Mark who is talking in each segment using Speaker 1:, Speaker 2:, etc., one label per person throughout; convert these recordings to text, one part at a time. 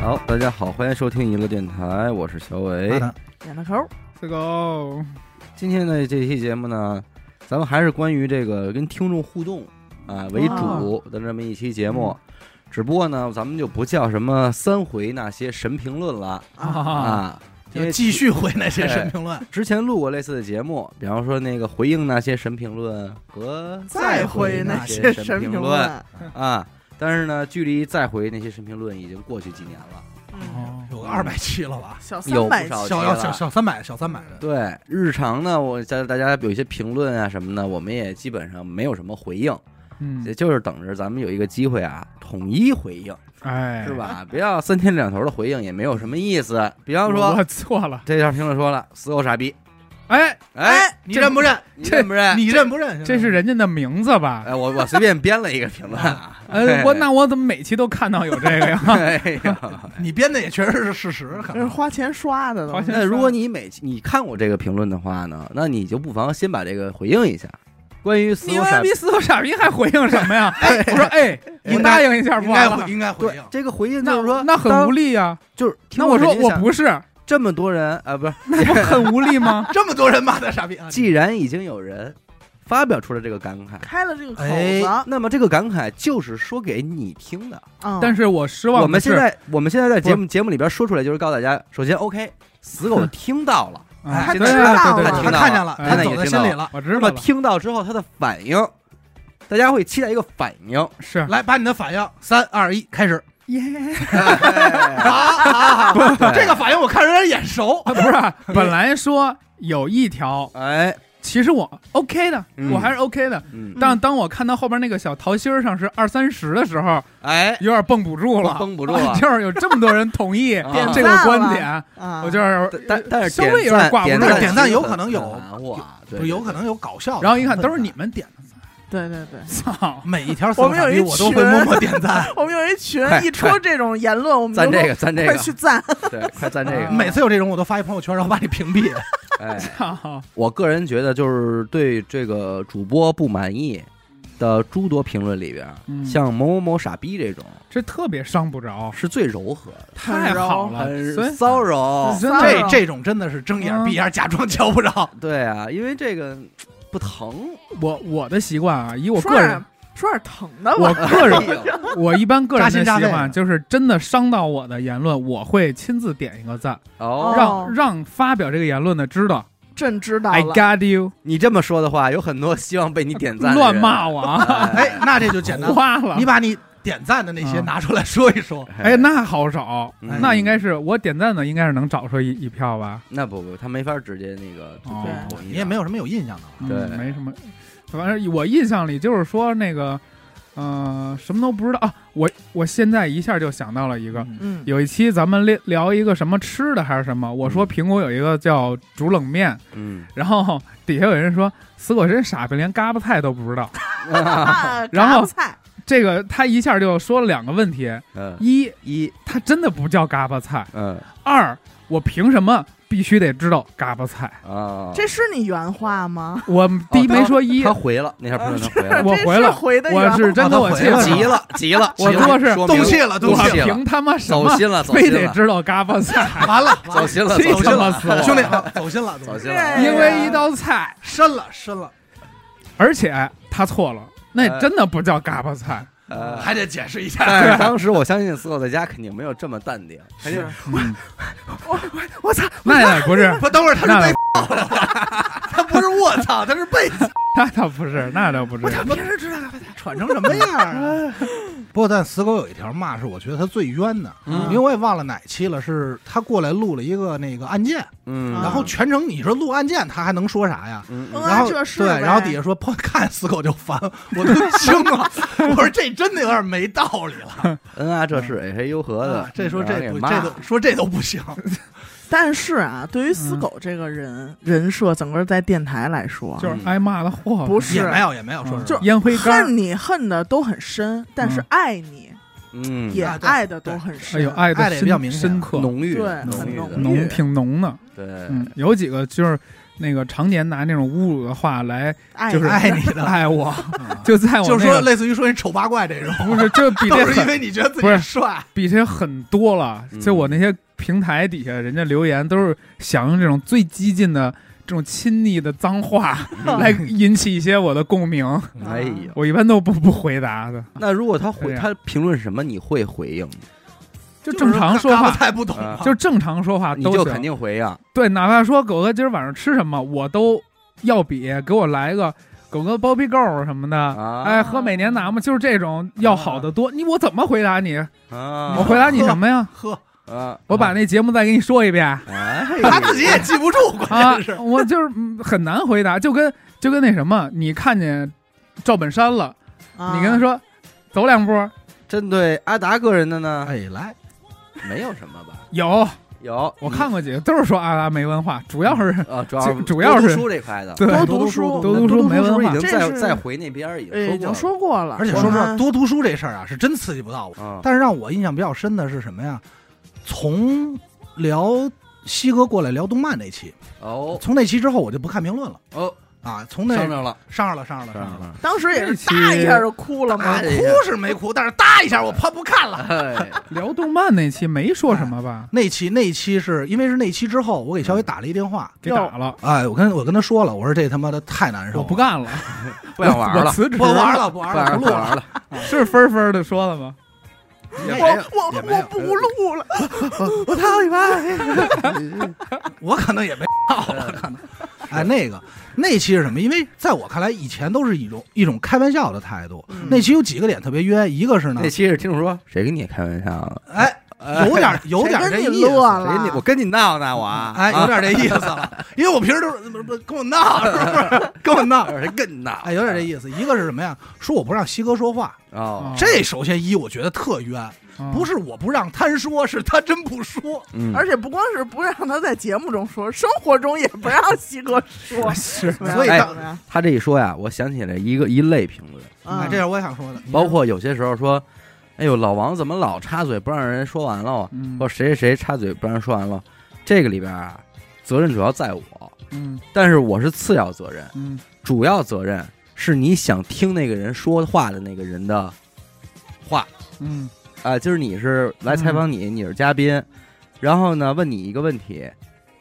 Speaker 1: 好，大家好，欢迎收听娱乐电台，我是小伟。
Speaker 2: 啊
Speaker 3: 点了头，
Speaker 4: 这个
Speaker 1: 今天的这期节目呢，咱们还是关于这个跟听众互动啊为
Speaker 3: 哦
Speaker 1: 主的这么一期节目，
Speaker 3: 嗯
Speaker 1: 只不过呢，咱们就不叫什么三回那些神评论了
Speaker 4: 啊，
Speaker 1: 啊，因
Speaker 2: 就
Speaker 1: 为
Speaker 2: 继续回那些
Speaker 1: 对
Speaker 2: 神评论，
Speaker 1: 之前录过类似的节目，比方说那个回应那些神评论和
Speaker 3: 再
Speaker 2: 回
Speaker 3: 回
Speaker 2: 那
Speaker 3: 那
Speaker 1: 些
Speaker 3: 些
Speaker 1: 神
Speaker 3: 神
Speaker 1: 评
Speaker 3: 评
Speaker 1: 论
Speaker 4: 哦
Speaker 1: 啊，但是呢，距离再回那些神评论已经过去几年了，
Speaker 3: 嗯，
Speaker 2: 有个二百期了吧？
Speaker 3: 小
Speaker 1: 有
Speaker 3: 三
Speaker 1: 不
Speaker 3: 百
Speaker 1: 少
Speaker 2: 小
Speaker 1: 期
Speaker 2: 要
Speaker 1: 了
Speaker 2: 小小三百，小三百的，
Speaker 1: 对日常呢，我在大家有一些评论啊什么的，我们也基本上没有什么回应，也
Speaker 4: 嗯，
Speaker 1: 就是等着咱们有一个机会啊，统一回应，
Speaker 4: 哎，
Speaker 1: 是？吧？不要三天两头的回应，也没有什么意思。比方说，
Speaker 4: 我错了，
Speaker 1: 这条评论说了“死狗傻逼
Speaker 4: 哎，”，
Speaker 1: 哎，
Speaker 2: 你认不认？
Speaker 1: 你认不认？
Speaker 2: 你认不认？
Speaker 4: 这是人家的名字吧？
Speaker 1: 哎，我我随便编了一个评论 啊，
Speaker 4: 呃，我那我怎么每期都看到有这个呀？
Speaker 1: 哎呀。
Speaker 2: 你编的也确实是事实，可
Speaker 3: 这是
Speaker 2: 能
Speaker 3: 花钱刷的
Speaker 4: 花
Speaker 3: 都
Speaker 4: 钱。
Speaker 1: 那如果你每期你看过这个评论的话呢，那你就不妨先把这个回应一下。关于死
Speaker 4: 你
Speaker 1: 狗傻
Speaker 4: 妈
Speaker 1: 逼
Speaker 4: 逼，死狗傻逼还回应什 么呀？我说哎，
Speaker 2: 应该
Speaker 4: 我答应一下不
Speaker 2: 应
Speaker 4: 完
Speaker 2: 该
Speaker 4: 了
Speaker 2: 回？应该
Speaker 1: 对
Speaker 2: 回应。
Speaker 1: 这个回应就
Speaker 4: 那
Speaker 1: 是说，
Speaker 4: 那很无
Speaker 1: 力，
Speaker 4: 力呀。
Speaker 1: 就是
Speaker 4: 那我说
Speaker 1: 听众肯定
Speaker 4: 我
Speaker 1: 想
Speaker 4: 不是，
Speaker 1: 这么多人啊，不是，
Speaker 4: 那不很无 力吗？
Speaker 2: 这么多人骂他傻逼，啊
Speaker 1: 既然已经有人发表出了这个感慨，
Speaker 3: 开了这个口
Speaker 2: 哎
Speaker 3: 子，
Speaker 1: 那么这个感慨就是说给你听的。
Speaker 4: 但
Speaker 3: 是
Speaker 4: 是我失望
Speaker 1: 我
Speaker 4: 的
Speaker 1: 们
Speaker 4: 是，
Speaker 1: 现在我们现在在节
Speaker 4: 不
Speaker 1: 目节目里边说出来，就是告诉大家，首先 OK，死狗听到了，
Speaker 4: 哎
Speaker 3: 他
Speaker 4: 对
Speaker 3: 知
Speaker 4: 啊
Speaker 3: 道
Speaker 4: 对对
Speaker 3: 了
Speaker 4: 对
Speaker 2: 他看见了，
Speaker 4: 哎
Speaker 2: 他走在心里了。
Speaker 4: 我知
Speaker 1: 那
Speaker 4: 道
Speaker 1: 么
Speaker 4: 了，
Speaker 1: 听到之后他的反应，大家会期待一个反应。
Speaker 4: 是
Speaker 2: 来，把你的反应，三二一，开始。
Speaker 4: 耶，
Speaker 1: 哎
Speaker 2: 啊，
Speaker 1: 对
Speaker 2: 这个反应我看着有点眼熟。
Speaker 4: 啊不是啊，本来说有一条，
Speaker 1: 哎，
Speaker 4: 其实我 OK 的，
Speaker 1: 嗯
Speaker 4: 我还是 OK 的。
Speaker 1: 嗯，
Speaker 4: 但当我看到后边那个小桃心儿上是二三十的时候，
Speaker 1: 哎，
Speaker 4: 有点绷不住了，
Speaker 1: 绷不住了
Speaker 4: 就是有这么多人同意
Speaker 1: 啊
Speaker 4: 这个观点，
Speaker 3: 啊，
Speaker 4: 我就是
Speaker 1: 但但是
Speaker 4: 稍微有点挂不
Speaker 1: 点
Speaker 4: 住
Speaker 1: 赞
Speaker 2: 点赞有可能有
Speaker 1: 哇，对
Speaker 2: 不，有可能有搞笑的。
Speaker 4: 然后一看都是你们点的，
Speaker 3: 对对对，
Speaker 4: 操！
Speaker 2: 每一条
Speaker 3: 我们有一
Speaker 2: 扫我都会
Speaker 3: 群，
Speaker 2: 默默点赞
Speaker 3: 我们有一群
Speaker 1: 快
Speaker 3: 一说这种言论，我们
Speaker 1: 赞
Speaker 3: 就
Speaker 1: 这
Speaker 3: 说
Speaker 1: 个，赞这
Speaker 3: 快
Speaker 1: 个，
Speaker 3: 去赞，
Speaker 1: 对，快赞这个。
Speaker 4: 嗯
Speaker 2: 每次有这种我都发一朋友圈，然后把你屏蔽。
Speaker 1: 哎，
Speaker 4: 操！
Speaker 1: 我个人觉得，就是对这个主播不满意的诸多评论里边，
Speaker 4: 嗯
Speaker 1: 像某某某傻逼这种
Speaker 4: 这特别伤不着，
Speaker 1: 是最柔和的，
Speaker 4: 太 好了，啊所
Speaker 1: 很
Speaker 4: 以嗯
Speaker 1: 骚扰。
Speaker 4: 真
Speaker 3: 骚
Speaker 4: 的
Speaker 2: 这
Speaker 3: 扰
Speaker 2: 这种真的是睁眼闭眼，假装瞧不着。
Speaker 1: 对啊，因为这个嗯不 疼，
Speaker 4: 我我的习惯啊，以我
Speaker 3: 说
Speaker 4: 个人
Speaker 3: 点，说点疼的 吧，
Speaker 4: 我个
Speaker 1: 哎
Speaker 4: 人，
Speaker 1: 呦
Speaker 4: 我一般个人的
Speaker 2: 扎心
Speaker 4: 习
Speaker 2: 扎肺的
Speaker 4: 惯就是真的伤到我的言论，我会亲自点一个赞，
Speaker 1: 哦，
Speaker 3: 哦
Speaker 4: 让让发表这个言论的知道
Speaker 3: 朕知道
Speaker 4: I
Speaker 3: 了。
Speaker 4: got you，
Speaker 1: 你这么说的话，有很多希望被你点赞的人
Speaker 4: 乱骂我 啊，
Speaker 1: 嗯
Speaker 2: 哎，那这就简单了。
Speaker 4: 花了
Speaker 2: 你。把你点赞的那些
Speaker 4: 嗯
Speaker 2: 拿出来说 一说。
Speaker 4: 哎，那好找，
Speaker 1: 嗯
Speaker 4: 那应该是我点赞的，应该是能找出一一票吧。
Speaker 1: 那不不，他没法直接那个
Speaker 4: 哦
Speaker 1: 同意啊的，
Speaker 2: 你也没有什么有印象的啊了。
Speaker 4: 嗯
Speaker 1: 对
Speaker 4: 没什么。反正我印象里就是说那个，呃，什么都不知道啊。我我现在一下就想到了一个，
Speaker 2: 嗯
Speaker 3: 嗯，
Speaker 4: 有一期咱们聊聊一个什么吃的还是什么，我说苹果有一个叫煮冷面，
Speaker 1: 嗯，
Speaker 4: 然后底下有人说死狗真傻逼，连嘎巴菜都不知道。
Speaker 3: 啊
Speaker 4: 然后
Speaker 3: 榨菜
Speaker 4: 这个他一下就说了两个问题：
Speaker 1: 嗯
Speaker 4: 一，
Speaker 1: 一
Speaker 4: 它真的不叫嘎巴菜；
Speaker 1: 嗯
Speaker 4: 二，我凭什么必须得知道嘎巴菜？
Speaker 1: 啊，
Speaker 3: 这是你原话吗？
Speaker 4: 我第一没说一，
Speaker 1: 他回了，那条评论他回了，
Speaker 4: 我
Speaker 3: 这
Speaker 4: 回
Speaker 3: 是
Speaker 4: 了
Speaker 3: 回的原
Speaker 4: 我
Speaker 3: 话
Speaker 4: 是真跟我气
Speaker 2: 我
Speaker 1: 急
Speaker 4: 了，
Speaker 1: 了，急了，
Speaker 4: 我
Speaker 1: 急了
Speaker 4: 说是
Speaker 1: 说明
Speaker 2: 动气了，动
Speaker 1: 我
Speaker 2: 气
Speaker 4: 我
Speaker 2: 了，
Speaker 1: 气了
Speaker 4: 凭他妈什
Speaker 1: 走
Speaker 4: 么
Speaker 1: 心了，走
Speaker 4: 非
Speaker 1: 心
Speaker 4: 得
Speaker 1: 了，
Speaker 4: 知道嘎巴菜？
Speaker 2: 完 了，
Speaker 1: 走心 了，
Speaker 4: 气
Speaker 1: 走心
Speaker 4: 他妈
Speaker 1: 了，
Speaker 4: 死我！
Speaker 2: 兄弟， 走心了，
Speaker 1: 走
Speaker 2: 走心
Speaker 1: 心
Speaker 2: 了，
Speaker 1: 了，
Speaker 3: 对
Speaker 4: 因为一道菜，
Speaker 2: 深了，深了，
Speaker 4: 而且他错了，那
Speaker 1: 哎
Speaker 4: 真的不叫嘎巴菜。
Speaker 1: 呃
Speaker 2: 还得解释一下。
Speaker 1: 但是当时我相信死狗在家肯定没有这么淡定，
Speaker 2: 哎
Speaker 1: 肯定
Speaker 4: 嗯
Speaker 3: 我我操，
Speaker 4: 那也不是，
Speaker 2: 不，等会儿他
Speaker 4: 那
Speaker 2: 是
Speaker 4: 倒
Speaker 2: 被，他不是我操，他是被
Speaker 4: 那倒不是，那倒不是。
Speaker 2: 他平时知道喘成什么样啊？不过，但死狗有一条骂是我觉得他最冤的，
Speaker 1: 嗯
Speaker 2: 因为我也忘了哪期了，是他过来录了一个那个案件，
Speaker 1: 嗯，
Speaker 3: 啊
Speaker 2: 然后全程你说录案件，他还能说啥呀？
Speaker 1: 嗯
Speaker 3: 嗯
Speaker 1: 嗯
Speaker 3: 啊
Speaker 2: 然后
Speaker 3: 这是
Speaker 2: 对，
Speaker 3: 呗
Speaker 2: 然后底下说碰看死狗就烦，我都惊 了。我说这真的有点没道理了。
Speaker 1: 嗯啊，这是哎嘿呦呵的嗯
Speaker 2: 啊，这说
Speaker 1: 让人
Speaker 2: 这
Speaker 1: 给
Speaker 2: 不
Speaker 1: 骂
Speaker 2: 这都说这都不 行。
Speaker 3: 但是啊，对于死狗这个人人设，整个在电台来说，
Speaker 4: 就是挨骂的货，
Speaker 3: 不是
Speaker 2: 也没有也没有说
Speaker 4: 嗯
Speaker 2: 是
Speaker 3: 就
Speaker 4: 烟哦灰缸儿。
Speaker 3: 恨你恨的都很深，但是
Speaker 4: 嗯
Speaker 3: 爱你
Speaker 1: 嗯
Speaker 3: 也
Speaker 2: 啊对
Speaker 3: 爱的都很深。
Speaker 4: 哎呦，爱
Speaker 2: 爱
Speaker 4: 的
Speaker 2: 得也比较明
Speaker 4: 深
Speaker 2: 显
Speaker 4: 深刻，
Speaker 1: 浓郁
Speaker 3: 对
Speaker 1: 的，
Speaker 3: 很
Speaker 1: 浓郁的
Speaker 3: 浓郁
Speaker 4: 浓挺浓的。
Speaker 1: 对，
Speaker 4: 嗯，有几个就是那个常年拿那种侮辱的话来
Speaker 3: 爱
Speaker 4: 就是
Speaker 2: 爱你的，
Speaker 4: 爱我，就在我
Speaker 2: 就是
Speaker 4: 那
Speaker 2: 说
Speaker 4: 个
Speaker 2: 类似于说你丑八怪这种，
Speaker 4: 不是就 比这
Speaker 2: 都是因
Speaker 4: 狠
Speaker 2: 为你觉得自
Speaker 4: 不
Speaker 2: 己
Speaker 4: 是
Speaker 2: 帅，
Speaker 4: 比这狠多了
Speaker 1: 嗯。
Speaker 4: 就我那些平台底下人家留言都是想用这种最激进的这种亲昵的脏话
Speaker 1: 嗯
Speaker 4: 来引起一些我的共鸣，
Speaker 1: 哎呀，
Speaker 4: 我一般都不不回答的，
Speaker 1: 那如果他回
Speaker 4: 啊对呀
Speaker 1: 他评论什么，你会回应吗？
Speaker 4: 就正常
Speaker 2: 就是
Speaker 4: 说
Speaker 2: 嘎巴
Speaker 4: 话。
Speaker 2: 太不懂
Speaker 1: 啊
Speaker 2: 了，
Speaker 4: 就正常说话
Speaker 1: 你
Speaker 4: 都
Speaker 1: 就
Speaker 4: 行
Speaker 1: 肯，定回呀。
Speaker 4: 对，哪怕说狗哥今儿晚上吃什么，我都要比给我来个狗哥包皮狗什么的，
Speaker 1: 啊
Speaker 4: 哎，喝美年达嘛，就是这种要好得多。你我怎么回答你？
Speaker 1: 啊，
Speaker 4: 我回答你什 么呀？
Speaker 2: 呵，
Speaker 1: 啊，
Speaker 4: 我把那节目再给你说一遍啊！
Speaker 1: 哎呀，
Speaker 2: 他自己也记不住， 关键是。
Speaker 4: 我就是嗯很难回答，就跟就跟那什么，你看见赵本山了，
Speaker 2: 啊
Speaker 4: 你跟他
Speaker 3: 说
Speaker 4: 说走两步，
Speaker 1: 针对阿达个人的呢，
Speaker 2: 哎，来，
Speaker 1: 没有什么吧？
Speaker 4: 有
Speaker 1: 有，
Speaker 4: 我看过几个，都是说阿拉没文化，主要
Speaker 2: 嗯
Speaker 4: 是
Speaker 1: 啊，主要
Speaker 4: 主主要
Speaker 1: 多读
Speaker 4: 是
Speaker 1: 书这块的，
Speaker 4: 对
Speaker 3: 多
Speaker 2: 多读
Speaker 3: 读
Speaker 2: 书
Speaker 3: 书，
Speaker 4: 多读书没
Speaker 1: 是
Speaker 4: 文
Speaker 1: 不是已
Speaker 4: 化
Speaker 1: 经，
Speaker 3: 这
Speaker 1: 再
Speaker 3: 是
Speaker 1: 再回那边儿已
Speaker 3: 哎已
Speaker 1: 经
Speaker 3: 经
Speaker 1: 说
Speaker 3: 说过了，
Speaker 2: 而且
Speaker 3: 我
Speaker 2: 说实话，
Speaker 3: 们
Speaker 2: 多读书这事儿啊，是真刺激不到我。
Speaker 1: 过啊，
Speaker 2: 但是让我印象比较深的是什么呀？从聊西哥过来聊动漫那期，
Speaker 1: 哦
Speaker 2: 从那期之后我就不看评论了
Speaker 1: 哦，
Speaker 2: 啊。从那
Speaker 1: 上上了，
Speaker 2: 上了上了上
Speaker 1: 上
Speaker 2: 了，
Speaker 1: 了，
Speaker 3: 当时也
Speaker 4: 这
Speaker 3: 是
Speaker 4: 期
Speaker 3: 哒一下就哭了嘛
Speaker 2: 啊
Speaker 1: 哎呀
Speaker 2: 哭是没哭，但是哒一下我啪不看了。
Speaker 1: 哎，
Speaker 4: 聊动漫那期没说什么吧？
Speaker 2: 那期那期是因为是那期之后，我给小伟打了一电话，
Speaker 4: 给打了，
Speaker 2: 哎，我跟我跟他说了，我说这他妈的太难受了，
Speaker 4: 我不干了，
Speaker 1: 不想玩
Speaker 4: 我
Speaker 1: 了，
Speaker 4: 辞职
Speaker 2: 哎不玩了，不
Speaker 1: 不
Speaker 2: 玩
Speaker 1: 想
Speaker 2: 了，不
Speaker 1: 玩
Speaker 2: 录了，
Speaker 1: 了，
Speaker 4: 是分分的说了吗？
Speaker 2: 也没有
Speaker 3: 我我
Speaker 2: 也没有
Speaker 3: 我不录了，我操你妈！
Speaker 2: 我可能也没到了，可能。哎，那个那期是什么？因为在我看来，以前都是一种一种开玩笑的态度。
Speaker 3: 嗯
Speaker 2: 那期有几个点特别冤，一个是呢
Speaker 1: 那，期是听众说谁跟你开玩笑啊了？
Speaker 2: 哎，有点有点这
Speaker 3: 谁跟
Speaker 2: 意
Speaker 3: 你乐
Speaker 2: 思，
Speaker 1: 谁你我
Speaker 3: 了，
Speaker 1: 跟你闹呢我啊？
Speaker 2: 哎，有 点这意思了，因为我平时都是不不跟我闹，是不是？跟我闹。
Speaker 1: 啊谁跟你闹？
Speaker 2: 哎，有点啊这意思。一个是什么呀？说我不让西哥说话，
Speaker 3: 嗯
Speaker 1: 哦，
Speaker 2: 这首先一我觉得特冤，
Speaker 4: 啊。
Speaker 2: 不是我不让他说，是他真不说。
Speaker 1: 嗯，
Speaker 3: 而且不光是不让他在节目中说，生活中也不让西哥说
Speaker 4: 是
Speaker 3: 怎么 样
Speaker 2: 所以
Speaker 3: 怎么样
Speaker 1: 他这一说呀，我想起来一个一类评论，
Speaker 2: 哎，
Speaker 3: 嗯
Speaker 2: 这是我也想说的。
Speaker 1: 包括有些时候说，哎呦，老王怎么老插嘴不让人说完了啊？
Speaker 4: 嗯
Speaker 1: 或者谁谁谁插嘴不让人说完了，这个里边啊，责任主要在我，
Speaker 4: 嗯
Speaker 1: 但是我是次要责任，
Speaker 4: 嗯
Speaker 1: 主要责任是你想听那个人说话的那个人的话
Speaker 4: 嗯
Speaker 1: 啊、今儿你是来采访你，你是嘉宾，然后呢问你一个问题，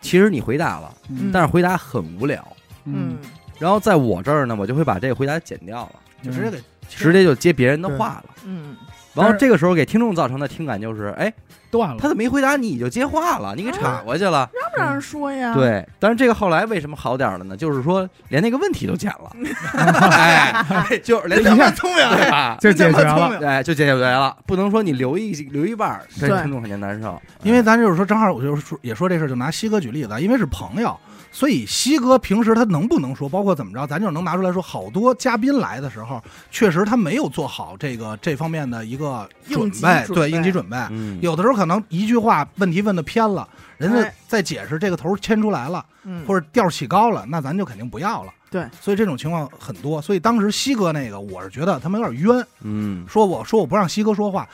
Speaker 1: 其实你回答了，
Speaker 4: 嗯
Speaker 1: 但是回答很无聊。
Speaker 4: 嗯
Speaker 3: 嗯，
Speaker 1: 然后在我这儿呢，我就会把这个回答剪掉了，
Speaker 2: 就
Speaker 4: 嗯
Speaker 2: 直接给
Speaker 1: 直接就接别人的话了。
Speaker 3: 嗯，
Speaker 1: 然后这个时候给听众造成的听感就是，哎，
Speaker 4: 断
Speaker 1: 他
Speaker 4: 了，
Speaker 1: 怎么没回答你就接话了，你给岔过去了。
Speaker 3: 让不让人说呀？，
Speaker 1: 对，但是这个后来为什么好点儿了呢？就是说连那个问题都剪了， 哎， 就是连
Speaker 2: 人
Speaker 1: 那
Speaker 2: 家
Speaker 1: 个
Speaker 2: 妈聪明，
Speaker 1: 对吧？
Speaker 4: 就解决
Speaker 2: 人家妈聪
Speaker 4: 了。
Speaker 2: 明
Speaker 1: 哎，就解决不来了，不能说你留一留一半儿，这
Speaker 3: 对
Speaker 1: 听众肯定难受。
Speaker 2: 因为咱就是说，正好我就是说也说这事儿，就拿西哥举例子啊，因为是朋友，所以西哥平时他能不能说，包括怎么着，咱就是能拿出来说，好多嘉宾来的时候，确实他没有做好这个这方面的一个准
Speaker 3: 应急
Speaker 2: 备，
Speaker 3: 准
Speaker 2: 对
Speaker 3: 备
Speaker 2: 应急准备。
Speaker 1: 嗯，
Speaker 2: 有的时候可能一句话问题问的偏了，人家
Speaker 3: 哎
Speaker 2: 在解释这个头儿牵出来了，
Speaker 3: 嗯，
Speaker 2: 或者调儿起高了，那咱就肯定不要了。
Speaker 3: 对，
Speaker 2: 所以这种情况很多。所以当时西哥那个，我是觉得他们有点冤，
Speaker 1: 嗯，
Speaker 2: 说我说我不让西哥说话，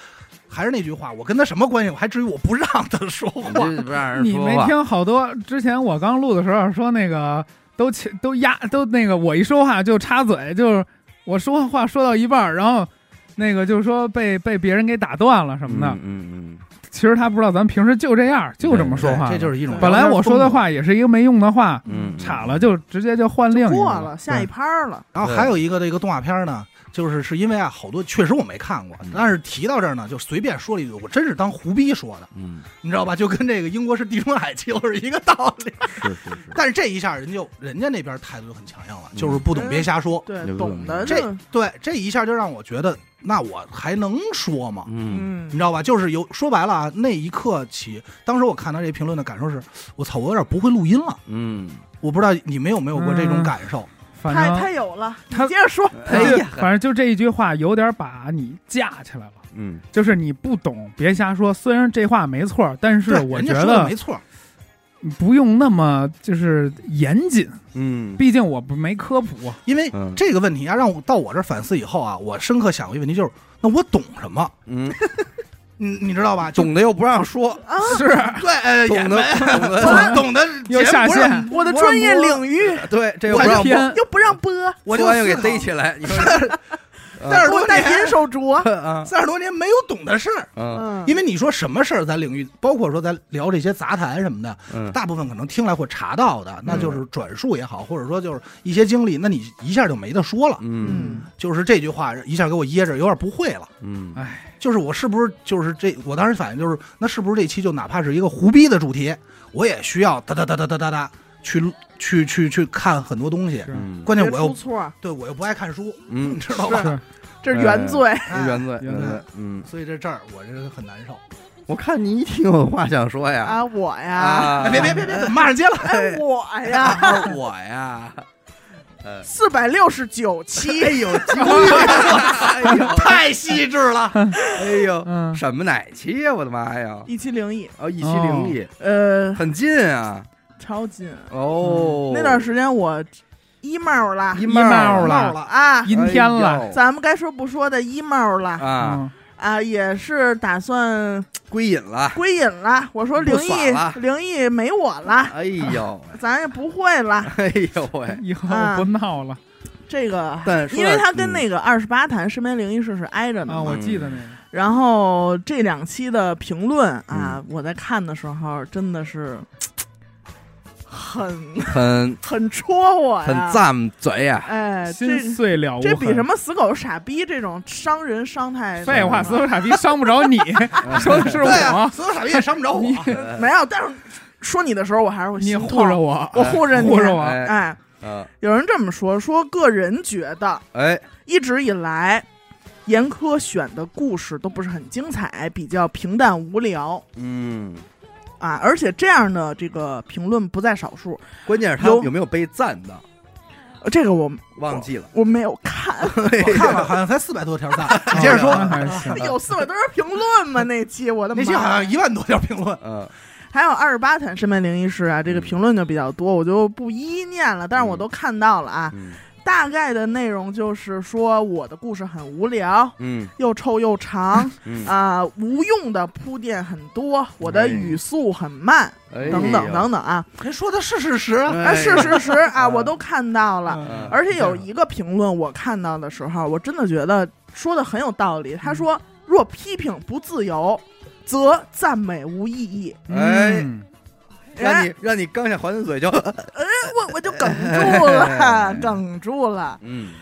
Speaker 2: 还是那句话，我跟他什么关系？我还至于我不让他说话
Speaker 1: 你？这不让人
Speaker 4: 你
Speaker 1: 说
Speaker 4: 没
Speaker 1: 话，
Speaker 4: 听好多？之前我刚录的时候说那个都起都压都那个，我一说话就插嘴，就是我说话说到一半儿，然后那个就是说被被别人给打断了什么的。
Speaker 1: 嗯嗯
Speaker 4: 其实他不知道咱平时就这样，就这么说话
Speaker 2: 对
Speaker 4: 的。
Speaker 2: 这就是一种。
Speaker 4: 本来我说的，话也是一个没用的话，
Speaker 1: 嗯，嗯
Speaker 4: 岔了就直接就换另一
Speaker 3: 就
Speaker 4: 个
Speaker 3: 过了，下一
Speaker 4: 对
Speaker 3: 拍儿了。
Speaker 2: 然后还有一个这个动画片呢，就是是因为啊，好多确实我没看过
Speaker 1: 嗯，
Speaker 2: 但是提到这儿呢，就随便说了一句，我真是当胡逼说的，
Speaker 1: 嗯，
Speaker 2: 你知道吧？就跟这个英国是地中海气候是一个道理。
Speaker 1: 是是是，
Speaker 2: 但是这一下人就人家那边态度就很强硬了，就是不懂别瞎说。
Speaker 3: 对
Speaker 1: 有，
Speaker 3: 懂的
Speaker 2: 这
Speaker 3: 就
Speaker 2: 对，这一下就让我觉得，那我还能说吗？
Speaker 1: 嗯，
Speaker 3: 嗯
Speaker 2: 你知道吧？就是有说白了啊，那一刻起，当时我看到这评论的感受是，我操，我有点不会录音了。
Speaker 1: 嗯，
Speaker 2: 我不知道你们有没有过这种
Speaker 4: 嗯
Speaker 2: 感受？
Speaker 4: 反
Speaker 3: 太
Speaker 4: 正
Speaker 3: 太有了，你
Speaker 4: 他
Speaker 3: 接着说。
Speaker 1: 哎呀，
Speaker 4: 反正就这一句话有点把你架起来了。
Speaker 1: 嗯，
Speaker 4: 就是你不懂，别瞎说。虽然这话没错儿，但是
Speaker 2: 对
Speaker 4: 我
Speaker 2: 人
Speaker 4: 觉
Speaker 2: 家说的
Speaker 4: 得
Speaker 2: 没错，
Speaker 4: 不用那么就是严谨，
Speaker 1: 嗯，
Speaker 4: 毕竟我不没科普。
Speaker 3: 啊
Speaker 2: 因为
Speaker 1: 嗯
Speaker 2: 这个问题啊，让我到我这儿反思以后啊，我深刻想过一个问题，就是那我懂什么？
Speaker 1: 嗯，
Speaker 2: 你你知道吧？就
Speaker 1: 懂的又不让说，
Speaker 4: 是
Speaker 2: 对，呃也
Speaker 1: 懂的
Speaker 2: 没
Speaker 1: 懂的
Speaker 2: 懂懂得
Speaker 4: 又
Speaker 2: 节
Speaker 4: 下
Speaker 2: 目
Speaker 4: 线，
Speaker 3: 我的专业领域
Speaker 1: 对，这又
Speaker 2: 我
Speaker 1: 不
Speaker 2: 还
Speaker 1: 让播，
Speaker 4: 偏
Speaker 3: 又不让播，
Speaker 2: 我就
Speaker 1: 说完又给
Speaker 2: 思考
Speaker 1: 逮起来，你说
Speaker 2: 三十
Speaker 3: 我
Speaker 2: 多
Speaker 3: 戴
Speaker 2: 年
Speaker 3: 银手镯。
Speaker 1: 啊
Speaker 2: 三十多年没有懂的事儿，
Speaker 1: 嗯
Speaker 3: 嗯，
Speaker 2: 因为你说什么事儿，咱领域包括说咱聊这些杂谈什么的，
Speaker 1: 嗯，
Speaker 2: 大部分可能听来会查到的，那就是转述也好，或者说就是一些经历，那你一下就没得说了。
Speaker 1: 嗯
Speaker 2: 就是这句话一下给我噎着，有点不会了。
Speaker 1: 嗯
Speaker 2: 就是我是不是就是这？我当时反应就是，那是不是这期就哪怕是一个胡逼的主题，我也需要哒哒哒哒哒哒哒去去去去看很多东西。
Speaker 4: 是
Speaker 1: 嗯
Speaker 2: 关键
Speaker 3: 别
Speaker 2: 我
Speaker 3: 出
Speaker 2: 又
Speaker 3: 错，
Speaker 2: 对我又不爱看书，你
Speaker 1: 嗯，
Speaker 2: 知道吧？
Speaker 4: 是
Speaker 3: 这是原罪。
Speaker 2: 哎
Speaker 1: 原罪原
Speaker 4: 原
Speaker 1: 罪
Speaker 2: 罪，
Speaker 1: 嗯，
Speaker 2: 所以这这儿我这很难受。
Speaker 1: 我看你一定有话想说呀
Speaker 3: 啊，我呀，
Speaker 1: 啊
Speaker 2: 哎，别别别别，骂上街了。
Speaker 3: 哎，我呀，
Speaker 1: 啊我呀，呃，
Speaker 3: 四百六十九期，
Speaker 1: 哎 呦，几乎哎呦
Speaker 2: 太细致了，
Speaker 1: 哎呦，
Speaker 4: 嗯，
Speaker 1: 什么哪期呀？我的妈呀！
Speaker 3: 一期零一，
Speaker 1: 哦，一期零一，
Speaker 3: 呃，
Speaker 1: 很近啊！
Speaker 3: 超近。
Speaker 1: 哦，
Speaker 3: 嗯那段时间我一帽了
Speaker 1: 一
Speaker 4: 帽
Speaker 1: 帽了
Speaker 4: 儿了
Speaker 2: 冒了。
Speaker 3: 啊，
Speaker 4: 阴天了
Speaker 3: 咱们该说不说的一帽了
Speaker 1: 啊，
Speaker 4: 嗯
Speaker 3: 啊，也是打算
Speaker 1: 归隐了。
Speaker 3: 归隐了。我说灵
Speaker 1: 不爽了
Speaker 3: 异，灵异没我了，
Speaker 1: 哎呦，
Speaker 3: 咱也不会了。
Speaker 1: 哎呦喂！
Speaker 4: 嗯以后
Speaker 3: 啊
Speaker 4: 我不闹了
Speaker 3: 这个，
Speaker 1: 但说嗯哦
Speaker 3: 因为
Speaker 1: 点
Speaker 3: 它跟那个二十八谈身边灵异事是挨着的
Speaker 4: 啊！
Speaker 3: 嘛。
Speaker 4: 我记得那个，
Speaker 3: 然后这两期的评论啊，
Speaker 1: 嗯
Speaker 3: 我在看的时候真的是很
Speaker 1: 很
Speaker 3: 很戳我
Speaker 1: 很
Speaker 3: 呀，
Speaker 1: 赞嘴呀，
Speaker 3: 哎，这
Speaker 4: 心碎了无
Speaker 3: 这比
Speaker 4: 痕
Speaker 3: 什么死狗傻逼这种伤人伤太
Speaker 4: 废话，
Speaker 3: 什
Speaker 4: 死
Speaker 3: 么
Speaker 4: 狗傻逼 伤不着你，说的是
Speaker 2: 对啊，
Speaker 4: 我，
Speaker 2: 所有傻逼也伤不着我。
Speaker 4: 你
Speaker 3: 没有，但是说你的时候 我还是会
Speaker 4: 你
Speaker 3: 心
Speaker 4: 护
Speaker 3: 痛
Speaker 4: 着我，
Speaker 3: 我护着你，
Speaker 4: 护着我，
Speaker 1: 哎
Speaker 3: 哎，
Speaker 1: 嗯，
Speaker 3: 有人这么说，说个人觉得
Speaker 1: 哎，
Speaker 3: 一直以来。严苛选的故事都不是很精彩，比较平淡无聊
Speaker 1: 嗯，
Speaker 3: 啊，而且这样的这个评论不在少数。
Speaker 1: 关键是他
Speaker 3: 有
Speaker 1: 有没有被赞到，
Speaker 3: 呃这个我
Speaker 1: 忘记了。
Speaker 3: 我没有 看，
Speaker 2: 我看了，好像才四百多条赞。你接着说，
Speaker 4: 那啊还行，
Speaker 3: 有四百多人评论吗？那期我的
Speaker 2: 那
Speaker 3: 妈！
Speaker 2: 期好像一万多条评论。
Speaker 1: 嗯
Speaker 3: 还有二十八谈身边灵异事啊，
Speaker 2: 嗯
Speaker 3: 这个评论就比较多，我就不一一念了，但是我都看到了啊。
Speaker 1: 嗯
Speaker 3: 大概的内容就是说，我的故事很无聊，
Speaker 1: 嗯
Speaker 3: 又臭又长
Speaker 1: 嗯，
Speaker 3: 啊、无用的铺垫很
Speaker 2: 哎
Speaker 3: 多，我的语速很慢，
Speaker 1: 哎
Speaker 3: 等等
Speaker 1: 呦
Speaker 3: 等等啊，
Speaker 2: 人说的是事实啊，
Speaker 1: 哎
Speaker 3: 啊是事实啊，
Speaker 1: 哎
Speaker 3: 我都看到了。
Speaker 1: 嗯
Speaker 3: 而且有一个评论，我看到的时候，我真的觉得说的很有道理。
Speaker 2: 嗯
Speaker 3: 他说：“若批评不自由，则赞美无意义。
Speaker 1: 哎
Speaker 4: 嗯
Speaker 1: 让你让你刚想还嘴就，
Speaker 3: 我我就梗住了， 梗住了。
Speaker 1: 嗯，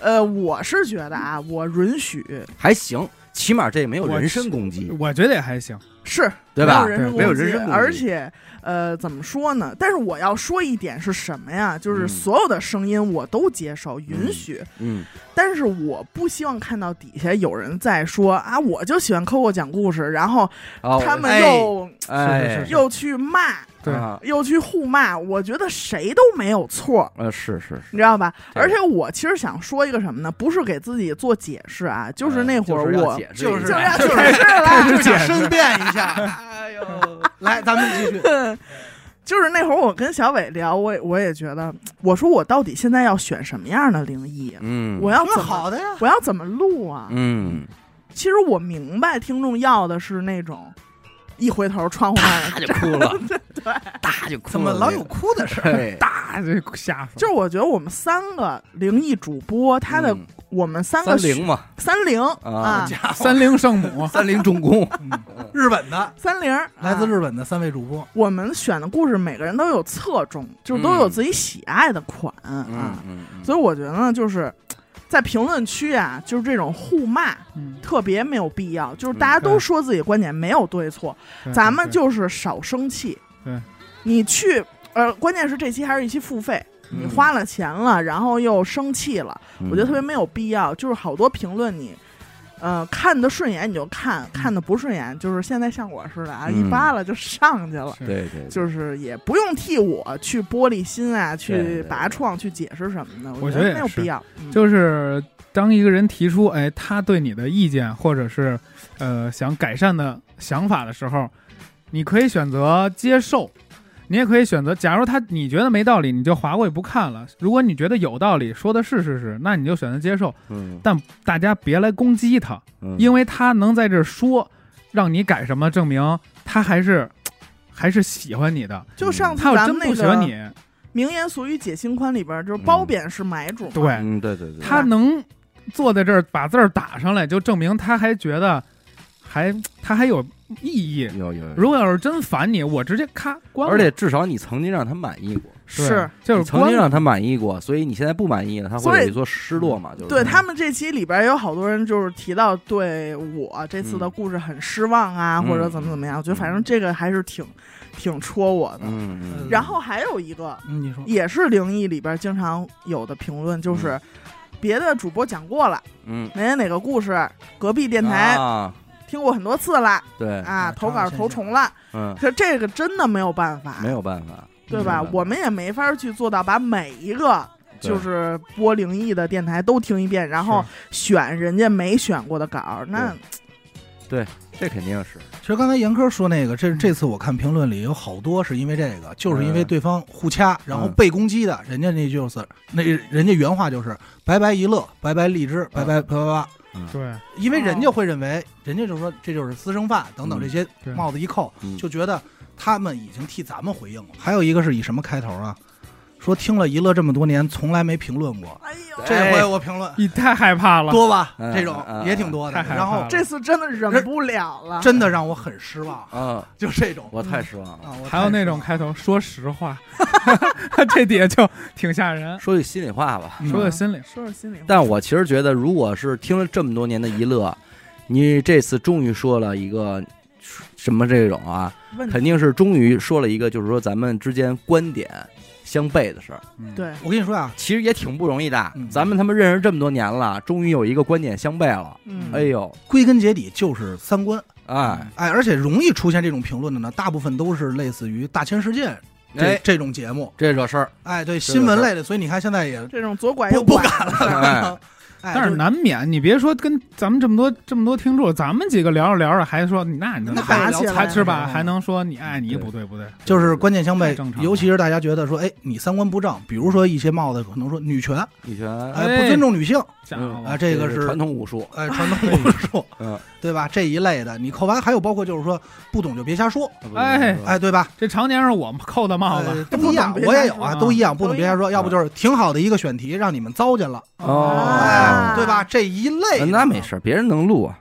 Speaker 3: 呃，我是觉得啊，我允许
Speaker 1: 还行，起码这没有
Speaker 4: 我
Speaker 1: 人身攻击，
Speaker 4: 我觉得也还行，
Speaker 3: 是
Speaker 1: 对吧？
Speaker 3: 没有人身
Speaker 1: 没有
Speaker 3: 攻
Speaker 1: 人
Speaker 3: 击
Speaker 1: 身攻击，
Speaker 3: 而且呃，怎么说呢？但是我要说一点是什么呀？就是
Speaker 1: 嗯
Speaker 3: 所有的声音我都接受，允许。
Speaker 1: 嗯
Speaker 3: 但是我不希望看到底下有人在说啊，我就喜欢 Coco 讲故事，然后
Speaker 1: 哦
Speaker 3: 他们 又、
Speaker 1: 哎
Speaker 4: 是是
Speaker 1: 哎
Speaker 4: 是
Speaker 3: 又去骂，
Speaker 4: 对
Speaker 1: 啊
Speaker 3: 又去互骂。我觉得谁都没有错。
Speaker 1: 呃是是
Speaker 3: 你知道吧？
Speaker 1: 对
Speaker 3: 而且我其实想说一个什么呢？不是给自己做解释啊，就是那会
Speaker 1: 嗯
Speaker 3: 儿
Speaker 1: 就是要
Speaker 3: 我
Speaker 1: 解释
Speaker 2: 就
Speaker 1: 一
Speaker 2: 是
Speaker 3: 就
Speaker 1: 下
Speaker 3: 要解释了，
Speaker 2: 就想申辩一下。
Speaker 1: 哎呦，
Speaker 2: 来，咱们继续。
Speaker 3: 就是那会儿我跟小伟聊，我也我也觉得，我说我到底现在要选什么样的灵异？
Speaker 1: 嗯，
Speaker 3: 我要
Speaker 2: 说
Speaker 3: 怎么
Speaker 2: 好的呀，
Speaker 3: 我要怎么录啊？
Speaker 1: 嗯，
Speaker 3: 其实我明白听众要的是那种一回头窗户外
Speaker 1: 他就哭了， 对，大就哭了，
Speaker 2: 怎么老有哭的事儿？
Speaker 1: 对，
Speaker 4: 大这下
Speaker 3: 就是我觉得我们三个灵异主播，他的、
Speaker 1: 嗯
Speaker 3: 我们三
Speaker 1: 三
Speaker 3: 个
Speaker 1: 零
Speaker 3: 选
Speaker 1: 嘛，
Speaker 3: 三零
Speaker 1: 啊
Speaker 3: 啊，
Speaker 2: 家伙，
Speaker 4: 三菱圣母，
Speaker 1: 三零重 工，
Speaker 2: 日本的，
Speaker 3: 三零
Speaker 2: 来自
Speaker 3: 啊
Speaker 2: 日本的三位主播，
Speaker 3: 我们选的故事，每个人都有侧重，就是都有自己喜爱的款、
Speaker 1: 嗯
Speaker 3: 啊。
Speaker 1: 嗯嗯，
Speaker 3: 所以我觉得呢，就是在评论区啊，就是这种互骂
Speaker 4: 嗯
Speaker 3: 特别没有必要，就是大家
Speaker 4: 嗯
Speaker 3: 都
Speaker 4: 对
Speaker 3: 说自己观点没有对错，咱们就是少生气。
Speaker 4: 对，
Speaker 3: 你去。呃，关键是这期还是一期付费，
Speaker 1: 嗯
Speaker 3: 你花了钱了，然后又生气了，
Speaker 1: 嗯
Speaker 3: 我觉得特别没有必要。就是好多评论你，呃，看的顺眼你就
Speaker 4: 嗯
Speaker 3: 看，看的不顺眼就是现在像我似的啊，
Speaker 1: 嗯
Speaker 3: 一扒拉就上去了。
Speaker 4: 是
Speaker 1: 对对，对
Speaker 3: 就是也不用替我去玻璃心啊，
Speaker 1: 对对
Speaker 3: 去
Speaker 1: 对
Speaker 3: 拔创，去解释什么的，
Speaker 4: 我
Speaker 3: 觉
Speaker 4: 觉得
Speaker 3: 得
Speaker 4: 也
Speaker 3: 没有
Speaker 4: 是
Speaker 3: 必要。嗯
Speaker 4: 就是当一个人提出哎他对你的意见或者是呃想改善的想法的时候，你可以选择接受，你也可以选择，假如他你觉得没道理，你就划过去不看了；如果你觉得有道理，说的是事实，那你就选择接受。
Speaker 1: 嗯
Speaker 4: 但大家别来攻击他，
Speaker 1: 嗯，
Speaker 4: 因为他能在这儿说，让你改什么，证明他还是还是喜欢你的。
Speaker 3: 就上次
Speaker 4: 他要
Speaker 3: 咱
Speaker 4: 真
Speaker 3: 们那
Speaker 4: 不喜欢
Speaker 3: 个
Speaker 4: 你，
Speaker 3: 名言俗语解心宽里边儿，就是褒贬是买主嘛，
Speaker 4: 对
Speaker 1: 嗯，对对对，
Speaker 4: 他能坐在这儿把字儿打上来，就证明他还觉得还他还有意义。
Speaker 1: 有有，有
Speaker 4: 如果要是真烦你，我直接咔关了。
Speaker 1: 而且至少你曾经让他满意过，
Speaker 4: 对
Speaker 3: 是。
Speaker 4: 就
Speaker 1: 你
Speaker 4: 是
Speaker 1: 曾
Speaker 4: 关
Speaker 1: 经
Speaker 4: 了
Speaker 1: 让他满意过，所以你现在不满意了，他
Speaker 3: 所
Speaker 1: 会
Speaker 3: 以
Speaker 1: 有一座失落嘛？就是
Speaker 3: 对他们这期里边也有好多人就是提到对我这次的
Speaker 1: 嗯
Speaker 3: 故事很失望啊，
Speaker 1: 嗯
Speaker 3: 或者怎么怎么样，我觉得反正这个还是挺挺戳我的。
Speaker 1: 嗯嗯
Speaker 3: 然后还有一个
Speaker 2: 嗯你说
Speaker 3: 也是灵异里边经常有的评论，就是别的主播讲过了，
Speaker 1: 嗯，
Speaker 3: 哪哪哪个故事，隔壁电台
Speaker 1: 啊，
Speaker 3: 听过很多次了
Speaker 1: 对，
Speaker 3: 啊，
Speaker 2: 嗯
Speaker 3: 投稿投重了。
Speaker 1: 嗯，
Speaker 3: 可这个真的没有办法，
Speaker 1: 没有办法，
Speaker 3: 对吧
Speaker 1: 嗯？
Speaker 3: 我们也没法去做到把每一个
Speaker 1: 对
Speaker 3: 就是播灵异的电台都听一遍，然后选人家没选过的稿儿。那
Speaker 1: 这肯定是，
Speaker 2: 其实刚才严科说那个，这这次我看评论里有好多是因为这个，就是因为对方互掐，然后被攻击的，人家那就是那人家原话就是“白白一乐，白白荔枝，白白叭叭叭
Speaker 4: 对”，
Speaker 2: 因为人家会认为，人家就说这就是私生饭等等这些
Speaker 4: 对
Speaker 2: 帽子一扣，
Speaker 1: 嗯
Speaker 2: 就觉得他们已经替咱们回应了。还有一个是以什么开头啊？说听了一乐这么多年，从来没评论过，
Speaker 3: 哎呦，
Speaker 1: 哎
Speaker 2: 这回我评论
Speaker 4: 你太害怕了。
Speaker 2: 多吧，
Speaker 1: 嗯
Speaker 2: 这种
Speaker 1: 嗯嗯
Speaker 2: 也挺多的。
Speaker 4: 太害怕
Speaker 2: 然后
Speaker 4: 了
Speaker 3: 这次真的忍不了了。
Speaker 2: 真的让我很失望，
Speaker 1: 啊，
Speaker 2: 就这种
Speaker 1: 我太失望了。
Speaker 2: 啊，我
Speaker 4: 还有那种
Speaker 2: 太
Speaker 4: 开头，说实话， 这底下就挺吓人。
Speaker 1: 说句心里话吧，
Speaker 2: 失望了嗯
Speaker 4: 说的心里，
Speaker 3: 说说心里话，
Speaker 1: 但我其实觉得，如果是听了这么多年的一乐，你这次终于说了一个什么这种啊，
Speaker 3: 问
Speaker 1: 肯定是终于说了一个，就是说咱们之间观点相悖的事儿，
Speaker 4: 嗯，
Speaker 3: 对
Speaker 2: 我跟你说啊，
Speaker 1: 其实也挺不容易的。
Speaker 2: 嗯
Speaker 1: 咱们他妈认识这么多年了，终于有一个观点相悖了。
Speaker 3: 嗯
Speaker 1: 哎呦，
Speaker 2: 归根结底就是三观，
Speaker 1: 哎，
Speaker 2: 哎，而且容易出现这种评论的呢，大部分都是类似于《大千世界》这、
Speaker 1: 哎，
Speaker 2: 这种节目，
Speaker 1: 这惹事儿，
Speaker 2: 哎，对
Speaker 1: 是
Speaker 2: 新闻类的，所以你看现在也，
Speaker 3: 这种左拐
Speaker 2: 不
Speaker 3: 右拐
Speaker 2: 不
Speaker 3: 的事儿
Speaker 1: 哎，
Speaker 2: 哎，
Speaker 4: 但是
Speaker 2: 就
Speaker 4: 难免，你别说跟咱们这么多这么多听众，咱们几个聊着聊着还说，你那你
Speaker 2: 那
Speaker 3: 还
Speaker 2: 还
Speaker 3: 聊起来
Speaker 4: 还
Speaker 3: 呢
Speaker 4: 吃
Speaker 2: 嗯
Speaker 4: 吧，还能说你爱
Speaker 1: 嗯
Speaker 4: 你
Speaker 1: 对
Speaker 4: 不对不对，
Speaker 2: 就是观念相
Speaker 4: 太
Speaker 2: 悖
Speaker 4: 正常，了
Speaker 2: 尤其是大家觉得说，哎，你三观不正，比如说一些帽子可能说女权，
Speaker 1: 女权
Speaker 2: 哎，不尊重女性，
Speaker 4: 家
Speaker 1: 嗯
Speaker 4: 伙
Speaker 2: 啊这个是
Speaker 1: 传统武术，
Speaker 2: 哎，传统武术，
Speaker 1: 嗯，
Speaker 2: 对吧？这一类的，你扣完还有包括就是说不懂就别瞎说，
Speaker 4: 哎
Speaker 2: 哎，对吧？
Speaker 4: 这常年是我们扣的帽
Speaker 2: 呃
Speaker 4: 子，
Speaker 2: 都一样，
Speaker 3: 不懂别瞎
Speaker 2: 我也有啊，
Speaker 4: 说
Speaker 2: 都一样，不懂别瞎说，
Speaker 1: 嗯
Speaker 2: 要不就是挺好的一个选题，让你们糟践了，
Speaker 1: 哦
Speaker 2: 哎，对吧？这一类的，
Speaker 1: 那没事儿，别人能录啊。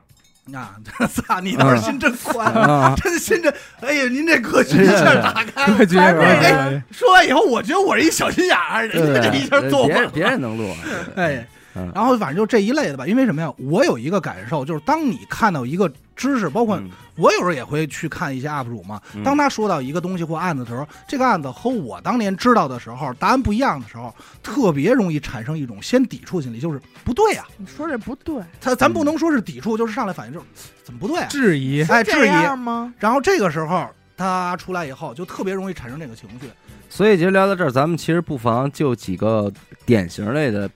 Speaker 2: 啊， 操，你倒是心真宽，
Speaker 1: 啊，
Speaker 2: 真心真，哎呀，您这格局一下 打开了。
Speaker 4: 格局也
Speaker 3: 咱
Speaker 4: 是
Speaker 3: 这
Speaker 4: 吧
Speaker 3: 个
Speaker 2: 说完以后，我觉得我是一小心眼 儿，
Speaker 1: 对呃
Speaker 2: 人家这一下做
Speaker 1: 别
Speaker 2: 完
Speaker 1: 人别
Speaker 2: 了。
Speaker 1: 人能录啊，
Speaker 2: 哎
Speaker 1: 嗯，
Speaker 2: 然后反正就这一类的吧，因为什么呀？我有一个感受，就是当你看到一个知识，包括
Speaker 1: 嗯
Speaker 2: 我有时候也会去看一些 UP 主嘛
Speaker 1: 嗯，
Speaker 2: 当他说到一个东西或案子的时候，这个案子和我当年知道的时候答案不一样的时候，特别容易产生一种先抵触心理，就是不对呀、
Speaker 3: 你说这不对，
Speaker 2: 他咱不能说是抵触，就是上来反应就是怎么不对、啊，
Speaker 4: 质疑，
Speaker 2: 哎，
Speaker 3: 这
Speaker 2: 质疑。
Speaker 3: 样吗？
Speaker 2: 然后这个时候他出来以后，就特别容易产生这个情绪。
Speaker 1: 所以其实聊到这儿，咱们其实不妨就几个典型类的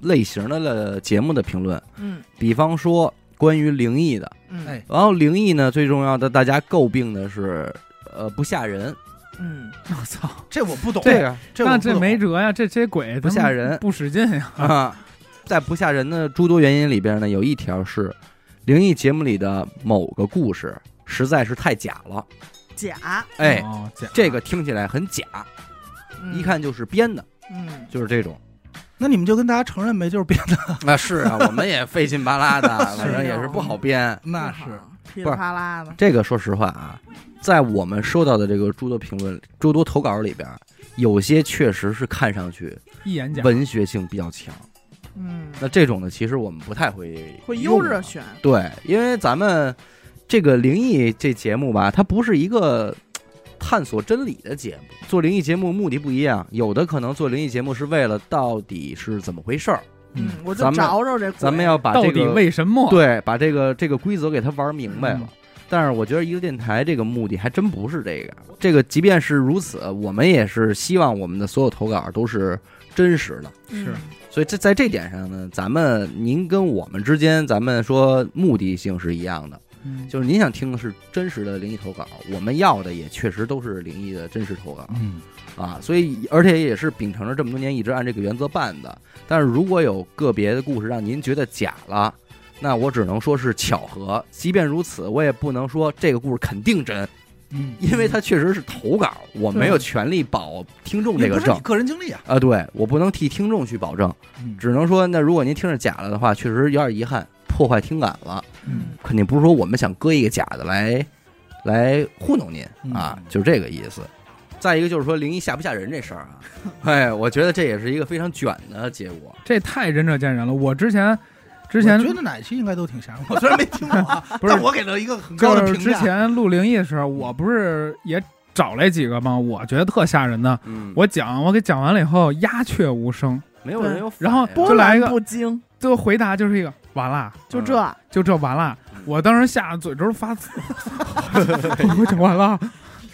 Speaker 1: 类型的了节目的评论，
Speaker 3: 嗯
Speaker 1: 比方说关于灵异的，
Speaker 3: 嗯，
Speaker 2: 哎
Speaker 1: 然后灵异呢最重要的大家诟病的是，呃，不吓 人，
Speaker 3: 嗯，
Speaker 4: 我操，
Speaker 2: 这我不懂，
Speaker 1: 这个
Speaker 2: 这我
Speaker 4: 那
Speaker 2: 不懂
Speaker 4: 这没辙呀，这这鬼
Speaker 1: 不
Speaker 4: 他妈
Speaker 1: 吓人
Speaker 4: 不使劲呀，
Speaker 1: 啊，在不吓人的诸多原因里边呢，有一条是灵异节目里的某个故事实在是太假了，
Speaker 3: 假，
Speaker 1: 哎，
Speaker 4: 哦，假
Speaker 1: 这个听起来很假，
Speaker 3: 嗯
Speaker 1: 一，看就是编的，
Speaker 3: 嗯，
Speaker 1: 就是这种。
Speaker 2: 那你们就跟大家承认呗，就是别的。
Speaker 1: 啊，是啊，我们也费劲巴拉 的，反正也是不好编。
Speaker 2: 那
Speaker 3: 不
Speaker 2: 是
Speaker 3: 好噼里啪啦的，
Speaker 1: 这个说实话啊，在我们收到的这个诸多评论、诸多投稿里边，有些确实是看上去
Speaker 4: 一眼假，
Speaker 1: 文学性比较强。
Speaker 3: 嗯，
Speaker 1: 那这种呢，其实我们不太会
Speaker 3: 会
Speaker 1: 用
Speaker 3: 悠
Speaker 1: 的
Speaker 3: 着选，
Speaker 1: 对，因为咱们这个灵异这节目吧，它不是一个探索真理的节目。做灵异节目目的不一样，有的可能做灵异节目是为了到底是怎么回事儿，
Speaker 3: 嗯，我就
Speaker 1: 咱们
Speaker 3: 找找这鬼，
Speaker 1: 咱们要把
Speaker 4: 到
Speaker 1: 这
Speaker 4: 底
Speaker 1: 个
Speaker 4: 为什么？
Speaker 1: 对，把这个这个规则给它玩明白了。
Speaker 4: 嗯
Speaker 1: 但是我觉得一个电台这个目的还真不是这个，这个即便是如此，我们也是希望我们的所有投稿都是真实的。
Speaker 3: 嗯
Speaker 4: 是
Speaker 1: 所以这在这点上呢，咱们您跟我们之间，咱们说目的性是一样的，
Speaker 4: 嗯，
Speaker 1: 就是您想听的是真实的灵异投稿，我们要的也确实都是灵异的真实投稿
Speaker 2: 嗯，
Speaker 1: 啊。所以而且也是秉承着这么多年一直按这个原则办的。但是如果有个别的故事让您觉得假了，那我只能说是巧合。即便如此，我也不能说这个故事肯定真，
Speaker 2: 嗯，
Speaker 1: 因为它确实是投稿，我没有权利保听众这
Speaker 2: 也
Speaker 1: 个
Speaker 2: 不是
Speaker 1: 证
Speaker 2: 你。个人经历啊，
Speaker 1: 啊，对，我不能替听众去保证，
Speaker 2: 嗯
Speaker 1: 只能说，那如果您听着假的的话，确实有点遗憾，破坏听感了。
Speaker 2: 嗯
Speaker 1: 肯定不是说我们想搁一个假的来来糊弄您啊，
Speaker 2: 嗯
Speaker 1: 就是这个意思。再一个就是说灵异吓不吓人这事儿 啊，哎，我觉得这也是一个非常卷的结果。
Speaker 4: 这太仁者见仁了。我之前之前
Speaker 2: 我觉得哪期应该都挺吓人。我虽然没听懂啊，
Speaker 4: 不是
Speaker 2: 但我给了一个很高的
Speaker 4: 就是
Speaker 2: 评
Speaker 4: 之
Speaker 2: 价。
Speaker 4: 前录灵异的时候，我不是也找来几个吗？我觉得特吓人的。
Speaker 1: 嗯，
Speaker 4: 我讲，我给讲完了以后，鸦雀无声，
Speaker 1: 没有人有反应，
Speaker 4: 然后
Speaker 3: 波
Speaker 4: 就来一
Speaker 3: 澜
Speaker 4: 个
Speaker 3: 不惊，
Speaker 4: 最后回答就是一个完啦，
Speaker 1: 嗯
Speaker 3: 就这，
Speaker 4: 就这完啦。
Speaker 2: 嗯
Speaker 4: 我当时吓得嘴周发紫， 我讲完了，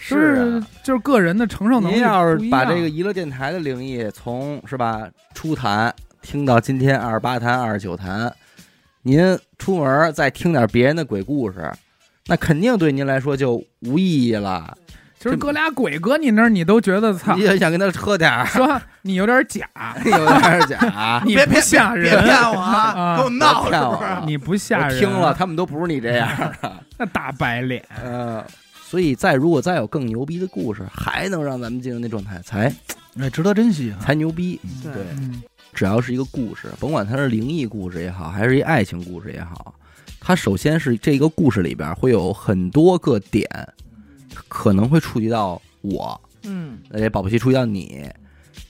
Speaker 4: 就是
Speaker 1: 啊
Speaker 4: 就是个人的承受能力
Speaker 1: 您要
Speaker 4: 不
Speaker 1: 是
Speaker 4: 一
Speaker 1: 把
Speaker 4: 样
Speaker 1: 这个娱乐电台的灵异从是吧初谈听到今天二十八谈、二十九谈，您出门儿再听点别人的鬼故事，那肯定对您来说就无意义了。
Speaker 4: 就是搁俩鬼搁你那儿，你都觉得操
Speaker 1: 你，也想跟他喝点儿，
Speaker 4: 说你有点 假，
Speaker 1: 有点儿假。
Speaker 4: 你
Speaker 2: 别
Speaker 4: 不
Speaker 2: 别
Speaker 4: 吓
Speaker 2: 别
Speaker 4: 人，
Speaker 2: 骗我啊！
Speaker 4: 啊
Speaker 2: 给我闹
Speaker 1: 别
Speaker 2: 是
Speaker 1: 骗我
Speaker 2: 不
Speaker 1: 啊
Speaker 2: 是？
Speaker 4: 你不吓
Speaker 1: 我
Speaker 4: 人，
Speaker 1: 听了，他们都不是你这样。
Speaker 4: 那大白脸，
Speaker 1: 呃，所以再如果再有更牛逼的故事，还能让咱们进入那状态，才
Speaker 2: 哎，值得珍惜啊。
Speaker 1: 才牛逼。
Speaker 3: 对
Speaker 1: 对
Speaker 4: 嗯，
Speaker 1: 只要是一个故事，甭管它是灵异故事也好，还是一爱情故事也好，它首先是这个故事里边会有很多个点，可能会触及到我，
Speaker 3: 嗯，
Speaker 1: 也保不齐触及到你。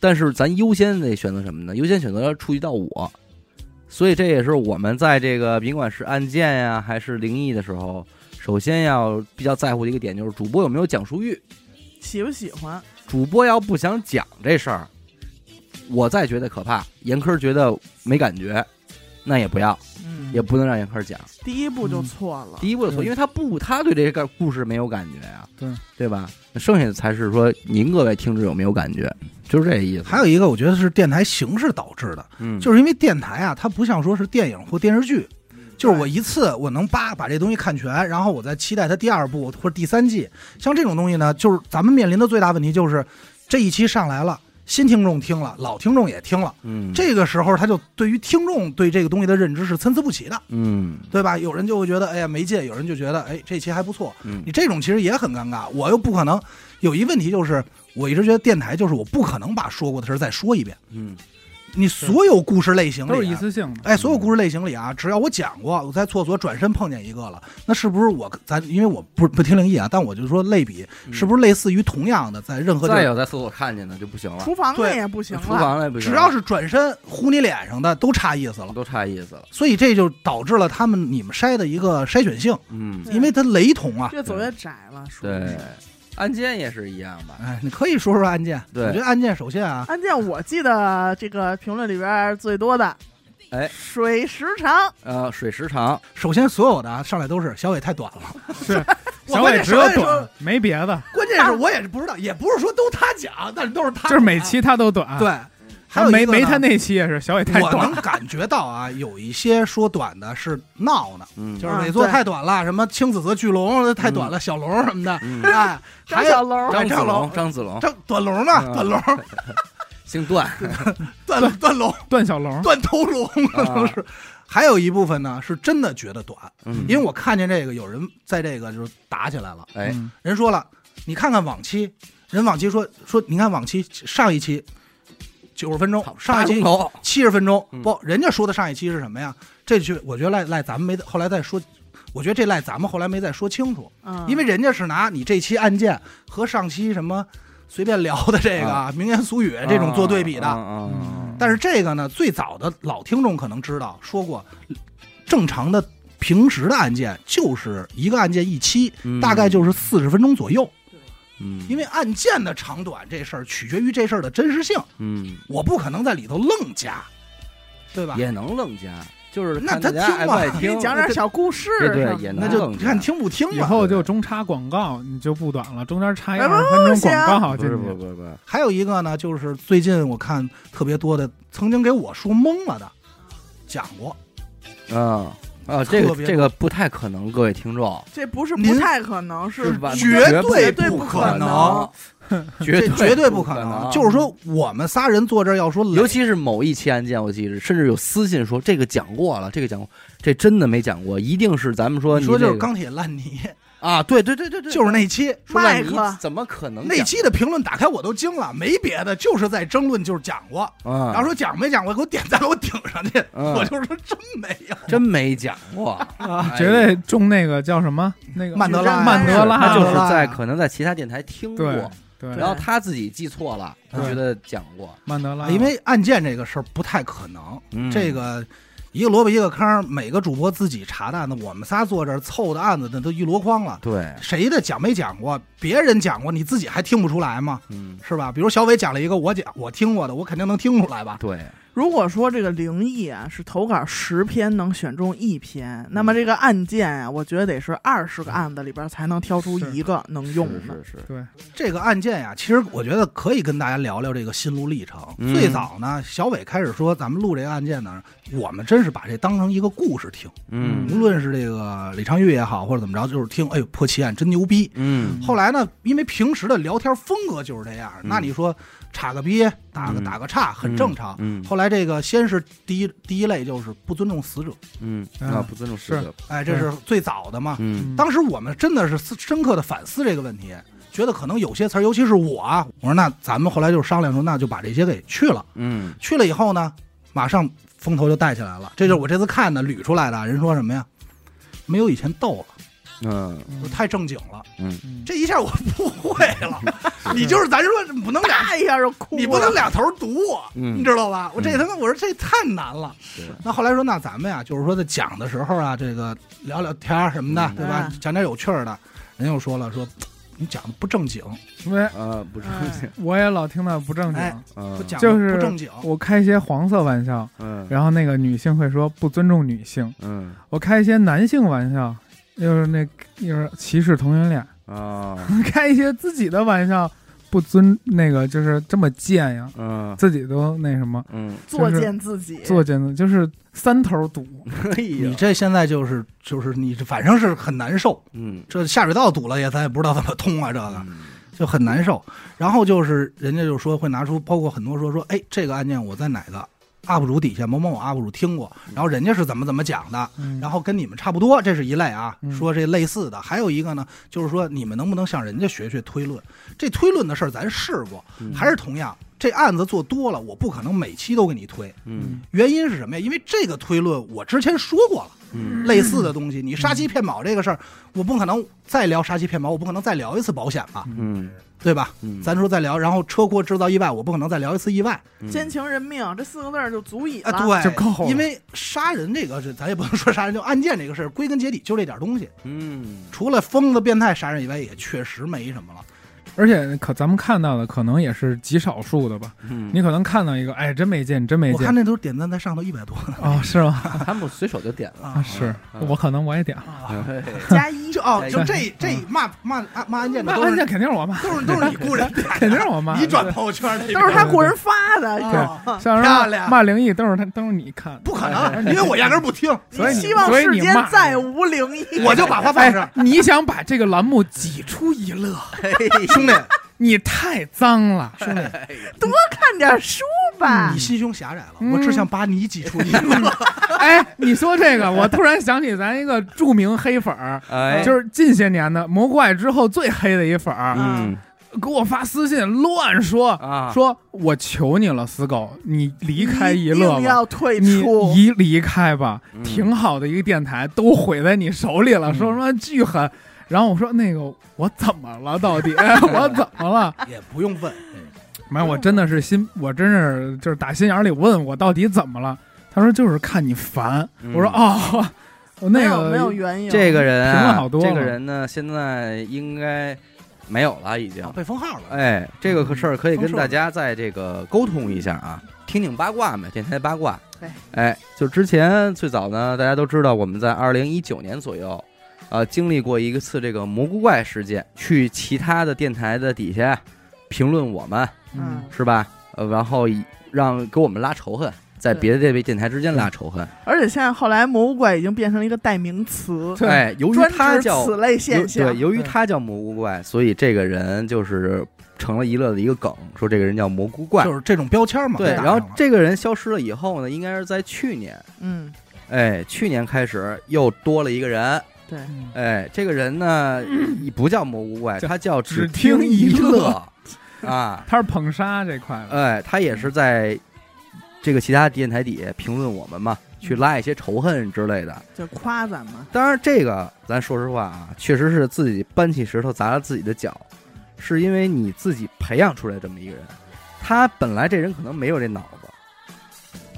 Speaker 1: 但是咱优先得选择什么呢？优先选择触及到我，所以这也是我们在这个甭管是案件呀、还是灵异的时候，首先要比较在乎的一个点就是主播有没有讲述欲。
Speaker 3: 喜不喜欢？
Speaker 1: 主播要不想讲这事儿，我再觉得可怕，严科觉得没感觉，那也不要，
Speaker 3: 嗯，
Speaker 1: 也不能让严科讲。
Speaker 3: 第一步就错了
Speaker 1: 第，一步就错，
Speaker 4: 对
Speaker 1: 因为他不，他对这个故事没有感觉呀、
Speaker 4: 对
Speaker 1: 对吧？那剩下的才是说您各位听着有没有感觉，就是这意思。
Speaker 2: 还有一个，我觉得是电台形式导致的，
Speaker 1: 嗯，
Speaker 2: 就是因为电台啊，它不像说是电影或电视剧，就是我一次我能叭把这东西看全，然后我再期待它第二部或者第三季。像这种东西呢，就是咱们面临的最大问题就是这一期上来了，新听众听了，老听众也听了，
Speaker 1: 嗯，
Speaker 2: 这个时候他就对于听众对这个东西的认知是参差不齐的，
Speaker 1: 嗯
Speaker 2: 对吧？有人就会觉得哎呀没劲，有人就觉得哎这期还不错，
Speaker 1: 嗯
Speaker 2: 你这种其实也很尴尬。我又不可能有一问题就是，我一直觉得电台就是我不可能把说过的事儿再说一遍。
Speaker 1: 嗯
Speaker 2: 你所有故事类型
Speaker 4: 都是
Speaker 2: 里
Speaker 4: 一
Speaker 2: 啊，
Speaker 4: 次性的，
Speaker 2: 哎，所有故事类型里啊，只要我讲过，我在厕所转身碰见一个了，那是不是我咱因为我不不听灵异啊，但我就说类比
Speaker 1: 嗯
Speaker 2: 是不是类似于同样的，在任何地
Speaker 1: 再
Speaker 2: 儿，
Speaker 1: 有在厕所看见的就不行了，
Speaker 3: 厨房
Speaker 2: 对
Speaker 3: 里也不行
Speaker 1: 厨
Speaker 3: 了，
Speaker 1: 房了不行
Speaker 2: 只
Speaker 1: 了，
Speaker 2: 要是转身呼你脸上的都差意思了。
Speaker 1: 都差意思了。
Speaker 2: 所以这就导致了他们你们筛的一个筛选性，
Speaker 1: 嗯，
Speaker 3: 对
Speaker 2: 因为它雷同啊。
Speaker 3: 越走越窄了，属于
Speaker 1: 对
Speaker 3: 是。，
Speaker 1: 案件也是一样吧。
Speaker 2: 哎，你可以说说案件，
Speaker 1: 对
Speaker 2: 我觉得案件首先啊，
Speaker 3: 案件我记得这个评论里边最多的，
Speaker 1: 哎
Speaker 3: 水时长，
Speaker 1: 呃，水时长，
Speaker 2: 首先所有的啊上来都是小伟太短了，
Speaker 4: 小
Speaker 2: 我
Speaker 4: 伟
Speaker 2: 跟你
Speaker 4: 只有
Speaker 2: 说
Speaker 4: 短，没别的，
Speaker 2: 关键是我也是不知道，也不是说都他讲，但是都是他，
Speaker 4: 就是每期他都 短，，
Speaker 2: 对，还有一个
Speaker 4: 没
Speaker 2: 呢
Speaker 4: 没 他。那期也是小伟太
Speaker 2: 我
Speaker 4: 短
Speaker 2: 能，感觉到啊，有一些说短的是闹呢，
Speaker 1: 嗯，
Speaker 2: 就是
Speaker 3: 啊
Speaker 2: 哪座
Speaker 3: 对
Speaker 2: 太短了，什么青紫色巨龙太短了，小龙什么的，
Speaker 1: 嗯
Speaker 2: 哎，
Speaker 3: 张
Speaker 2: 还
Speaker 3: 小
Speaker 2: 有
Speaker 1: 张
Speaker 3: 楼，
Speaker 2: 张
Speaker 1: 子
Speaker 2: 龙
Speaker 1: 龙，张子龙，
Speaker 2: 这短龙呢，
Speaker 1: 嗯
Speaker 2: 短龙，
Speaker 1: 姓段，
Speaker 2: 短短龙，
Speaker 4: 段小龙，
Speaker 2: 短头龙
Speaker 1: 嗯
Speaker 2: 可能是。还有一部分呢，是真的觉得短，
Speaker 1: 啊嗯
Speaker 2: 因为我看见这个有人在这个就是打起来了，
Speaker 1: 哎
Speaker 4: 嗯
Speaker 2: 人说了，你看看往期，人往期说说，你看往期上一期九十分钟，上一期
Speaker 1: 头，
Speaker 2: 七十分钟
Speaker 1: 嗯，
Speaker 2: 不，人家说的上一期是什么呀？这句我觉得赖赖咱们没后来再说，我觉得这赖咱们后来没再说清楚，
Speaker 3: 嗯，
Speaker 2: 因为人家是拿你这期案件和上期什么随便聊的这个
Speaker 1: 啊
Speaker 2: 名言俗语哎这种做对比的，
Speaker 1: 嗯嗯
Speaker 2: 但是这个呢，最早的老听众可能知道说过，正常的平时的案件就是一个案件一期，
Speaker 1: 嗯
Speaker 2: 大概就是四十分钟左右。
Speaker 1: 嗯，
Speaker 2: 因为案件的长短这事儿取决于这事儿的真实性，
Speaker 1: 嗯
Speaker 2: 我不可能在里头愣加，对吧？
Speaker 1: 也能愣加，就是
Speaker 2: 那
Speaker 1: 看
Speaker 2: 他
Speaker 1: 大家
Speaker 2: 听
Speaker 1: 爱不
Speaker 2: 嘛
Speaker 1: 爱
Speaker 3: 给
Speaker 1: 听
Speaker 3: 你讲点小故事
Speaker 1: 对对
Speaker 3: 什么
Speaker 1: 也
Speaker 3: 的
Speaker 1: 能
Speaker 2: 那就看听不听
Speaker 4: 以
Speaker 2: 吧。
Speaker 4: 后就中插广告，你就不短了，中间插一
Speaker 2: 哎
Speaker 4: 二十分钟广告
Speaker 1: 不
Speaker 2: 啊
Speaker 4: 进
Speaker 1: 是不是
Speaker 4: 去，
Speaker 1: 不是不是，
Speaker 2: 还有一个呢，就是最近我看特别多的，曾经给我说懵了的，讲过，
Speaker 1: 嗯啊，这
Speaker 2: 特
Speaker 1: 个
Speaker 2: 别
Speaker 1: 这个不太可能，各位听众
Speaker 3: 这不是不
Speaker 2: 您
Speaker 3: 太可能，是
Speaker 1: 吧？
Speaker 2: 绝
Speaker 1: 对
Speaker 2: 对
Speaker 3: 不
Speaker 1: 不可
Speaker 3: 可能
Speaker 1: 绝
Speaker 2: 这绝对不可
Speaker 1: 能。
Speaker 2: 就是，说，我们仨人坐这儿要说累，
Speaker 1: 尤其是某一期案件，我记得甚至有私信说这个讲过了，这个讲过，这真的没讲过，一定是咱们说
Speaker 2: 你
Speaker 1: 你
Speaker 2: 说就
Speaker 1: 这
Speaker 2: 是
Speaker 1: 个
Speaker 2: 钢铁烂泥，
Speaker 1: 啊，对对 对对对，
Speaker 2: 就是那期
Speaker 1: 说烂泥
Speaker 3: 麦克
Speaker 1: 怎么可能
Speaker 2: 那期的评论打开我都惊了，没别的，就是在争论，就是讲过。
Speaker 1: 啊？
Speaker 2: 然后说讲没讲过，给我点赞了，我顶上去。
Speaker 1: 嗯
Speaker 2: 我就说真没有，
Speaker 1: 真没讲 过，哎
Speaker 4: 啊绝对中那个叫什么那个
Speaker 2: 曼德拉，
Speaker 4: 嗯曼德拉
Speaker 1: 他就是
Speaker 2: 曼德拉
Speaker 1: 在可能在其他电台听
Speaker 4: 对
Speaker 1: 过，
Speaker 4: 对
Speaker 1: 然后他自己记错了，他
Speaker 2: 对
Speaker 1: 觉得讲过，
Speaker 4: 曼德拉，
Speaker 2: 啊因为案件这个事儿不太可能，
Speaker 1: 嗯
Speaker 2: 这个一个萝卜一个坑，每个主播自己查的案子，我们仨坐这儿凑的案子那都一箩筐了。
Speaker 1: 对，
Speaker 2: 谁的讲没讲过？别人讲过，你自己还听不出来吗？
Speaker 1: 嗯，
Speaker 2: 是吧？比如小伟讲了一个我讲我听过的，我肯定能听出来吧？
Speaker 1: 对，
Speaker 3: 如果说这个灵异啊是投稿十篇能选中一
Speaker 1: 嗯
Speaker 3: 篇，那么这个案件啊，我觉得得是二十个案子里边才能挑出一个能用
Speaker 1: 是
Speaker 3: 的。
Speaker 1: 是是，
Speaker 4: 对
Speaker 2: 这个案件呀，其实我觉得可以跟大家聊聊这个心路历程。
Speaker 1: 嗯
Speaker 2: 最早呢，小伟开始说咱们录这个案件呢，我们真是把这当成一个故事听，
Speaker 1: 嗯
Speaker 2: 无论是这个李昌钰也好，或者怎么着，就是听，哎呦破奇案真牛逼。
Speaker 1: 嗯
Speaker 2: 后来呢，因为平时的聊天风格就是这样，
Speaker 1: 嗯
Speaker 2: 那你说岔个逼，打个
Speaker 1: 嗯
Speaker 2: 打个岔，很正常。
Speaker 1: 嗯
Speaker 2: 后来这个先是第一第一类就是不尊重死者，
Speaker 1: 嗯，
Speaker 4: 嗯
Speaker 1: 啊，不尊重师
Speaker 4: 是
Speaker 1: 德，
Speaker 2: 哎，这是最早的嘛。
Speaker 1: 嗯
Speaker 4: 嗯
Speaker 2: 当时我们真的是思深刻的反思这个问题，觉得可能有些词儿，尤其是我啊，我说那咱们后来就商量说，那就把这些给去了。
Speaker 1: 嗯
Speaker 2: 去了以后呢，马上风头就带起来了。这就是我这次看的捋出来的。人说什么呀？没有以前逗了，
Speaker 1: 嗯
Speaker 2: 我太正经了。
Speaker 4: 嗯
Speaker 2: 这一下我不会了，你就是咱说不能俩，
Speaker 3: 啪一下就哎哭了，
Speaker 2: 你不能两头堵我，
Speaker 1: 嗯
Speaker 2: 你知道吧？我这
Speaker 1: 嗯
Speaker 2: 他妈我说这太难了。
Speaker 1: 是
Speaker 2: 那后来说，那咱们呀，就是说在讲的时候啊，这个聊聊天儿什么的
Speaker 1: 嗯，
Speaker 2: 对吧
Speaker 3: 嗯？
Speaker 2: 讲点有趣儿的。人又说了，说你讲的不正经，
Speaker 4: 因为
Speaker 1: 啊，不正经，
Speaker 4: 我也老听到不正
Speaker 2: 哎
Speaker 4: 经，
Speaker 1: 嗯
Speaker 2: 不讲的
Speaker 4: 就是
Speaker 2: 不正经。
Speaker 4: 我开一些黄色玩笑，
Speaker 1: 嗯
Speaker 4: 然后那个女性会说不尊重女性，
Speaker 1: 嗯
Speaker 4: 我开一些男性玩笑，就是那就是歧视同性恋，
Speaker 1: 啊
Speaker 4: 开一些自己的玩笑，不尊那个就是这么贱呀，
Speaker 1: 嗯
Speaker 4: 自己都那什么
Speaker 1: 嗯，
Speaker 3: 作践自己。
Speaker 4: 作贱的，就是三头 堵，
Speaker 2: 哎
Speaker 1: 可以
Speaker 2: 你，这现在就是就是你反正是很难受，
Speaker 1: 嗯
Speaker 2: 这下水道堵了也咱也不知道怎么通啊，这个就很难受。然后就是人家就说会拿出包括很多说说，哎，这个案件我在哪个 UP 主底下某某 UP 主听过，然后人家是怎么怎么讲的，
Speaker 4: 嗯
Speaker 2: 然后跟你们差不多，这是一类啊，
Speaker 4: 嗯
Speaker 2: 说这类似的。还有一个呢，就是说你们能不能向人家学学推论？这推论的事儿咱试过，
Speaker 1: 嗯
Speaker 2: 还是同样，这案子做多了，我不可能每期都给你推。
Speaker 1: 嗯
Speaker 2: 原因是什么呀？因为这个推论我之前说过了，
Speaker 1: 嗯
Speaker 2: 类似的东西，你杀鸡骗保这个事儿，我不可能再聊杀鸡骗保，我不可能再聊一次保险吧，
Speaker 1: 嗯
Speaker 2: 对吧？
Speaker 1: 嗯，
Speaker 2: 咱说再聊，然后车祸制造意外，我不可能再聊一次意外
Speaker 1: 嗯
Speaker 3: 奸情人命这四个字儿就足以了。
Speaker 2: 啊，对，
Speaker 4: 就够了
Speaker 2: 因为杀人这个，是咱也不能说杀人，就案件这个事儿，归根结底就这点东西。
Speaker 1: 嗯
Speaker 2: 除了疯子、变态杀人以外，也确实没什么了。
Speaker 4: 而且可咱们看到的可能也是极少数的吧，
Speaker 1: 嗯，
Speaker 4: 你可能看到一个，哎，真没见，真没
Speaker 2: 我
Speaker 4: 见
Speaker 2: 看，那都是点赞在上头一百 多呢
Speaker 4: 哦，是吗？
Speaker 1: 他们随手就点了，
Speaker 4: 啊
Speaker 2: 啊，
Speaker 4: 是
Speaker 1: 嗯
Speaker 4: 我可能我也点了，
Speaker 2: 啊，
Speaker 1: 哎
Speaker 3: 加一
Speaker 2: 就哦
Speaker 1: 哎，
Speaker 2: 就这这骂骂啊骂案件的
Speaker 4: 那
Speaker 2: 都
Speaker 4: 关
Speaker 2: 是
Speaker 4: 键肯定是我骂，
Speaker 2: 都是都是你雇人点的，
Speaker 4: 肯定是我骂，
Speaker 2: 你转朋友圈那个
Speaker 3: 都是他雇人发的，
Speaker 2: 对
Speaker 3: 哟
Speaker 2: 哦漂
Speaker 4: 像是骂
Speaker 2: 亮
Speaker 4: 骂灵异都是他都是你看的，
Speaker 2: 不可能，因为我压根儿不听，
Speaker 4: 所以
Speaker 3: 你
Speaker 4: 你
Speaker 3: 希望
Speaker 4: 所以
Speaker 3: 世
Speaker 4: 你
Speaker 3: 间
Speaker 4: 骂
Speaker 3: 再无灵异。
Speaker 2: 我就把话放这儿
Speaker 4: 哎。，你想把这个栏目挤出一乐，
Speaker 2: 兄弟，
Speaker 4: 你太脏了，
Speaker 2: 兄弟，
Speaker 3: 多看点书吧
Speaker 2: 你。心胸狭窄了，
Speaker 4: 嗯
Speaker 2: 我只想把你挤出一 个。
Speaker 4: 哎，你说这个，我突然想起咱一个著名黑粉儿，
Speaker 1: 哎，
Speaker 4: 就是近些年的魔怪之后最黑的一粉儿，
Speaker 3: 啊
Speaker 1: 嗯
Speaker 4: 给我发私信乱说，
Speaker 1: 啊，
Speaker 4: 说我求你了，死狗，你离开一乐
Speaker 3: 定
Speaker 4: 吧。
Speaker 3: 要退
Speaker 4: 你
Speaker 3: 出。
Speaker 4: 一离开吧，
Speaker 1: 嗯
Speaker 4: 挺好的一个电台都毁在你手里
Speaker 3: 嗯
Speaker 4: 了，说什么巨狠。然后我说那个我怎么了？到底哎我怎么了？
Speaker 2: 也不用问，
Speaker 4: 没有，我真的是心，我真是就是打心眼里问我到底怎么了。他说就是看你烦。
Speaker 1: 嗯
Speaker 4: 我说哦， 我
Speaker 3: 没
Speaker 4: 那
Speaker 3: 有
Speaker 4: 个
Speaker 3: 没有缘由。
Speaker 1: 这个人
Speaker 4: 评论
Speaker 1: 啊
Speaker 4: 好，多了
Speaker 1: 这个人呢，现在应该没有了，已经
Speaker 2: 啊。被封号了。
Speaker 1: 哎，这个可事
Speaker 3: 嗯
Speaker 1: 儿可以
Speaker 2: 丰
Speaker 1: 跟
Speaker 2: 收
Speaker 1: 大
Speaker 2: 了
Speaker 1: 家在这个沟通一下啊，听听八卦嘛，电台八卦
Speaker 3: 对。
Speaker 1: 哎，就之前最早呢，大家都知道我们在二零一九年左右，呃，经历过一次这个蘑菇怪事件，去其他的电台的底下评论我们
Speaker 4: 嗯
Speaker 3: 嗯，
Speaker 1: 是吧？呃，然后以让给我们拉仇恨，在
Speaker 3: 对
Speaker 1: 别的这位电台之间拉仇恨。
Speaker 3: 而且现在后来蘑菇怪已经变成了一个代名词，
Speaker 4: 对
Speaker 1: 哎，由于
Speaker 3: 专
Speaker 1: 他
Speaker 3: 指
Speaker 1: 叫
Speaker 3: 此类
Speaker 1: 由
Speaker 3: 现象
Speaker 1: 对，。由于
Speaker 4: 对
Speaker 1: 他叫蘑菇怪，所以这个人就是成了一乐的一个梗，说这个人叫蘑菇怪。
Speaker 2: 就是这种标签嘛。
Speaker 1: 对，
Speaker 2: 给打
Speaker 1: 然后
Speaker 2: 上了
Speaker 1: 这个人消失了以后呢，应该是在去年，
Speaker 3: 嗯，
Speaker 1: 哎，去年开始又多了一个人，
Speaker 3: 对，
Speaker 4: 嗯
Speaker 1: 哎，这个人呢不叫蘑菇怪，
Speaker 4: 叫
Speaker 1: 他叫
Speaker 4: 只
Speaker 1: 听
Speaker 4: 听
Speaker 1: 一
Speaker 4: 一
Speaker 1: 乐啊，
Speaker 4: 他是捧杀这块
Speaker 3: 呃
Speaker 4: 的，
Speaker 1: 哎，他也是在这个其他电台底下评论我们嘛，去拉一些仇恨之类的。
Speaker 3: 就夸咱们，
Speaker 1: 当然，这个咱说实话啊，确实是自己搬起石头砸了自己的脚，是因为你自己培养出来这么一个人。他本来这人可能没有这脑子，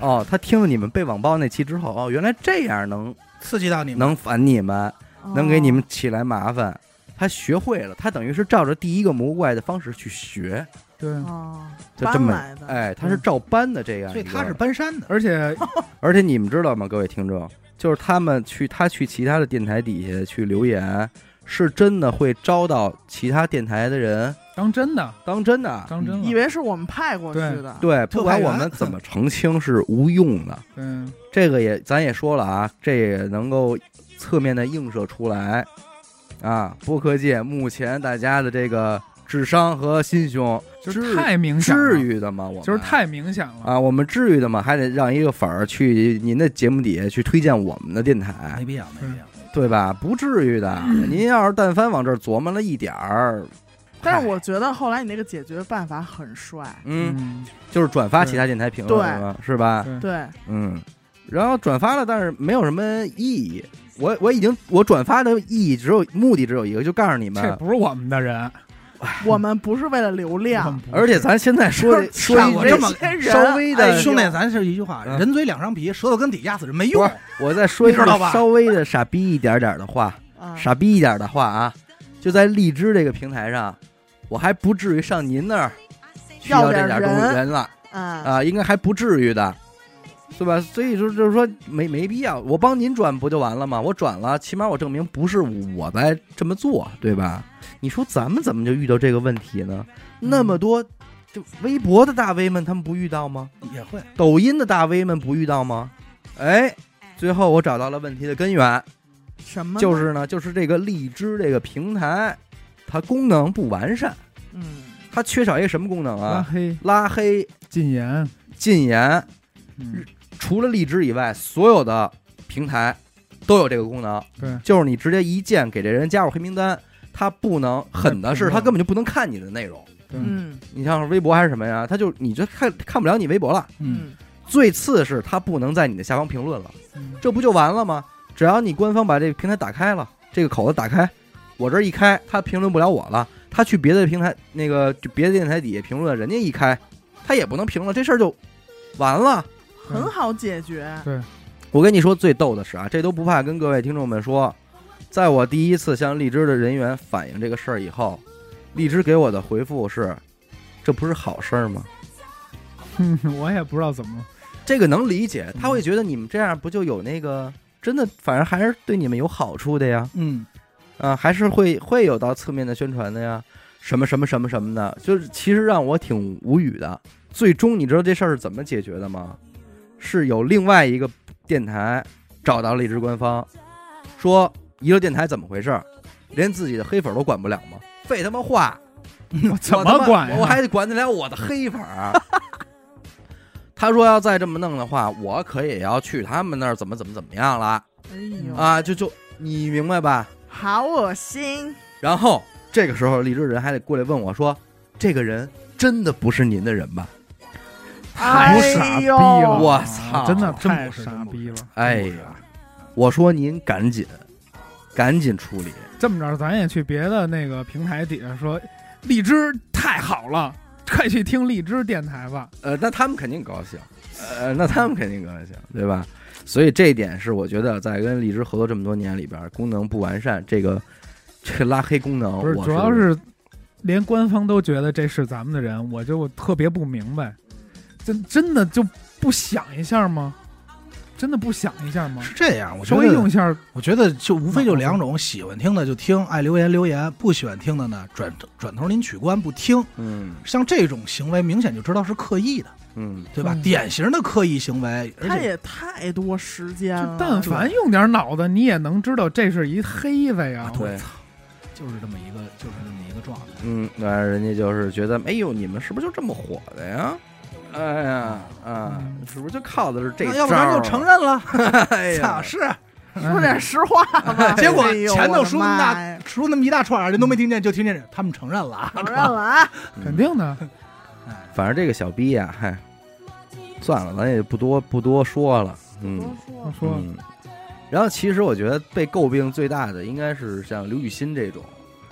Speaker 1: 哦，他听了你们被网暴那期之后，哦，原来这样能
Speaker 2: 刺激到你们，
Speaker 1: 能反你们，能给
Speaker 3: 哦
Speaker 1: 你们起来麻烦。他学会了，他等于是照着第一个魔怪的方式去学，
Speaker 4: 对，
Speaker 3: 哦，
Speaker 1: 就这么
Speaker 3: 搬来的
Speaker 1: 哎，他是照搬的这样一
Speaker 2: 所
Speaker 1: 个
Speaker 2: 以
Speaker 1: 人。
Speaker 2: 他是搬山的。
Speaker 4: 而且
Speaker 1: 而且你们知道吗，各位听众，就是他们去他去其他的电台底下去留言，是真的会招到其他电台的人
Speaker 4: 当真的，
Speaker 1: 当真的。啊
Speaker 4: 当真
Speaker 3: 以
Speaker 4: 了，
Speaker 3: 为是我们派过去的，
Speaker 1: 对，不管
Speaker 2: 特派员
Speaker 1: 我们怎么澄清是无用的，
Speaker 4: 嗯，
Speaker 1: 这个也咱也说了啊，这也能够侧面的映射出来啊，播客界目前大家的这个智商和心胸，
Speaker 4: 就是
Speaker 1: 至
Speaker 4: 太明显了，
Speaker 1: 至于的吗？我们
Speaker 4: 就是太明显了，
Speaker 1: 啊，我们至于的吗？还得让一个粉儿去您的节目底下去推荐我们的电台，
Speaker 2: 没必要，没必要。
Speaker 1: 对吧？不至于的。您要是但凡往这儿琢磨了一点儿，
Speaker 3: 但
Speaker 1: 嗨
Speaker 3: 是我觉得后来你那个解决办法很帅，
Speaker 1: 嗯，
Speaker 4: 嗯，
Speaker 1: 就是转发其他电台评论是吧，是吧？
Speaker 4: 对，
Speaker 3: 对，
Speaker 1: 嗯，然后转发了，但是没有什么意义。我我已经我转发的意义只有目的只有一个，就告诉你
Speaker 4: 这
Speaker 1: 们。
Speaker 4: 不是我们的人，
Speaker 3: 我们不是为了流
Speaker 4: 我们
Speaker 3: 量，
Speaker 4: 不是
Speaker 1: 而且咱现在说
Speaker 3: 就是
Speaker 1: 说
Speaker 2: 看
Speaker 1: 一
Speaker 2: 我
Speaker 1: 句
Speaker 2: 这么
Speaker 3: 些人
Speaker 1: 稍微的
Speaker 3: 哎呦
Speaker 2: 兄弟，咱是一句话，
Speaker 1: 嗯
Speaker 2: 人嘴两张皮，舌头根底压死人没
Speaker 1: 不
Speaker 2: 用
Speaker 1: 是。我再说一句
Speaker 2: 你知道吧
Speaker 1: 稍微的傻逼一点点的话，
Speaker 3: 啊
Speaker 1: 傻逼一点的话啊，就在荔枝这个平台上，我还不至于上您那儿需要这点东西
Speaker 3: 要点人
Speaker 1: 人了
Speaker 3: 啊，
Speaker 1: 啊，应该还不至于的，对吧？所以说就是说没没必要，我帮您转不就完了吗？我转了，起码我证明不是我在这么做，对吧？你说咱们怎么就遇到这个问题呢？
Speaker 4: 嗯
Speaker 1: 那么多就微博的大 V 们，他们不遇到吗？
Speaker 2: 也会，
Speaker 1: 抖音的大 V 们不遇到吗？哎，最后我找到了问题的根源。
Speaker 3: 什么呢
Speaker 1: 就是呢，就是这个荔枝这个平台，它功能不完善，
Speaker 3: 嗯，
Speaker 1: 它缺少一个什么功能
Speaker 4: 拉
Speaker 1: 啊？
Speaker 4: 黑
Speaker 1: 拉黑、
Speaker 4: 禁言，
Speaker 1: 禁言，
Speaker 4: 嗯，
Speaker 1: 除了荔枝以外，所有的平台都有这个功能。
Speaker 4: 对，
Speaker 1: 就是你直接一键给这人加入黑名单，他不能狠的是，
Speaker 4: 评论
Speaker 1: 他根本就不能看你的内容。
Speaker 4: 对，
Speaker 3: 嗯
Speaker 1: 你像是微博还是什么呀？他就你就看看不了你微博了。
Speaker 2: 嗯，
Speaker 3: 嗯
Speaker 1: 最次是他不能在你的下方评论了，
Speaker 4: 嗯
Speaker 1: 这不就完了吗？只要你官方把这个平台打开了，这个口子打开，我这儿一开，他评论不了我了，他去别的平台那个就别的电台底下评论，人家一开，他也不能评论，这事儿就完了。
Speaker 3: 很好解决，哎
Speaker 4: 对，
Speaker 1: 我跟你说最逗的是啊，这都不怕跟各位听众们说，在我第一次向荔枝的人员反映这个事儿以后，荔枝给我的回复是，这不是好事儿吗？
Speaker 4: 哼嗯 我也不知道怎么了，
Speaker 1: 这个能理解，他会觉得你们这样不就有那个真的，反正还是对你们有好处的呀。
Speaker 2: 嗯，
Speaker 1: 啊，还是会会有到侧面的宣传的呀，什么什么什么什么的，就是其实让我挺无语的。最终你知道这事儿是怎么解决的吗？是有另外一个电台找到荔枝官方，说娱乐电台怎么回事儿，连自己的黑粉都管不了吗？废他妈话，
Speaker 4: 我怎
Speaker 1: 我他
Speaker 4: 么
Speaker 1: 妈
Speaker 4: 管呀？
Speaker 1: 我还得管得了我的黑粉儿。啊 他说要再这么弄的话，我可也要去他们那儿怎么怎么怎么样了
Speaker 3: 哎呦，
Speaker 1: 啊！就就你明白吧？
Speaker 3: 好恶心，
Speaker 1: 然后这个时候，荔枝人还得过来问我说：“这个人真的不是您的人吧
Speaker 4: 太傻
Speaker 3: 哎
Speaker 4: 逼
Speaker 3: 呦
Speaker 4: 了！
Speaker 1: 我操
Speaker 4: 真的
Speaker 2: 真
Speaker 4: 太
Speaker 2: 不是
Speaker 4: 傻
Speaker 2: 真不是
Speaker 4: 逼了！”
Speaker 1: 哎呀，我说您赶紧，赶紧处理。
Speaker 4: 这么着，咱也去别的那个平台底下说，荔枝太好了，快去听荔枝电台吧。
Speaker 1: 呃，那他们肯定高兴，呃，那他们肯定高兴，对吧？所以这一点是我觉得在跟荔枝合作这么多年里边，功能不完善，这个这个拉黑功能，
Speaker 4: 不是，
Speaker 1: 哦我
Speaker 4: 主要是连官方都觉得这是咱们的人，我就特别不明白，真真的就不想一下吗？真的不想一下吗？
Speaker 2: 是这样。我觉
Speaker 4: 稍微用
Speaker 2: 得，
Speaker 4: 一下，
Speaker 2: 我觉得就无非就两种，喜欢听的就听，爱留言留言；不喜欢听的呢，转转头您取关不听。
Speaker 1: 嗯
Speaker 2: 像这种行为，明显就知道是刻意的，
Speaker 1: 嗯，
Speaker 2: 对吧？
Speaker 4: 嗯
Speaker 2: 典型的刻意行为，而
Speaker 3: 他
Speaker 2: 且
Speaker 3: 也太多时间
Speaker 2: 嗯
Speaker 4: 就
Speaker 3: 了，
Speaker 4: 但凡用点脑子，你也能知道这是一黑子
Speaker 2: 啊！
Speaker 4: 呀
Speaker 1: 对
Speaker 2: 对， 就是这么一个，就是这么一个状态。
Speaker 1: 嗯，那人家就是觉得，哎呦，你们是不是就这么火的呀？哎呀，啊，
Speaker 4: 嗯
Speaker 1: 是不是就靠的是这招
Speaker 2: 那
Speaker 1: 儿？
Speaker 2: 要不咱就承认了，
Speaker 1: 哎
Speaker 2: 操
Speaker 1: 呀，
Speaker 2: 啊是。
Speaker 4: 哎
Speaker 3: 说点实话吧
Speaker 2: 结果
Speaker 3: 哎呦
Speaker 2: 前头
Speaker 3: 我的
Speaker 2: 说那嗯么大
Speaker 3: 妈呀
Speaker 2: 说那么一大串儿，人都没听见，就听见他们承认了啊，
Speaker 3: 承认了啊，
Speaker 1: 嗯
Speaker 4: 肯定的，
Speaker 1: 反正这个小逼呀、嗨，算了，咱也不多不多说了，嗯，
Speaker 4: 我
Speaker 3: 说
Speaker 4: 说
Speaker 1: 嗯然后其实我觉得被诟病最大的应该是像刘雨欣这种，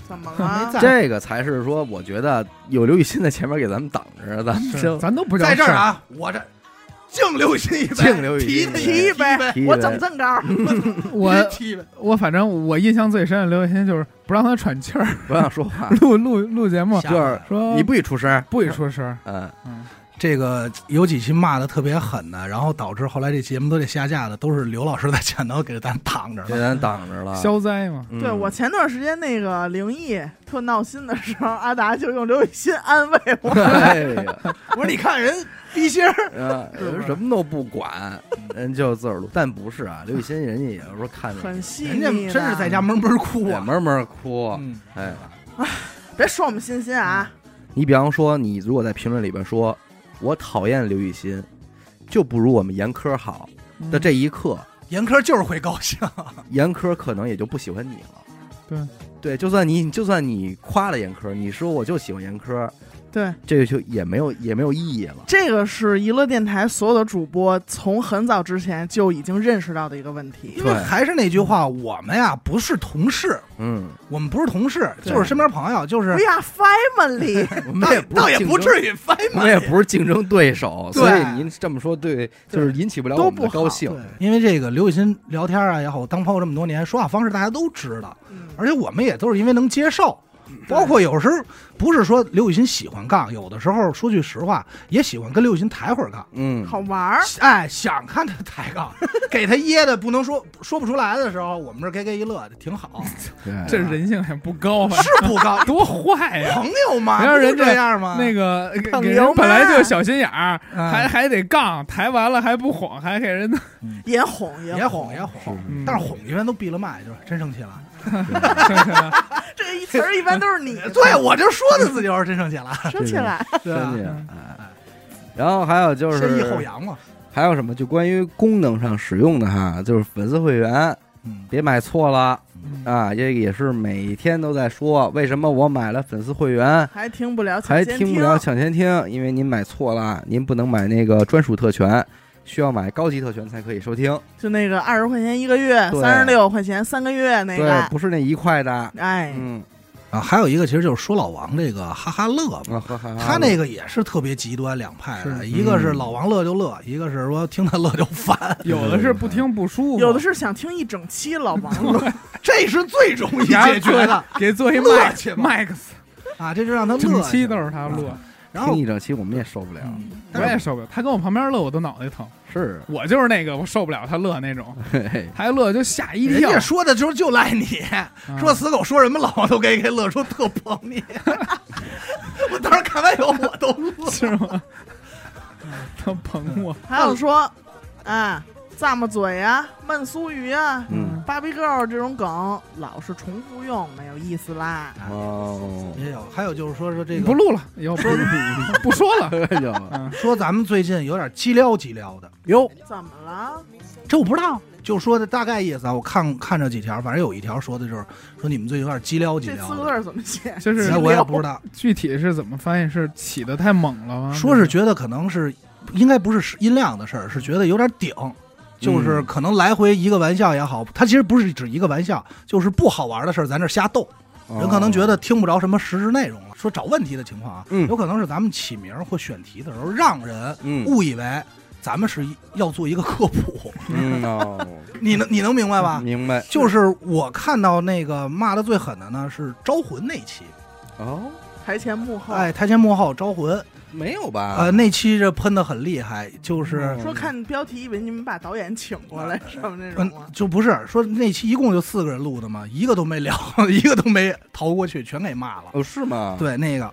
Speaker 3: 怎么
Speaker 2: 没
Speaker 3: 了？
Speaker 2: 在
Speaker 1: 这个才是说我觉得有刘雨欣在前面给咱们挡着，咱们
Speaker 4: 是
Speaker 1: 就
Speaker 4: 咱都不叫
Speaker 2: 嗯在这儿
Speaker 4: 事，
Speaker 2: 啊，我这敬刘雨欣一杯，
Speaker 1: 敬刘雨欣
Speaker 2: 提
Speaker 1: 一杯
Speaker 3: 提
Speaker 2: 提
Speaker 3: 一杯
Speaker 2: 杯，
Speaker 1: 提
Speaker 3: 我
Speaker 1: 呗
Speaker 3: 怎么这么着？
Speaker 4: 我
Speaker 2: 提一杯，
Speaker 4: 我反正我印象最深的刘雨欣就是不让他喘气儿，，
Speaker 1: 不让说话
Speaker 2: 啊
Speaker 4: 录录录节目
Speaker 1: 就，是
Speaker 4: 说
Speaker 1: 你不许出声儿，
Speaker 4: 不许出声儿，
Speaker 1: 嗯，
Speaker 4: 嗯，
Speaker 2: 这个有几期骂的特别狠的，然后导致后来这节目都得下架的，都是刘老师在前头给咱挡着
Speaker 1: 嗯给
Speaker 2: 了。
Speaker 1: 咱挡着了。
Speaker 4: 消灾嘛，
Speaker 1: 嗯
Speaker 3: 对我前段时间那个灵异特闹心的时候，阿达就用刘雨欣安慰我，
Speaker 1: 哎呀，
Speaker 2: 我说你看人逼心儿，
Speaker 1: 啊
Speaker 3: 是不是
Speaker 1: 什么都不管，人就自个儿录。但不是啊，刘雨欣人家也是说看着
Speaker 3: 很细
Speaker 2: 人
Speaker 3: 腻
Speaker 2: 家
Speaker 3: 的。
Speaker 2: 真是在家闷闷哭
Speaker 1: 我
Speaker 2: 啊。
Speaker 1: 慢慢哭。
Speaker 2: 嗯，
Speaker 1: 哎，
Speaker 3: 别说我们欣欣啊，
Speaker 1: 你比方说，你如果在评论里边说我讨厌刘雨欣，就不如我们严科好
Speaker 4: 嗯
Speaker 1: 的这一刻，
Speaker 2: 严科就是会高兴，
Speaker 1: 严科可能也就不喜欢你了。
Speaker 4: 对
Speaker 1: 对，就算你就算你夸了严科，你说我就喜欢严科，
Speaker 3: 对，
Speaker 1: 这个就也没有也没有意义了。
Speaker 3: 这个是娱乐电台所有的主播从很早之前就已经认识到的一个问题。
Speaker 2: 因为
Speaker 1: 对
Speaker 2: 还是那句话，我们呀不是同事，
Speaker 1: 嗯，
Speaker 2: 我们不是同事，
Speaker 3: 对
Speaker 2: 就是身边朋 友，就是
Speaker 3: We are family，
Speaker 1: 我
Speaker 2: 倒
Speaker 1: 们也不
Speaker 2: 哎倒
Speaker 1: 是
Speaker 2: 也
Speaker 1: 竞
Speaker 2: 不
Speaker 1: 争
Speaker 2: 至于翻
Speaker 1: 我们也不是竞争对手，
Speaker 2: 对
Speaker 1: 所以您这么说对，就是引起不了我们
Speaker 3: 都
Speaker 1: 的
Speaker 3: 不好
Speaker 1: 高兴。
Speaker 2: 因为这个刘雨欣聊天啊也好，当朋友这么多年，说话方式大家都知道，
Speaker 4: 嗯
Speaker 2: 而且我们也都是因为能接受。包括有时候不是说刘雨欣喜欢杠，有的时候说句实话，也喜欢跟刘雨欣抬会儿 杠。
Speaker 1: 嗯，
Speaker 3: 好玩儿。
Speaker 2: 哎，想看他抬杠，给他噎的不能说说不出来的时候，我们这给给一乐，挺好，
Speaker 4: 这人性也不高啊，，
Speaker 2: 是不高
Speaker 4: 多 坏呀！
Speaker 2: 朋友嘛，
Speaker 4: 没让人
Speaker 2: 不是这样吗？
Speaker 4: 那个给
Speaker 3: 杠
Speaker 4: 给
Speaker 3: 油
Speaker 4: 人本来
Speaker 3: 麦
Speaker 4: 就小心眼儿，
Speaker 2: 啊嗯
Speaker 4: 还还得杠，抬完了还不哄，还给人
Speaker 3: 也哄
Speaker 2: 也
Speaker 3: 也
Speaker 2: 哄也哄，
Speaker 4: 嗯
Speaker 2: 但是哄一般都闭了麦，就是真生气了。
Speaker 3: 这一词儿一般都是你
Speaker 4: 嗯
Speaker 2: 对，我就说的自己就是真生气了，
Speaker 3: 说起来，
Speaker 2: 对吧
Speaker 1: 真的。哎，然后还有就
Speaker 2: 深意后
Speaker 1: 是
Speaker 2: 扬嘛。
Speaker 1: 还有什么？就关于功能上使用的哈，就是粉丝会员
Speaker 2: 嗯，
Speaker 1: 别买错了
Speaker 4: 嗯
Speaker 1: 啊！这个也是每天都在说，为什么我买了粉丝会员
Speaker 3: 还听不了，
Speaker 1: 还听不了。抢先听？因为您买错了，您不能买那个专属特权，需要买高级特权才可以收听。
Speaker 3: 就那个二十块钱一个月，
Speaker 1: 对
Speaker 3: 三十六块钱三个月那
Speaker 1: 对，
Speaker 3: 个，
Speaker 1: 不是那一块的。
Speaker 3: 哎，
Speaker 1: 嗯，
Speaker 2: 啊，还有一个其实就是说老王这个哈哈乐嘛，
Speaker 1: 啊，哈哈
Speaker 2: 他那个也是特别极端两派的，
Speaker 4: 是
Speaker 2: 一个是
Speaker 1: 嗯
Speaker 2: 老王乐就乐，一个是说听他乐就烦，
Speaker 4: 有的是不听不舒服，
Speaker 3: 有的是想听一整期老 王了，
Speaker 2: 这是最容易
Speaker 4: 然后
Speaker 2: 解决的
Speaker 4: 给做一
Speaker 2: 乐
Speaker 4: 麦
Speaker 2: 去吧
Speaker 4: 麦克斯，
Speaker 2: 啊，这就让他乐
Speaker 4: 整
Speaker 2: 去。
Speaker 4: 期都是他
Speaker 2: 嗯
Speaker 4: 录，
Speaker 2: 然
Speaker 1: 听
Speaker 2: 后
Speaker 1: 一整期我们也受不了。
Speaker 2: 嗯
Speaker 4: 我也受不了。他跟我旁边乐，我都脑袋疼。
Speaker 1: 是，
Speaker 4: 我就是那个我受不了他乐那种，
Speaker 1: 嘿嘿
Speaker 4: 他一乐就吓一
Speaker 2: 人
Speaker 4: 跳
Speaker 2: 家。说的时候就赖你，
Speaker 4: 嗯
Speaker 2: 说死狗说什么老王都给给乐，说特捧你。 我当时看完以后我都 乐，
Speaker 4: 是吗？他
Speaker 2: 嗯
Speaker 4: 捧我，
Speaker 3: 还有说，哎，咂么嘴呀、焖酥鱼啊、
Speaker 1: 嗯，
Speaker 3: 芭比 girl 这种梗老是重复用，没有意思啦。
Speaker 2: 嗯
Speaker 1: 哦，
Speaker 2: 也有，还有就是说说这
Speaker 4: 你不
Speaker 2: 个，
Speaker 4: 录了，以后不不说了。
Speaker 1: 哎 呦，
Speaker 4: 嗯，
Speaker 2: 说咱们最近有点叽撩叽撩的，
Speaker 1: 哟，
Speaker 3: 怎么了？
Speaker 2: 这我不知道，就说的大概意思啊。我看看着几条，反正有一条说的就是说你们最近有点叽撩
Speaker 3: 这
Speaker 2: 叽
Speaker 3: 四
Speaker 2: 撩
Speaker 3: 个字
Speaker 2: 的。
Speaker 3: 儿怎么写？
Speaker 4: 就是
Speaker 2: 哎我也不知道，
Speaker 4: 具体是怎么翻译，是起的太猛了吗？
Speaker 2: 说是觉得可能是应该不是音量的事儿，是觉得有点顶，就是可能来回一个玩笑也好，他其实不是指一个玩笑，就是不好玩的事儿，咱这瞎逗，人可能觉
Speaker 1: 哦
Speaker 2: 得听不着什么实质内容了。说找问题的情况啊，
Speaker 1: 嗯
Speaker 2: 有可能是咱们起名或选题的时候，让人
Speaker 1: 嗯
Speaker 2: 误以为咱们是要做一个科普，
Speaker 1: 嗯哦，
Speaker 2: 你能你能明白吧？
Speaker 1: 明白
Speaker 2: 就是我看到那个骂的最狠的呢是招魂那期，
Speaker 1: 哦，
Speaker 3: 台前幕后，
Speaker 2: 哎，台前幕后招魂，
Speaker 1: 没有吧？
Speaker 2: 呃，那期这喷的很厉害，就是
Speaker 1: 嗯
Speaker 3: 说看标题以为你们把导演请过来什么那种啊
Speaker 2: 嗯
Speaker 3: 吗，？
Speaker 2: 就不是说那期一共就四个人录的嘛，一个都没聊， 一个都没逃过去，全给骂了。
Speaker 1: 哦是吗？
Speaker 2: 对，那个，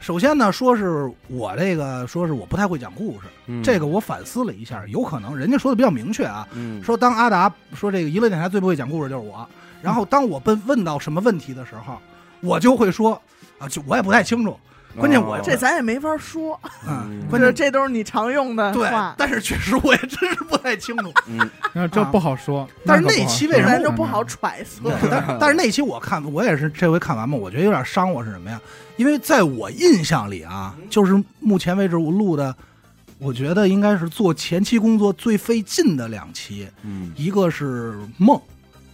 Speaker 2: 首先呢，说是我这个，说是我不太会讲故事，
Speaker 1: 嗯
Speaker 2: 这个我反思了一下，有可能人家说的比较明确啊，
Speaker 1: 嗯
Speaker 2: 说当阿达说这个娱乐电台最不会讲故事就是我，然后当我被问到什么问题的时候，我就会说啊，就我也不太清楚。关键我
Speaker 3: 这咱也没法说，
Speaker 2: 啊
Speaker 1: 嗯，
Speaker 2: 哦关
Speaker 3: 就是
Speaker 2: 键
Speaker 3: 这都是你常用的
Speaker 2: 对
Speaker 3: 话，，
Speaker 2: 但是确实我也真是不太 清楚。
Speaker 1: 嗯
Speaker 4: 那这
Speaker 2: 啊
Speaker 4: 不好说。
Speaker 2: 但是嗯
Speaker 4: 可不
Speaker 2: 那
Speaker 4: 好
Speaker 2: 期
Speaker 4: 说嗯
Speaker 2: 为什么
Speaker 3: 咱就不好揣测。
Speaker 2: 但但是那期我看，我也是这回看完嘛，我觉得有点伤我是什么呀？因为在我印象里啊，就是目前为止我录的，我觉得应该是做前期工作最费劲的两期，
Speaker 1: 嗯
Speaker 2: 一个是梦，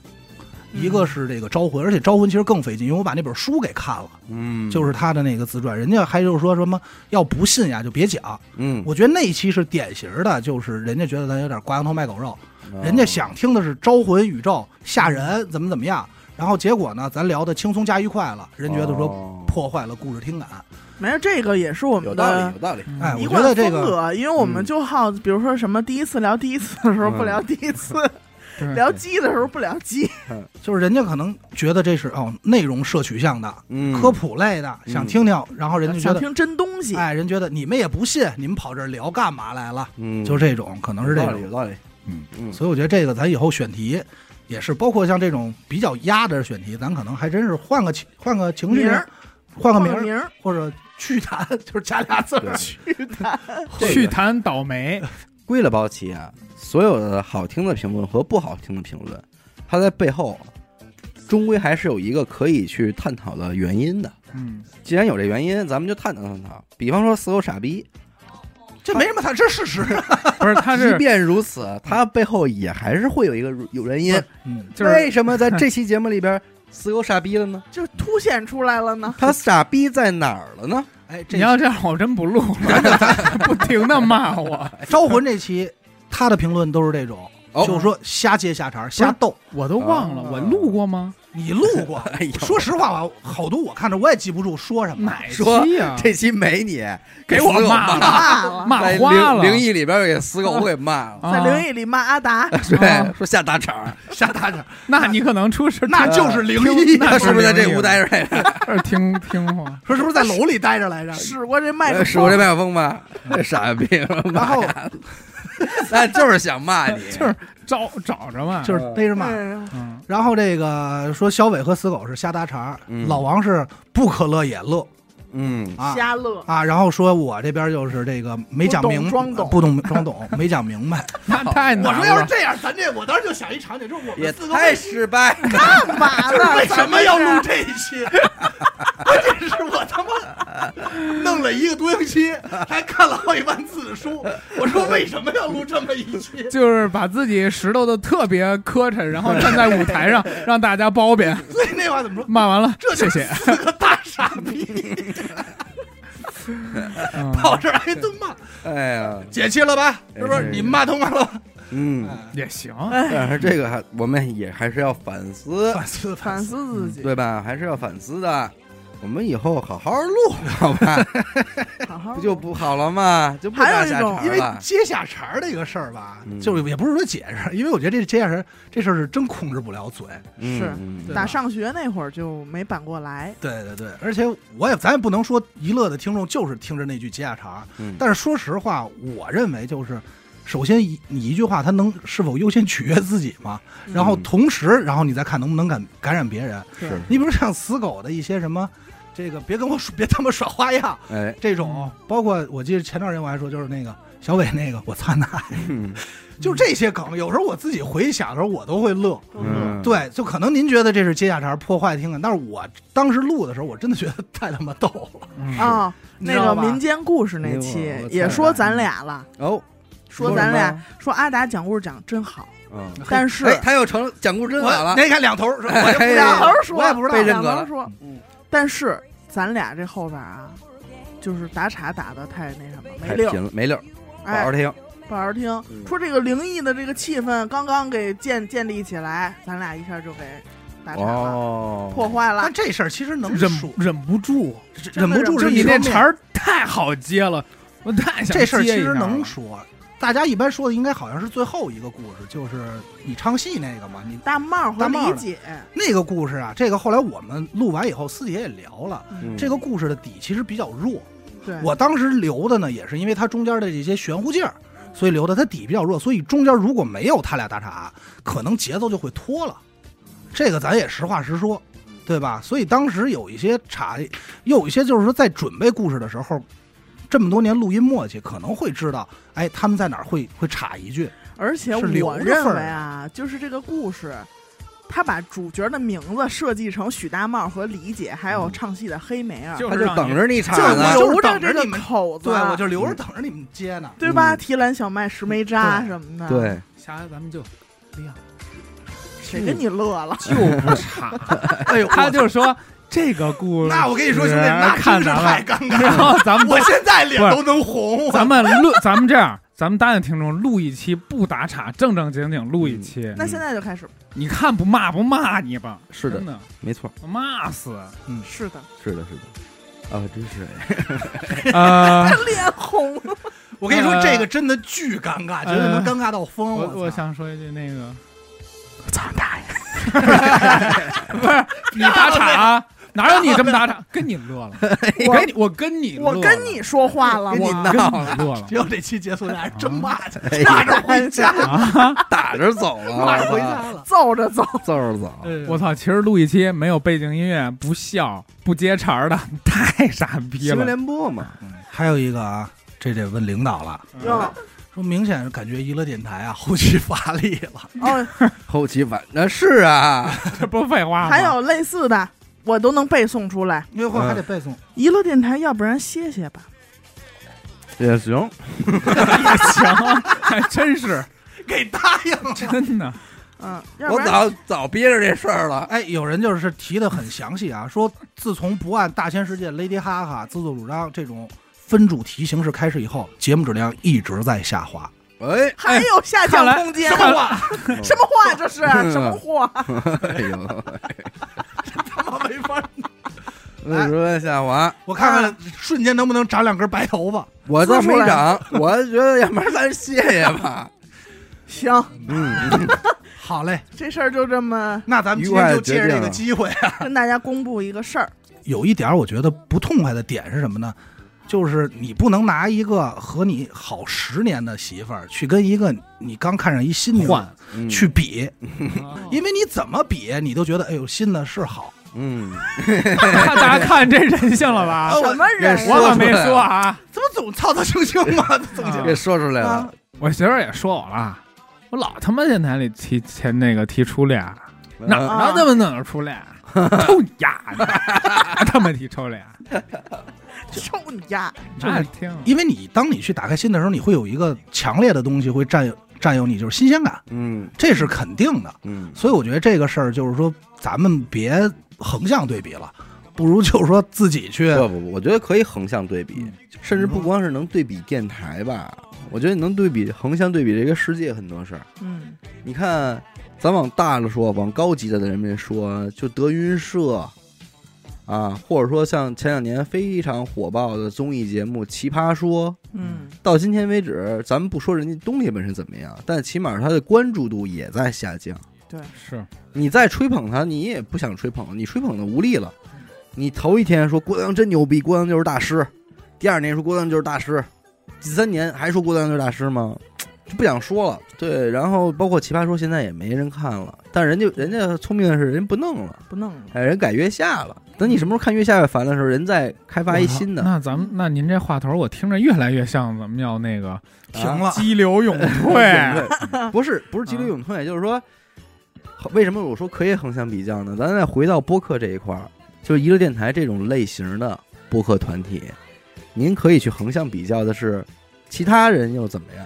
Speaker 3: 嗯
Speaker 2: 一个是这个招魂，而且招魂其实更费劲，因为我把那本书给看了，
Speaker 1: 嗯，
Speaker 2: 就是他的那个自传，人家还就是说什么要不信呀就别讲，
Speaker 1: 嗯，
Speaker 2: 我觉得那一期是典型的，就是人家觉得咱有点挂羊头卖狗肉。
Speaker 1: 哦嗯
Speaker 2: 人家想听的是招魂宇宙吓人怎么怎么样，然后结果呢，咱聊的轻松加愉快了，人觉得说
Speaker 1: 说
Speaker 2: 破坏了故事听感。
Speaker 3: 没有这个也是我
Speaker 1: 哦有
Speaker 3: 们
Speaker 1: 道
Speaker 3: 的
Speaker 1: 理，有道理，
Speaker 4: 嗯
Speaker 2: 哎，我
Speaker 3: 一
Speaker 2: 觉
Speaker 3: 贯
Speaker 2: 得
Speaker 3: 风
Speaker 2: 这个
Speaker 3: 格，因为我们
Speaker 1: 嗯
Speaker 3: 就好，比如说什么第一次聊第一次的时候
Speaker 1: 嗯
Speaker 3: 不聊第一次，
Speaker 2: 嗯
Speaker 4: 对
Speaker 3: 聊鸡的时候不聊鸡，
Speaker 2: 就是人家可能觉得这是哦内容摄取向的、
Speaker 1: 嗯，
Speaker 2: 科普类的，
Speaker 1: 嗯
Speaker 2: 想听听，然后人家
Speaker 3: 想
Speaker 2: 觉得。
Speaker 3: 听真东西。
Speaker 2: 哎，人觉得你们也不信，你们跑这儿聊干嘛来了？
Speaker 1: 嗯，
Speaker 2: 就这种，可能是这
Speaker 1: 有道
Speaker 2: 种
Speaker 1: 理，。有道理，
Speaker 2: 嗯
Speaker 1: 嗯，
Speaker 2: 所以我觉得这个咱以后选题也是，包括像这种比较压的选题，咱可能还真是换个情换个情绪
Speaker 3: 名儿，
Speaker 2: 换个
Speaker 3: 报
Speaker 2: 名
Speaker 3: 个
Speaker 2: 儿，
Speaker 3: 名儿，
Speaker 2: 或者趣谈， 就是加俩字儿
Speaker 1: 对。这个
Speaker 4: 去谈倒霉，
Speaker 1: 归了包齐啊，所有的好听的评论和不好听的评论，它在背后终归还是有一个可以去探讨的原因的。
Speaker 4: 嗯，
Speaker 1: 既然有这原因，咱们就探讨探讨。比方说死狗傻逼，
Speaker 2: 这没什么谈，这是 事实。啊
Speaker 4: 不是，他
Speaker 1: 即
Speaker 4: 是
Speaker 1: 便如此，它背后也还是会有一个有原因。
Speaker 2: 嗯，
Speaker 4: 就是
Speaker 1: 为什么 在这期节目里边死狗傻逼了呢？
Speaker 3: 就凸显出来了呢。
Speaker 1: 他傻逼在哪儿了呢？
Speaker 2: 哎，这
Speaker 4: 你要这样，我真不录了， 不停的骂我，
Speaker 2: 哎招魂这期，他的评论都是这种，
Speaker 1: 哦
Speaker 2: 就是说瞎接瞎茬儿、瞎逗。
Speaker 4: 我都忘了，
Speaker 1: 啊
Speaker 4: 我录过吗？
Speaker 2: 你录过？
Speaker 1: 哎呦，
Speaker 2: 说实话吧，好多我看着我也记不住说什么。
Speaker 4: 哪
Speaker 1: 说
Speaker 4: 期呀？
Speaker 1: 这期没你，
Speaker 4: 啊给我
Speaker 1: 死狗
Speaker 4: 骂了
Speaker 3: 骂了，
Speaker 4: 骂
Speaker 1: 在
Speaker 4: 花了，
Speaker 1: 灵灵异里边给死狗给骂了，
Speaker 4: 啊
Speaker 3: 在灵异里骂阿达，
Speaker 2: 哎
Speaker 1: 对，说下大场，
Speaker 2: 瞎打岔，
Speaker 4: 那你可能出事，
Speaker 2: 那就是灵异
Speaker 4: 听。那
Speaker 1: 他是不是在这
Speaker 4: 灵异
Speaker 1: 屋待着来着？
Speaker 4: 是听听话，
Speaker 2: 说是不是在楼里待着来着？
Speaker 3: 使过这麦克
Speaker 1: 呃
Speaker 3: 风，
Speaker 1: 使过这麦克风吗？ 这傻逼，
Speaker 2: 然后
Speaker 1: 那就是想骂你，
Speaker 4: 就是找找着嘛，
Speaker 2: 就是逮着骂。
Speaker 3: 哎呀
Speaker 4: 嗯，
Speaker 2: 然后这个说小伟和死狗是瞎搭茬儿，
Speaker 1: 嗯
Speaker 2: 老王是不可乐也乐
Speaker 1: 嗯
Speaker 2: 啊
Speaker 3: 瞎 乐，
Speaker 2: 啊。然后说我这边就是这个没讲
Speaker 3: 不懂
Speaker 2: 明，
Speaker 3: 装懂
Speaker 2: 不懂装懂， 没讲明白。
Speaker 4: 那太难了。
Speaker 2: 我说要是这样，咱这我当时就想一场景，就是我
Speaker 1: 也
Speaker 2: 们四个
Speaker 1: 太失败了。
Speaker 3: 干嘛呢？
Speaker 2: 为什么要录
Speaker 3: 咱们
Speaker 2: 这一期？ 关键是我他妈弄了一个多星期，还看了好几万字的书。我说为什么要录这么一 期？
Speaker 4: 就是把自己拾掇的特别磕碜，然后站在舞台上让大家褒贬，
Speaker 2: 所以那话怎么说？
Speaker 4: 骂完了，
Speaker 2: 这就
Speaker 4: 谢
Speaker 2: 是
Speaker 4: 谢。
Speaker 2: 四个大傻 逼，
Speaker 4: 嗯
Speaker 2: 跑这儿挨顿骂，
Speaker 1: 哎呀，
Speaker 2: 解气了吧？是哎不是？你们骂通骂了 吧？
Speaker 1: 嗯，
Speaker 4: 也行，
Speaker 2: 哎
Speaker 1: 但是这个还我们也还是要反思，
Speaker 2: 反思
Speaker 3: 反思自
Speaker 2: 嗯
Speaker 3: 己，
Speaker 1: 对吧？还是要反思的。我们以后好好录，好吧？
Speaker 3: 好好
Speaker 1: 不就不好了吗？就不
Speaker 3: 还有
Speaker 1: 打
Speaker 3: 一
Speaker 1: 下
Speaker 3: 种
Speaker 1: 场
Speaker 2: 因为
Speaker 1: 了。
Speaker 2: 接下茬儿这个事儿吧
Speaker 1: 嗯，
Speaker 2: 就是也不是说解释，因为我觉得这接下茬儿这事儿是真控制不了嘴。
Speaker 1: 嗯
Speaker 3: 是
Speaker 1: 嗯
Speaker 2: 对
Speaker 3: 打上学那会儿就没板过来，
Speaker 2: 对对对，而且我也咱也不能说娱乐的听众就是听着那句接下茬儿，
Speaker 1: 嗯
Speaker 2: 但是说实话，我认为就是，首先一你一句话，他能是否优先取悦自己嘛？
Speaker 3: 嗯
Speaker 2: 然后同时，然后你再看能不能感感染别人。
Speaker 1: 是
Speaker 2: 你比如像死狗的一些什么，这个别跟我说，别他妈耍花样
Speaker 1: 哎，
Speaker 2: 这
Speaker 4: 嗯
Speaker 2: 种，包括我记得前段时间我还说，就是那个小伟那个，我操那，
Speaker 1: 嗯
Speaker 2: 就这些梗，有时候我自己回想的时候，我都会乐。
Speaker 3: 都乐，
Speaker 1: 嗯
Speaker 2: 对，就可能您觉得这是接下茬破坏听感，但是我当时录的时候，我真的觉得太他妈逗了。
Speaker 4: 嗯
Speaker 3: 啊，
Speaker 2: 你
Speaker 3: 那
Speaker 2: 知道吧
Speaker 3: 个民间故事那期
Speaker 1: 哎呦我
Speaker 3: 也
Speaker 1: 操
Speaker 3: 说咱俩了，
Speaker 1: 哦，
Speaker 3: 说咱俩说阿达讲故事讲真好，
Speaker 1: 什么，嗯
Speaker 3: 但是
Speaker 1: 哎，他又成讲故真
Speaker 2: 我
Speaker 1: 好了，
Speaker 2: 那看两头儿，是吧我就不知道
Speaker 3: 哎两头儿说，
Speaker 2: 哎我也不知道哎
Speaker 1: 被认
Speaker 3: 两
Speaker 1: 可
Speaker 3: 头
Speaker 1: 了
Speaker 3: 儿说
Speaker 1: 嗯，
Speaker 3: 但是咱俩这后边啊，就是打岔打的太那什么，没
Speaker 1: 太
Speaker 3: 溜，
Speaker 1: 贫了，没溜，不好
Speaker 3: 哎
Speaker 1: 好，听。
Speaker 3: 不好好听。
Speaker 1: 嗯
Speaker 3: 说这个灵异的这个气氛刚刚给建建立起来，咱俩一下就给打岔了，
Speaker 1: 哦，
Speaker 3: 破坏了
Speaker 2: 但。这事儿其实能
Speaker 4: 忍
Speaker 2: 说，
Speaker 4: 忍不住，
Speaker 2: 忍不住
Speaker 4: 就是你
Speaker 2: 一
Speaker 4: 那
Speaker 2: 方
Speaker 4: 茬
Speaker 2: 面，
Speaker 4: 儿太好接了，我太想
Speaker 2: 这事儿其
Speaker 4: 接一
Speaker 2: 实
Speaker 4: 下
Speaker 2: 能
Speaker 4: 了
Speaker 2: 说。大家一般说的应该好像是最后一个故事，就是你唱戏那个嘛。你
Speaker 3: 大帽和
Speaker 2: 大帽
Speaker 3: 李
Speaker 2: 呢
Speaker 3: 姐，
Speaker 2: 那个故事啊，这个后来我们录完以后私底下也聊了，
Speaker 1: 嗯
Speaker 2: 这个故事的底其实比较弱。
Speaker 3: 对，
Speaker 2: 嗯我当时留的呢，也是因为它中间的这些玄乎劲儿，所以留的它底比较弱，所以中间如果没有他俩打岔，可能节奏就会拖了。这个咱也实话实说，对吧？所以当时有一些查，又有一些就是说在准备故事的时候，这么多年录音默契，可能会知道，哎，他们在哪儿会会插一句，
Speaker 3: 而且
Speaker 2: 是留
Speaker 3: 我
Speaker 2: 着
Speaker 3: 认
Speaker 2: 份儿
Speaker 3: 为啊，就是这个故事，他把主角的名字设计成许大茂和李姐，还有唱戏的黑梅儿，
Speaker 4: 就
Speaker 1: 他
Speaker 4: 是
Speaker 1: 就
Speaker 4: 让
Speaker 1: 等
Speaker 4: 你
Speaker 1: 着你啊插
Speaker 2: 就
Speaker 3: 就
Speaker 2: 我
Speaker 1: 呢。
Speaker 3: 留
Speaker 2: 啊就是等
Speaker 3: 这
Speaker 2: 着
Speaker 3: 个
Speaker 2: 你们
Speaker 3: 口子，啊
Speaker 2: 对我就嗯留着等着你们接呢。
Speaker 3: 对吧？
Speaker 1: 嗯
Speaker 3: 提篮小麦拾煤渣什么的，，
Speaker 1: 对，
Speaker 4: 下来咱们就亮，
Speaker 3: 谁跟你乐了？
Speaker 4: 就 不差。
Speaker 2: 哎呦，
Speaker 4: 他
Speaker 2: 我
Speaker 4: 就说这个故事，
Speaker 2: 那我跟你说，兄弟，那真
Speaker 4: 看
Speaker 2: 是
Speaker 4: 咱
Speaker 2: 太
Speaker 4: 了。
Speaker 2: 尴尬
Speaker 4: 然
Speaker 2: 了，
Speaker 4: 后咱们
Speaker 2: 我现在脸
Speaker 4: 不是
Speaker 2: 都能红。
Speaker 4: 咱们录，咱们这样，咱们答应听众录一期不打岔，正正经经录一
Speaker 1: 嗯
Speaker 4: 期。
Speaker 3: 那现在就开始，
Speaker 4: 你看不骂不骂你吧，
Speaker 1: 是的
Speaker 4: 真的
Speaker 1: 没错，
Speaker 4: 我骂死。
Speaker 3: 是的，
Speaker 1: 是的，是的，啊，真 是，
Speaker 4: 呃，
Speaker 3: 脸红了，
Speaker 2: 我跟你说，这个真的巨尴尬，绝对能尴尬到疯。
Speaker 4: 呃我
Speaker 2: 我
Speaker 4: 我
Speaker 2: 操
Speaker 4: 想说一句，那个
Speaker 3: 操大爷！
Speaker 4: 不是你打岔 啊，哪有你这么打岔？跟你乐了，我跟你我跟你乐了
Speaker 3: 我跟你说话了，
Speaker 4: 我
Speaker 3: 我
Speaker 4: 跟你 乐 了
Speaker 2: 结果这期结束，俩人真骂去，
Speaker 1: 哎呀
Speaker 2: 骂着 回家，
Speaker 4: 啊！
Speaker 1: 打着走了，
Speaker 2: 骂着
Speaker 1: 我
Speaker 2: 回
Speaker 1: 操，
Speaker 2: 家了。
Speaker 3: 揍着走，
Speaker 1: 揍着走，
Speaker 4: 我操，其实录一期没有背景音乐、不笑、不接茬儿的，太傻逼
Speaker 1: 新闻
Speaker 4: 了。
Speaker 1: 联播嘛，
Speaker 2: 还有一个啊，这得问领导了，
Speaker 4: 嗯
Speaker 3: 哟，
Speaker 2: 说明显感觉娱乐电台啊后期乏力了。
Speaker 3: 哦，
Speaker 1: 后期反正是啊，
Speaker 4: 这不是废话吗？
Speaker 3: 还 有类似的，我都能背诵出来。
Speaker 2: 约会还得背诵，
Speaker 3: 娱乐电台，要不然歇歇吧。
Speaker 1: 也行，
Speaker 4: 哎行，还真是
Speaker 2: 给答应了。
Speaker 4: 真 的。
Speaker 3: 嗯，要不
Speaker 1: 我
Speaker 3: 然
Speaker 1: 早早憋着这事儿了。
Speaker 2: 哎，有人就是提的很详细啊，说自从不按《大千世界》《Lady 哈哈》自作主张这种分主题形式开始以后，节目质量一直在下滑。
Speaker 1: 哎，
Speaker 3: 还有下降
Speaker 4: 看来
Speaker 3: 空间。
Speaker 4: 什么
Speaker 2: 话？
Speaker 3: 什么话这是？
Speaker 1: 嗯
Speaker 3: 什么话？
Speaker 1: 哎呦，
Speaker 2: 他妈没法！
Speaker 1: 那时候下滑，
Speaker 2: 我看看瞬间能不能长两根白头发。
Speaker 1: 我倒没长，我觉得要不然咱歇歇吧。
Speaker 3: 行，
Speaker 1: 嗯，
Speaker 2: 好嘞，
Speaker 3: 这事儿就这么
Speaker 2: 那咱们今天就借着这个机会啊。
Speaker 3: 跟大家公布一个事儿。
Speaker 2: 有一点儿我觉得不痛快的点是什么呢？就是你不能拿一个和你好十年的媳妇儿去跟一个你刚看上一新妞
Speaker 4: 换
Speaker 1: 嗯
Speaker 2: 去，比，
Speaker 4: 因
Speaker 2: 因为你怎么比你都觉得哎呦新的是好。
Speaker 1: 嗯，
Speaker 4: 为大家看这人性了吧？
Speaker 2: 我
Speaker 3: 什么人
Speaker 1: 也
Speaker 3: 呀？
Speaker 4: 我可没啊说啊，
Speaker 2: 怎么总操他生啊 性嘛？总结
Speaker 1: 这说出来
Speaker 3: 啊
Speaker 1: 了，
Speaker 4: 我媳妇儿也说我了，我老他妈电台里提前那个提初恋，哪
Speaker 1: 啊
Speaker 4: 儿他妈哪儿 初恋？臭你丫的， 他妈提初 恋，
Speaker 3: 臭你丫！
Speaker 4: 那听啊
Speaker 2: 因为你当你去打开新的时候，你会有一个强烈的东西会占有占有你，就是新鲜感，
Speaker 1: 嗯
Speaker 2: 这是肯定的。
Speaker 1: 嗯，
Speaker 2: 所以我觉得这个事儿就是说，咱们别横向对比了，不如就是说自己去。
Speaker 1: 不不不，我觉得可以横向对比，甚至不光是能对比电台吧，我觉得你能对比横向对比这个世界很多事儿。
Speaker 3: 嗯，
Speaker 1: 你看，咱往大了说，往高级的人们说，就德云社啊，或者说像前两年非常火爆的综艺节目《奇葩说》，
Speaker 3: 嗯，
Speaker 1: 到今天为止，咱们不说人家东西本身怎么样，但起码它的关注度也在下降。
Speaker 4: 是
Speaker 1: 你再吹捧它，你也不想吹捧，你吹捧的无力了。你头一天说郭德纲真牛逼，郭德纲就是大师；第二年说郭德纲就是大师；第三年还说郭德纲就是大师吗？就不想说了。对，然后包括《奇葩说》现在也没人看了，但人家人家聪明的是人不弄了，
Speaker 3: 不弄了。
Speaker 1: 哎，人改月下了。等你什么时候看月下越烦的时候，人再开发一新的。
Speaker 4: 那咱们那您这话头，我听着越来越像咱们要那个
Speaker 2: 停
Speaker 1: 啊
Speaker 2: 了，
Speaker 4: 激流勇退。
Speaker 1: 对，不是不是急流勇退，就是说，为什么我说可以横向比较呢？咱再回到播客这一块儿，就是娱乐电台这种类型的播客团体，您可以去横向比较的是，其他人又怎么样？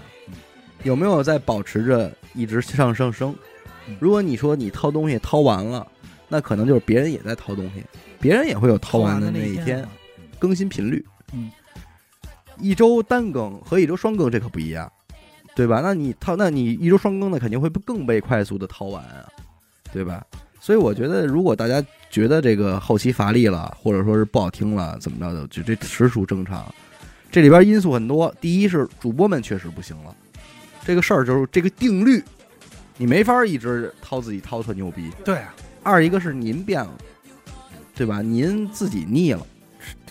Speaker 1: 有没有在保持着一直向上升
Speaker 2: 嗯？
Speaker 1: 如果你说你掏东西掏完了，那可能就是别人也在掏东西，别人也会有掏完的那一天。啊更新频率，
Speaker 2: 嗯，
Speaker 1: 一周单更和一周双更这可不一样，对吧？那你掏，那你一周双更的肯定会更被快速的掏完啊，对吧？所以我觉得，如果大家觉得这个后期乏力了，或者说是不好听了，怎么着的，就这实属正常。这里边因素很多，第一是主播们确实不行了，这个事儿就是这个定律，你没法一直掏自己掏特牛逼。
Speaker 2: 对啊，
Speaker 1: 二一个是您变了，对吧？您自己腻了。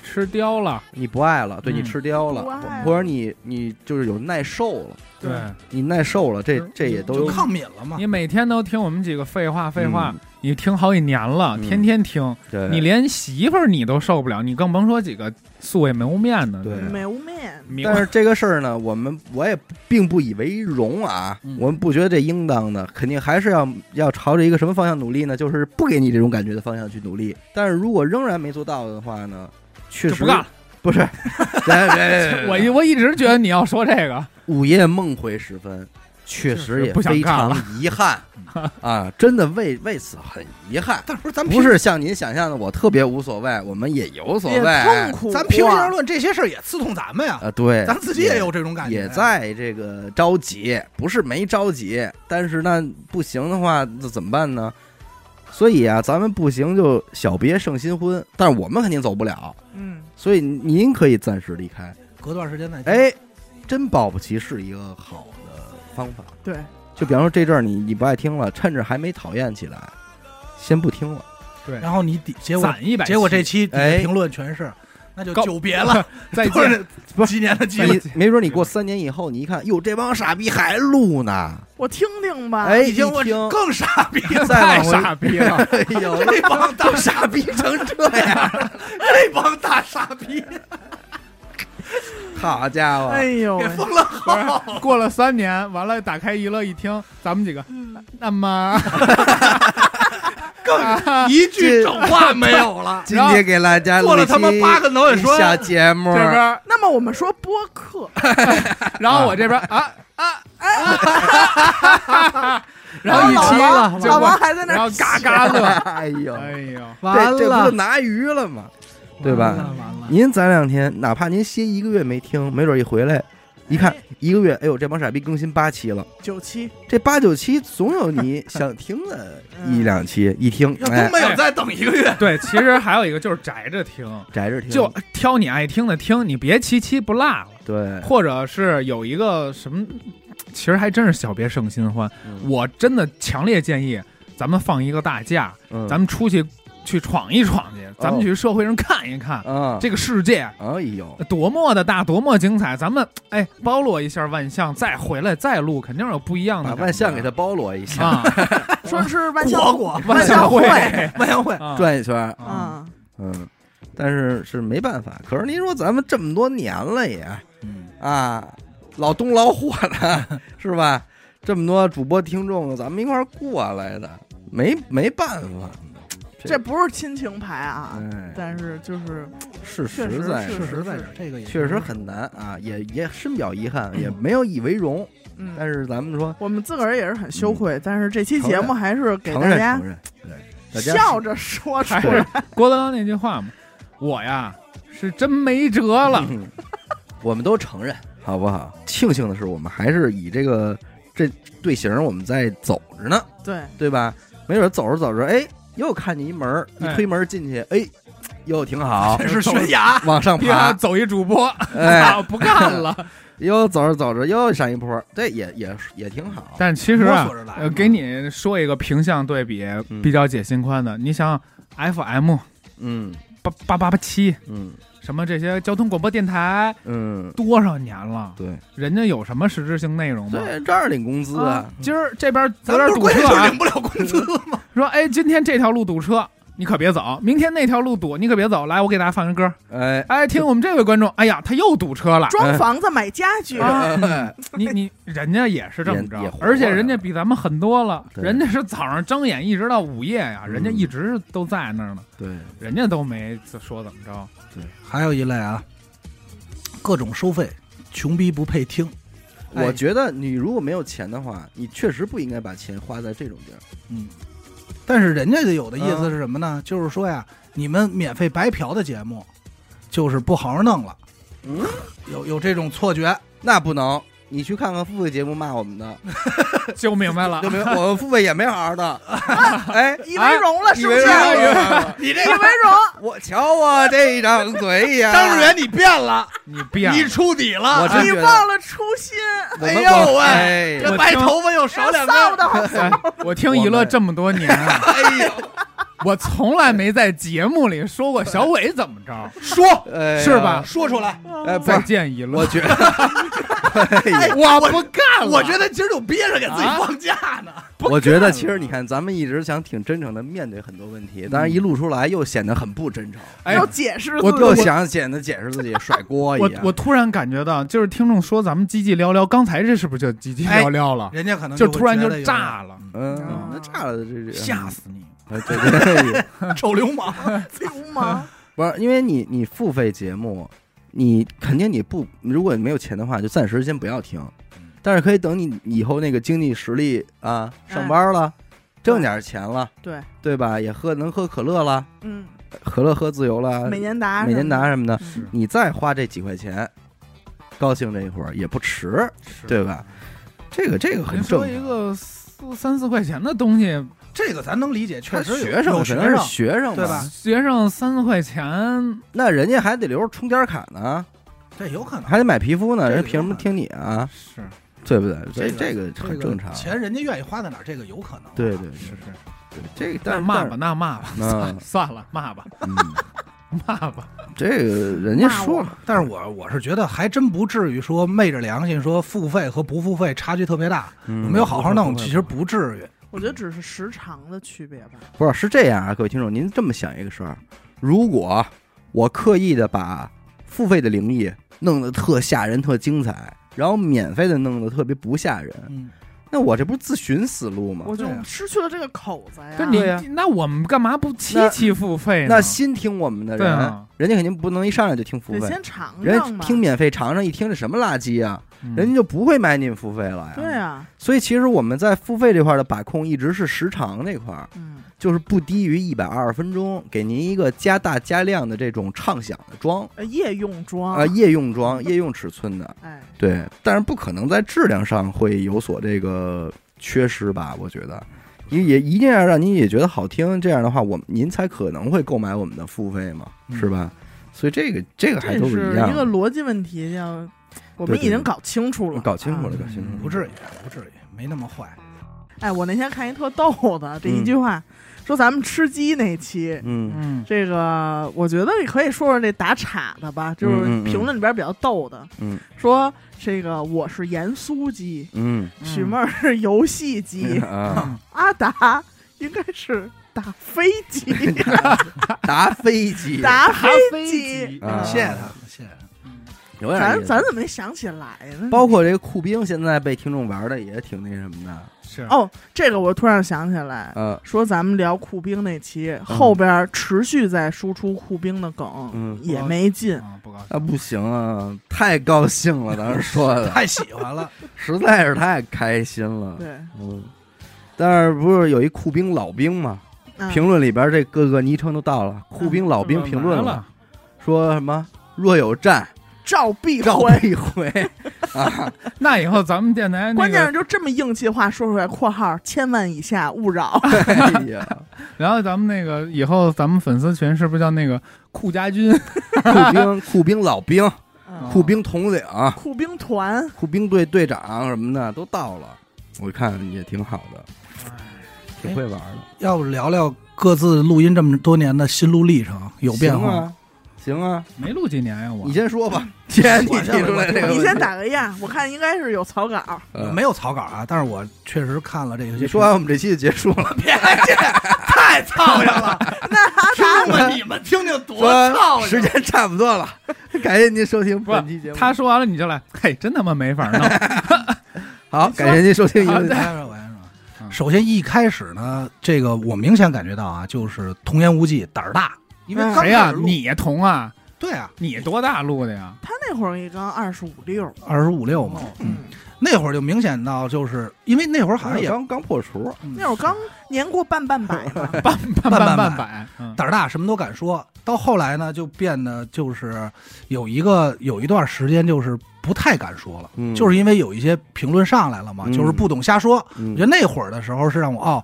Speaker 4: 吃刁了，
Speaker 1: 你不爱了，对你
Speaker 4: 嗯
Speaker 1: 吃刁了
Speaker 3: 不爱，了
Speaker 1: 或者你你就是有耐受了，
Speaker 4: 对
Speaker 1: 你耐受了，这
Speaker 4: 嗯
Speaker 1: 这也
Speaker 2: 就
Speaker 1: 都
Speaker 2: 抗敏了嘛。
Speaker 4: 你每天都听我们几个废话废话，你听好几年了，
Speaker 1: 嗯
Speaker 4: 天天听，
Speaker 1: 对
Speaker 4: 你连媳妇儿你都受不了，你更甭说几个素未谋面的。
Speaker 1: 对
Speaker 3: 没面，
Speaker 4: 明
Speaker 1: 但是这个事儿呢，我们我也并不以为荣啊，
Speaker 2: 嗯
Speaker 1: 我们不觉得这应当的，肯定还是要要朝着一个什么方向努力呢？就是不给你这种感觉的方向去努力。但是如果仍然没做到的话呢，确
Speaker 4: 就
Speaker 1: 实
Speaker 4: 不干了。
Speaker 1: 不是，别别别别别
Speaker 4: 我一我一直觉得你要说这个，
Speaker 1: 午夜梦回时分，确实也
Speaker 4: 不想
Speaker 1: 非
Speaker 4: 干
Speaker 1: 常
Speaker 4: 了
Speaker 1: 遗憾啊，真的为为此很遗憾。
Speaker 2: 但是不是咱
Speaker 1: 不
Speaker 2: 平
Speaker 1: 是像您想象的，我特别无所谓，我们也有所
Speaker 3: 也
Speaker 1: 谓。
Speaker 3: 痛苦过，
Speaker 2: 咱平心而论，这些事儿也刺痛咱们呀，
Speaker 1: 啊，对，
Speaker 2: 咱自己也有这种感觉，
Speaker 1: 也在这个着急，不是没着急，但是那不行的话，那怎么办呢？所以啊，咱们不行就小别胜新婚，但是我们肯定走不了，
Speaker 3: 嗯，
Speaker 1: 所以您可以暂时离开。
Speaker 2: 隔段时间再见。
Speaker 1: 哎，真保不齐是一个好的方法。
Speaker 3: 对，
Speaker 1: 就比方说这阵儿你你不爱听了，趁着还没讨厌起来，先不听了。
Speaker 2: 然后你底结果
Speaker 4: 攒一百期，
Speaker 2: 结果这期底
Speaker 1: 哎
Speaker 2: 下评论全是，那就
Speaker 4: 高
Speaker 2: 久别了，
Speaker 4: 再
Speaker 2: 都
Speaker 4: 见。
Speaker 2: 是
Speaker 1: 不
Speaker 2: 几年的记
Speaker 1: 你
Speaker 2: 忆，
Speaker 1: 没准你过三年以后，你一看，哟，这帮傻逼还录
Speaker 4: 啊
Speaker 1: 呢，
Speaker 3: 我听听吧，
Speaker 1: 哎，
Speaker 2: 已
Speaker 1: 一
Speaker 2: 经我
Speaker 1: 听，
Speaker 2: 更傻 逼了，
Speaker 1: 再
Speaker 4: 太
Speaker 1: 往回
Speaker 4: 傻逼了！
Speaker 1: 哎呦，
Speaker 2: 这帮大
Speaker 1: 都傻逼成这样，
Speaker 2: 这帮大傻逼
Speaker 1: 好家伙！。
Speaker 3: 哎呦喂
Speaker 2: 给，封了
Speaker 4: 不
Speaker 2: 号。
Speaker 4: 是，过了三年，完了打开娱乐一听，咱们几个，那么
Speaker 2: 更一句整话没有了
Speaker 1: 今天给大家
Speaker 2: 做了他妈八个脑血栓
Speaker 1: 小节目
Speaker 4: 这，边，
Speaker 3: 那么我们说播客，
Speaker 4: 然后我这边啊啊 啊，然后
Speaker 1: 一期了
Speaker 4: 就
Speaker 3: 老
Speaker 4: 我
Speaker 3: 王还在那
Speaker 4: 然后
Speaker 3: 儿
Speaker 4: 嘎嘎 乐，
Speaker 1: 哎呦，
Speaker 4: 哎呦，
Speaker 1: 这这不就拿鱼了吗？对吧
Speaker 2: 完了完了
Speaker 1: 您攒两天，哪怕您歇一个月没听，没准一回来一看
Speaker 3: 哎，
Speaker 1: 一个月，哎呦，这帮傻逼更新八期了，
Speaker 3: 九七，
Speaker 1: 这八九期总有你想听的一两期，一听，
Speaker 2: 要
Speaker 1: 哎
Speaker 2: 都，没有再等一个月，
Speaker 4: 对，其实还有一个就是宅着听，
Speaker 1: 宅着听，
Speaker 4: 就挑你爱听的听，你别七七不落了。
Speaker 1: 对，
Speaker 4: 或者是有一个什么，其实还真是小别胜新欢。
Speaker 1: 嗯
Speaker 4: 我真的强烈建议咱们放一个大假，
Speaker 1: 嗯
Speaker 4: 咱们出去去闯一闯去，咱们去社会上看一看、
Speaker 1: 啊，
Speaker 4: 这个世界
Speaker 1: 哎呦，
Speaker 4: 多么的大，多么精彩。咱们哎包罗一下万象，再回来再录，肯定有不一样的
Speaker 1: 把
Speaker 4: 感觉。
Speaker 1: 万象给它包罗一下，
Speaker 4: 啊，
Speaker 3: 说是
Speaker 1: 嗯
Speaker 3: 万象
Speaker 2: 果果
Speaker 4: 万
Speaker 3: 象
Speaker 4: 象
Speaker 3: 汇
Speaker 2: 万象会
Speaker 4: 啊
Speaker 1: 转一圈儿，
Speaker 4: 啊，
Speaker 3: 啊，
Speaker 1: 嗯，但是是没办法。可是您说咱们这么多年了也，啊，老东老火的， 是吧？这么多主播听众，咱们一块儿过来的，没没办法，
Speaker 3: 这不是亲情牌啊，
Speaker 1: 哎，
Speaker 3: 但是就是
Speaker 1: 是
Speaker 3: 确
Speaker 1: 实
Speaker 3: 实
Speaker 1: 在，
Speaker 3: 是
Speaker 2: 确实在这儿，这个也
Speaker 1: 确实很难啊，也也深表遗憾，也没有以为荣。
Speaker 3: 嗯，
Speaker 1: 但是咱们说，
Speaker 3: 我们自个儿也是很羞愧，但是这期节目还是给
Speaker 1: 承
Speaker 3: 大
Speaker 1: 认
Speaker 3: 家
Speaker 1: 承认，对，大家
Speaker 3: 笑着说出
Speaker 4: 还是
Speaker 3: 来，
Speaker 4: 郭德纲那句话嘛，我呀是真没辙了。
Speaker 1: 嗯我们都承 认，好不好？庆幸的是，我们还是以这个这队形，我们在走着呢。
Speaker 3: 对，
Speaker 1: 对吧？没准走着走着，哎，又看见一门儿，一
Speaker 4: 哎
Speaker 1: 推门儿进去，哎，又挺好，
Speaker 2: 真 是悬崖，
Speaker 1: 往上
Speaker 4: 呀，
Speaker 1: 爬，
Speaker 4: 走一主播，
Speaker 1: 哎，
Speaker 4: 不干了。
Speaker 1: 又走着走着又上一坡，这也也也挺好。
Speaker 4: 但其实啊
Speaker 2: 摸索着来，
Speaker 4: 呃，给你说一个平向对比，比较解心宽的。你想想 FM
Speaker 1: 嗯
Speaker 4: 八八八八七，
Speaker 1: 嗯
Speaker 4: 什么这些交通广播电台，
Speaker 1: 嗯，
Speaker 4: 多少年了？
Speaker 1: 对，
Speaker 4: 人家有什么实质性内容吗？
Speaker 1: 对，这儿领工资
Speaker 4: 啊，今儿这边有
Speaker 2: 咱
Speaker 4: 点
Speaker 2: 不是
Speaker 4: 堵
Speaker 2: 关键
Speaker 4: 车
Speaker 2: 就
Speaker 4: 啊
Speaker 2: 领，不了工资吗？
Speaker 4: 说哎，今天这条路堵车，你可别走；明天那条路堵，你可别走。来，我给大家放个歌。
Speaker 1: 哎，
Speaker 4: 哎，听我们这位观众，哎呀，他又堵车了。
Speaker 3: 装房子买家具，
Speaker 1: 哎
Speaker 4: 啊，你你人家也是这么着
Speaker 1: 也也活，着
Speaker 4: 而且人家比咱们很多了，
Speaker 1: 对
Speaker 4: 人家是早上睁眼一直到午夜呀，
Speaker 1: 嗯
Speaker 4: 人家一直都在那儿呢，
Speaker 1: 对，
Speaker 4: 人家都没说怎么着。
Speaker 2: 还有一类啊，各种收费，穷逼不配听。哎
Speaker 1: 我觉得你如果没有钱的话，你确实不应该把钱花在这种地儿。
Speaker 2: 但是人家有的意思是什么呢？就是说呀，你们免费白嫖的节目，就是不好好弄了。
Speaker 1: 嗯，
Speaker 2: 有有这种错觉，
Speaker 1: 那不能，你去看看付费节目骂我们的，
Speaker 4: 就明白了
Speaker 1: 就，没有我们付费也没好好的。哎，
Speaker 3: 以为荣了
Speaker 1: 以
Speaker 3: 是不
Speaker 1: 为
Speaker 3: 啊是？
Speaker 1: 是
Speaker 2: 你
Speaker 3: 以为
Speaker 2: 这
Speaker 3: 荣，
Speaker 1: 我 瞧我这张嘴呀，
Speaker 2: 张志远你变了，
Speaker 4: 你变了
Speaker 2: 你出底
Speaker 1: 我
Speaker 2: 了，
Speaker 1: 哦真
Speaker 3: 你
Speaker 1: 觉得
Speaker 3: 忘了初心，
Speaker 1: 我们
Speaker 2: 哎呦
Speaker 1: 我
Speaker 2: 喂
Speaker 1: 哎
Speaker 2: 这
Speaker 4: 我
Speaker 2: 白
Speaker 4: 听
Speaker 2: 头发又少两
Speaker 3: 臊
Speaker 2: 根。
Speaker 3: 的好，
Speaker 4: 哎我听娱乐这么多年啊，
Speaker 2: 哎呦，
Speaker 4: 我从来没在节目里说过小伟怎么着，
Speaker 2: 说
Speaker 1: 哎呀
Speaker 4: 是吧？
Speaker 2: 说出来，
Speaker 1: 哎，不
Speaker 4: 再
Speaker 1: 是，
Speaker 4: 见一
Speaker 1: 我
Speaker 4: 论。
Speaker 1: 觉得，哎呀
Speaker 4: 我不干了，
Speaker 2: 我啊觉得今儿就憋着给自己放假呢。
Speaker 4: 不
Speaker 1: 我觉
Speaker 4: 干
Speaker 1: 得
Speaker 4: 了
Speaker 1: 其实你看，咱们一直想挺真诚的面对很多问题，但是一露出来又显得很不真诚，
Speaker 4: 哎
Speaker 3: 要，解释
Speaker 4: 我
Speaker 3: 自己
Speaker 1: 又想显得解释自己甩锅一
Speaker 4: 我
Speaker 1: 样。
Speaker 4: 我突然感觉到，就是听众说咱们叽叽聊聊，刚才这是不是就叽
Speaker 1: 哎
Speaker 4: 叽聊聊了？
Speaker 2: 人家可能
Speaker 4: 就
Speaker 2: 会
Speaker 4: 突然
Speaker 2: 觉
Speaker 4: 就
Speaker 2: 得有
Speaker 4: 炸了
Speaker 1: 嗯
Speaker 3: 啊，
Speaker 1: 那炸了这这
Speaker 2: 点吓死你，
Speaker 1: 哎对对对，
Speaker 2: 臭流氓！
Speaker 3: 流氓，
Speaker 1: 不是因为你你付费节目，你肯定你不如果你没有钱的话，就暂时先不要听
Speaker 2: 嗯，
Speaker 1: 但是可以等你以后那个经济实力啊
Speaker 3: 哎
Speaker 1: 上班了，挣点钱了，
Speaker 3: 对，
Speaker 1: 对吧？也喝能喝可乐了，
Speaker 3: 嗯，
Speaker 1: 可乐喝自由了，
Speaker 3: 美年达，
Speaker 1: 啊每年拿，什么的，
Speaker 3: 是
Speaker 1: 你再花这几块钱，高兴这一会儿也不迟，对吧？这个这个很
Speaker 4: 您
Speaker 1: 正
Speaker 4: 说一
Speaker 1: 常。
Speaker 4: 个四三四块钱的东西，
Speaker 2: 这个咱能理解，确
Speaker 1: 他
Speaker 2: 实有
Speaker 1: 学生
Speaker 2: 有
Speaker 1: 肯
Speaker 2: 学
Speaker 1: 定是
Speaker 2: 生
Speaker 1: 学生
Speaker 2: 对
Speaker 1: 嘛
Speaker 2: 吧？
Speaker 4: 学生三四块钱，
Speaker 1: 那人家还得留着充点卡呢，
Speaker 2: 这有可能。
Speaker 1: 还得买皮肤呢，
Speaker 2: 这
Speaker 1: 人
Speaker 2: 个
Speaker 1: 家凭什么听你啊？
Speaker 4: 是
Speaker 1: 对不对？所以这
Speaker 2: 这
Speaker 1: 个很正常。啊
Speaker 2: 钱人家愿意花在哪儿，这个有可能。啊
Speaker 1: 对对
Speaker 4: 是是，
Speaker 1: 对，这个
Speaker 4: 那
Speaker 1: 但
Speaker 4: 骂
Speaker 1: 骂
Speaker 4: 吧，那骂吧，
Speaker 1: 嗯
Speaker 4: 算 算了，骂吧，
Speaker 1: 嗯，
Speaker 4: 骂吧，
Speaker 1: 这个人家说了，
Speaker 2: 但是我我是觉得还真不至于说昧着良心说付费和不付费差距特别大，
Speaker 1: 嗯
Speaker 2: 我没有好好弄，
Speaker 1: 不会
Speaker 2: 其
Speaker 1: 不
Speaker 2: 实
Speaker 1: 会
Speaker 2: 不至于。
Speaker 3: 我觉得只是时长的区别吧。
Speaker 1: 不是是这样啊，各位听众，您这么想一个事儿，如果我刻意的把付费的灵异弄得特吓人、特精彩，然后免费的弄得特别不吓人，
Speaker 2: 嗯，
Speaker 1: 那我这不是自寻死路吗
Speaker 3: 我？就
Speaker 2: 对啊
Speaker 3: 失去了这个口子呀。
Speaker 4: 跟你
Speaker 1: 嗯对呀
Speaker 4: 那我们干嘛不七
Speaker 1: 那
Speaker 4: 期付费呢？
Speaker 1: 那新听我们的
Speaker 4: 啊对
Speaker 1: 人，
Speaker 4: 啊，
Speaker 1: 人家肯定不能一上来就听付
Speaker 3: 得
Speaker 1: 费，
Speaker 3: 先尝
Speaker 1: 人
Speaker 3: 尝
Speaker 1: 家
Speaker 3: 吧。
Speaker 1: 听免费尝尝，一听这什么垃圾啊，
Speaker 4: 嗯
Speaker 1: 人家就不会买你们付费了呀。
Speaker 3: 对啊，
Speaker 1: 所以其实我们在付费这块的把控一直是时长这块儿，
Speaker 3: 嗯，
Speaker 1: 就是不低于一百二十分钟，给您一个加大加量的这种畅想的装
Speaker 3: 呃夜用妆
Speaker 1: 啊、夜用装、夜用尺寸的，
Speaker 3: 哎，
Speaker 1: 对，但是不可能在质量上会有所这个缺失吧？我觉得，因为也一定要让您也觉得好听，这样的话，我们您才可能会购买我们的付费嘛，
Speaker 2: 嗯
Speaker 1: 是吧？所以这个这个还
Speaker 3: 这
Speaker 1: 都
Speaker 3: 是
Speaker 1: 一样
Speaker 3: 一
Speaker 1: 的，
Speaker 3: 个逻辑问题，要我
Speaker 1: 对
Speaker 3: 们
Speaker 1: 对
Speaker 3: 已经搞清楚了，
Speaker 1: 搞清楚了，
Speaker 3: 啊
Speaker 1: 搞清楚了，
Speaker 2: 不至于，不至于，没那么坏。
Speaker 3: 哎，我那天看一特逗的这一句话，说咱们吃鸡那期。
Speaker 1: 嗯，
Speaker 4: 嗯，
Speaker 3: 这个我觉得也可以说说这打岔的吧，就是
Speaker 1: 嗯嗯嗯
Speaker 3: 评论里边比较逗的，
Speaker 1: 嗯
Speaker 3: 说这个我是盐酥鸡，
Speaker 1: 嗯
Speaker 3: 许梦儿是游戏机，
Speaker 1: 啊，
Speaker 3: 阿达应该是打飞 机，
Speaker 1: 达飞 机，
Speaker 3: 打
Speaker 4: 咖
Speaker 3: 飞
Speaker 4: 啡
Speaker 3: 机。
Speaker 1: 啊
Speaker 2: 谢谢他
Speaker 4: 嗯
Speaker 2: 们，谢谢他们。
Speaker 1: 有点意
Speaker 3: 咱
Speaker 1: 思
Speaker 3: 咱怎么没想起来呢？
Speaker 1: 包括这个酷兵，现在被听众玩的也挺那什么的。
Speaker 4: 是
Speaker 3: 哦，这个我突然想起来，
Speaker 1: 呃，
Speaker 3: 说咱们聊酷兵那期后边持续在输出酷兵的梗，
Speaker 1: 嗯，
Speaker 3: 也没劲。
Speaker 4: 啊，不高兴
Speaker 1: 那、不行啊，太高兴了，当时说 的，
Speaker 2: 太喜欢了，
Speaker 1: 实在是太开心了。
Speaker 3: 对，
Speaker 1: 嗯，但是不是有一酷兵老兵嘛？
Speaker 3: 嗯
Speaker 1: 评论里边这各个昵称都到了，酷兵老兵评论
Speaker 4: 来
Speaker 1: 了，
Speaker 2: 嗯
Speaker 4: 了，
Speaker 1: 说什么若有战，
Speaker 3: 照必
Speaker 1: 召
Speaker 3: 回。
Speaker 1: 必回 啊！
Speaker 4: 那以后咱们电台那
Speaker 3: 关键是
Speaker 4: 个，
Speaker 3: 就这么硬气话说出来，括号千万以下勿 扰。
Speaker 1: 哎呀，
Speaker 4: 然后咱们那个以后咱们粉丝群是不是叫那个酷 家军？
Speaker 1: 酷兵酷兵老兵，
Speaker 3: 嗯
Speaker 1: 酷兵统领，
Speaker 3: 酷兵团，
Speaker 1: 酷兵队队长什么的都到了，我看也挺好的，
Speaker 3: 哎
Speaker 1: 挺会玩的。
Speaker 2: 要不聊聊各自录音这么多年的心路历程，有变
Speaker 1: 行
Speaker 2: 化。
Speaker 1: 啊，行啊，
Speaker 4: 没录几年呀，我
Speaker 1: 你先说吧。既然你
Speaker 2: 我
Speaker 1: 提出来这个问题，
Speaker 3: 你先打个样，我看应该是有草稿。
Speaker 1: 呃。
Speaker 2: 没有草稿啊，但是我确实看了这个。
Speaker 1: 你说完，啊我们这期就结束了。
Speaker 2: 太操心了，
Speaker 3: 那
Speaker 2: 听听你们听听多操
Speaker 1: 说时。
Speaker 2: 心
Speaker 1: 间差不多了，感谢您收听本期节目。
Speaker 4: 他说完了你就来，嘿，真他妈没法弄，
Speaker 1: 好，感谢您收听一
Speaker 4: 好
Speaker 1: 个
Speaker 2: 我。先说，我先说。首先一开始呢，这个我明显感觉到啊，就是童言无忌，胆儿大。因为刚
Speaker 4: 谁呀
Speaker 2: 开？始录
Speaker 4: 你童啊？
Speaker 2: 对啊，
Speaker 4: 你多大录 的呀？
Speaker 3: 他那会儿也刚二十五六，
Speaker 2: 二十五六嘛，嗯，那会儿就明显到，就是因为那会儿好像也
Speaker 1: 刚刚破除，
Speaker 2: 嗯
Speaker 3: 那会儿刚年过半半百嘛。
Speaker 4: 半半
Speaker 2: 半
Speaker 4: 半
Speaker 2: 半
Speaker 4: 百，嗯
Speaker 2: 胆儿大，什么都敢说。到后来呢，就变得就是有一个有一段时间就是不太敢说了，
Speaker 1: 嗯
Speaker 2: 就是因为有一些评论上来了嘛，
Speaker 1: 嗯
Speaker 2: 就是不懂瞎说。我觉
Speaker 1: 嗯
Speaker 2: 得那会儿的时候是让我哦。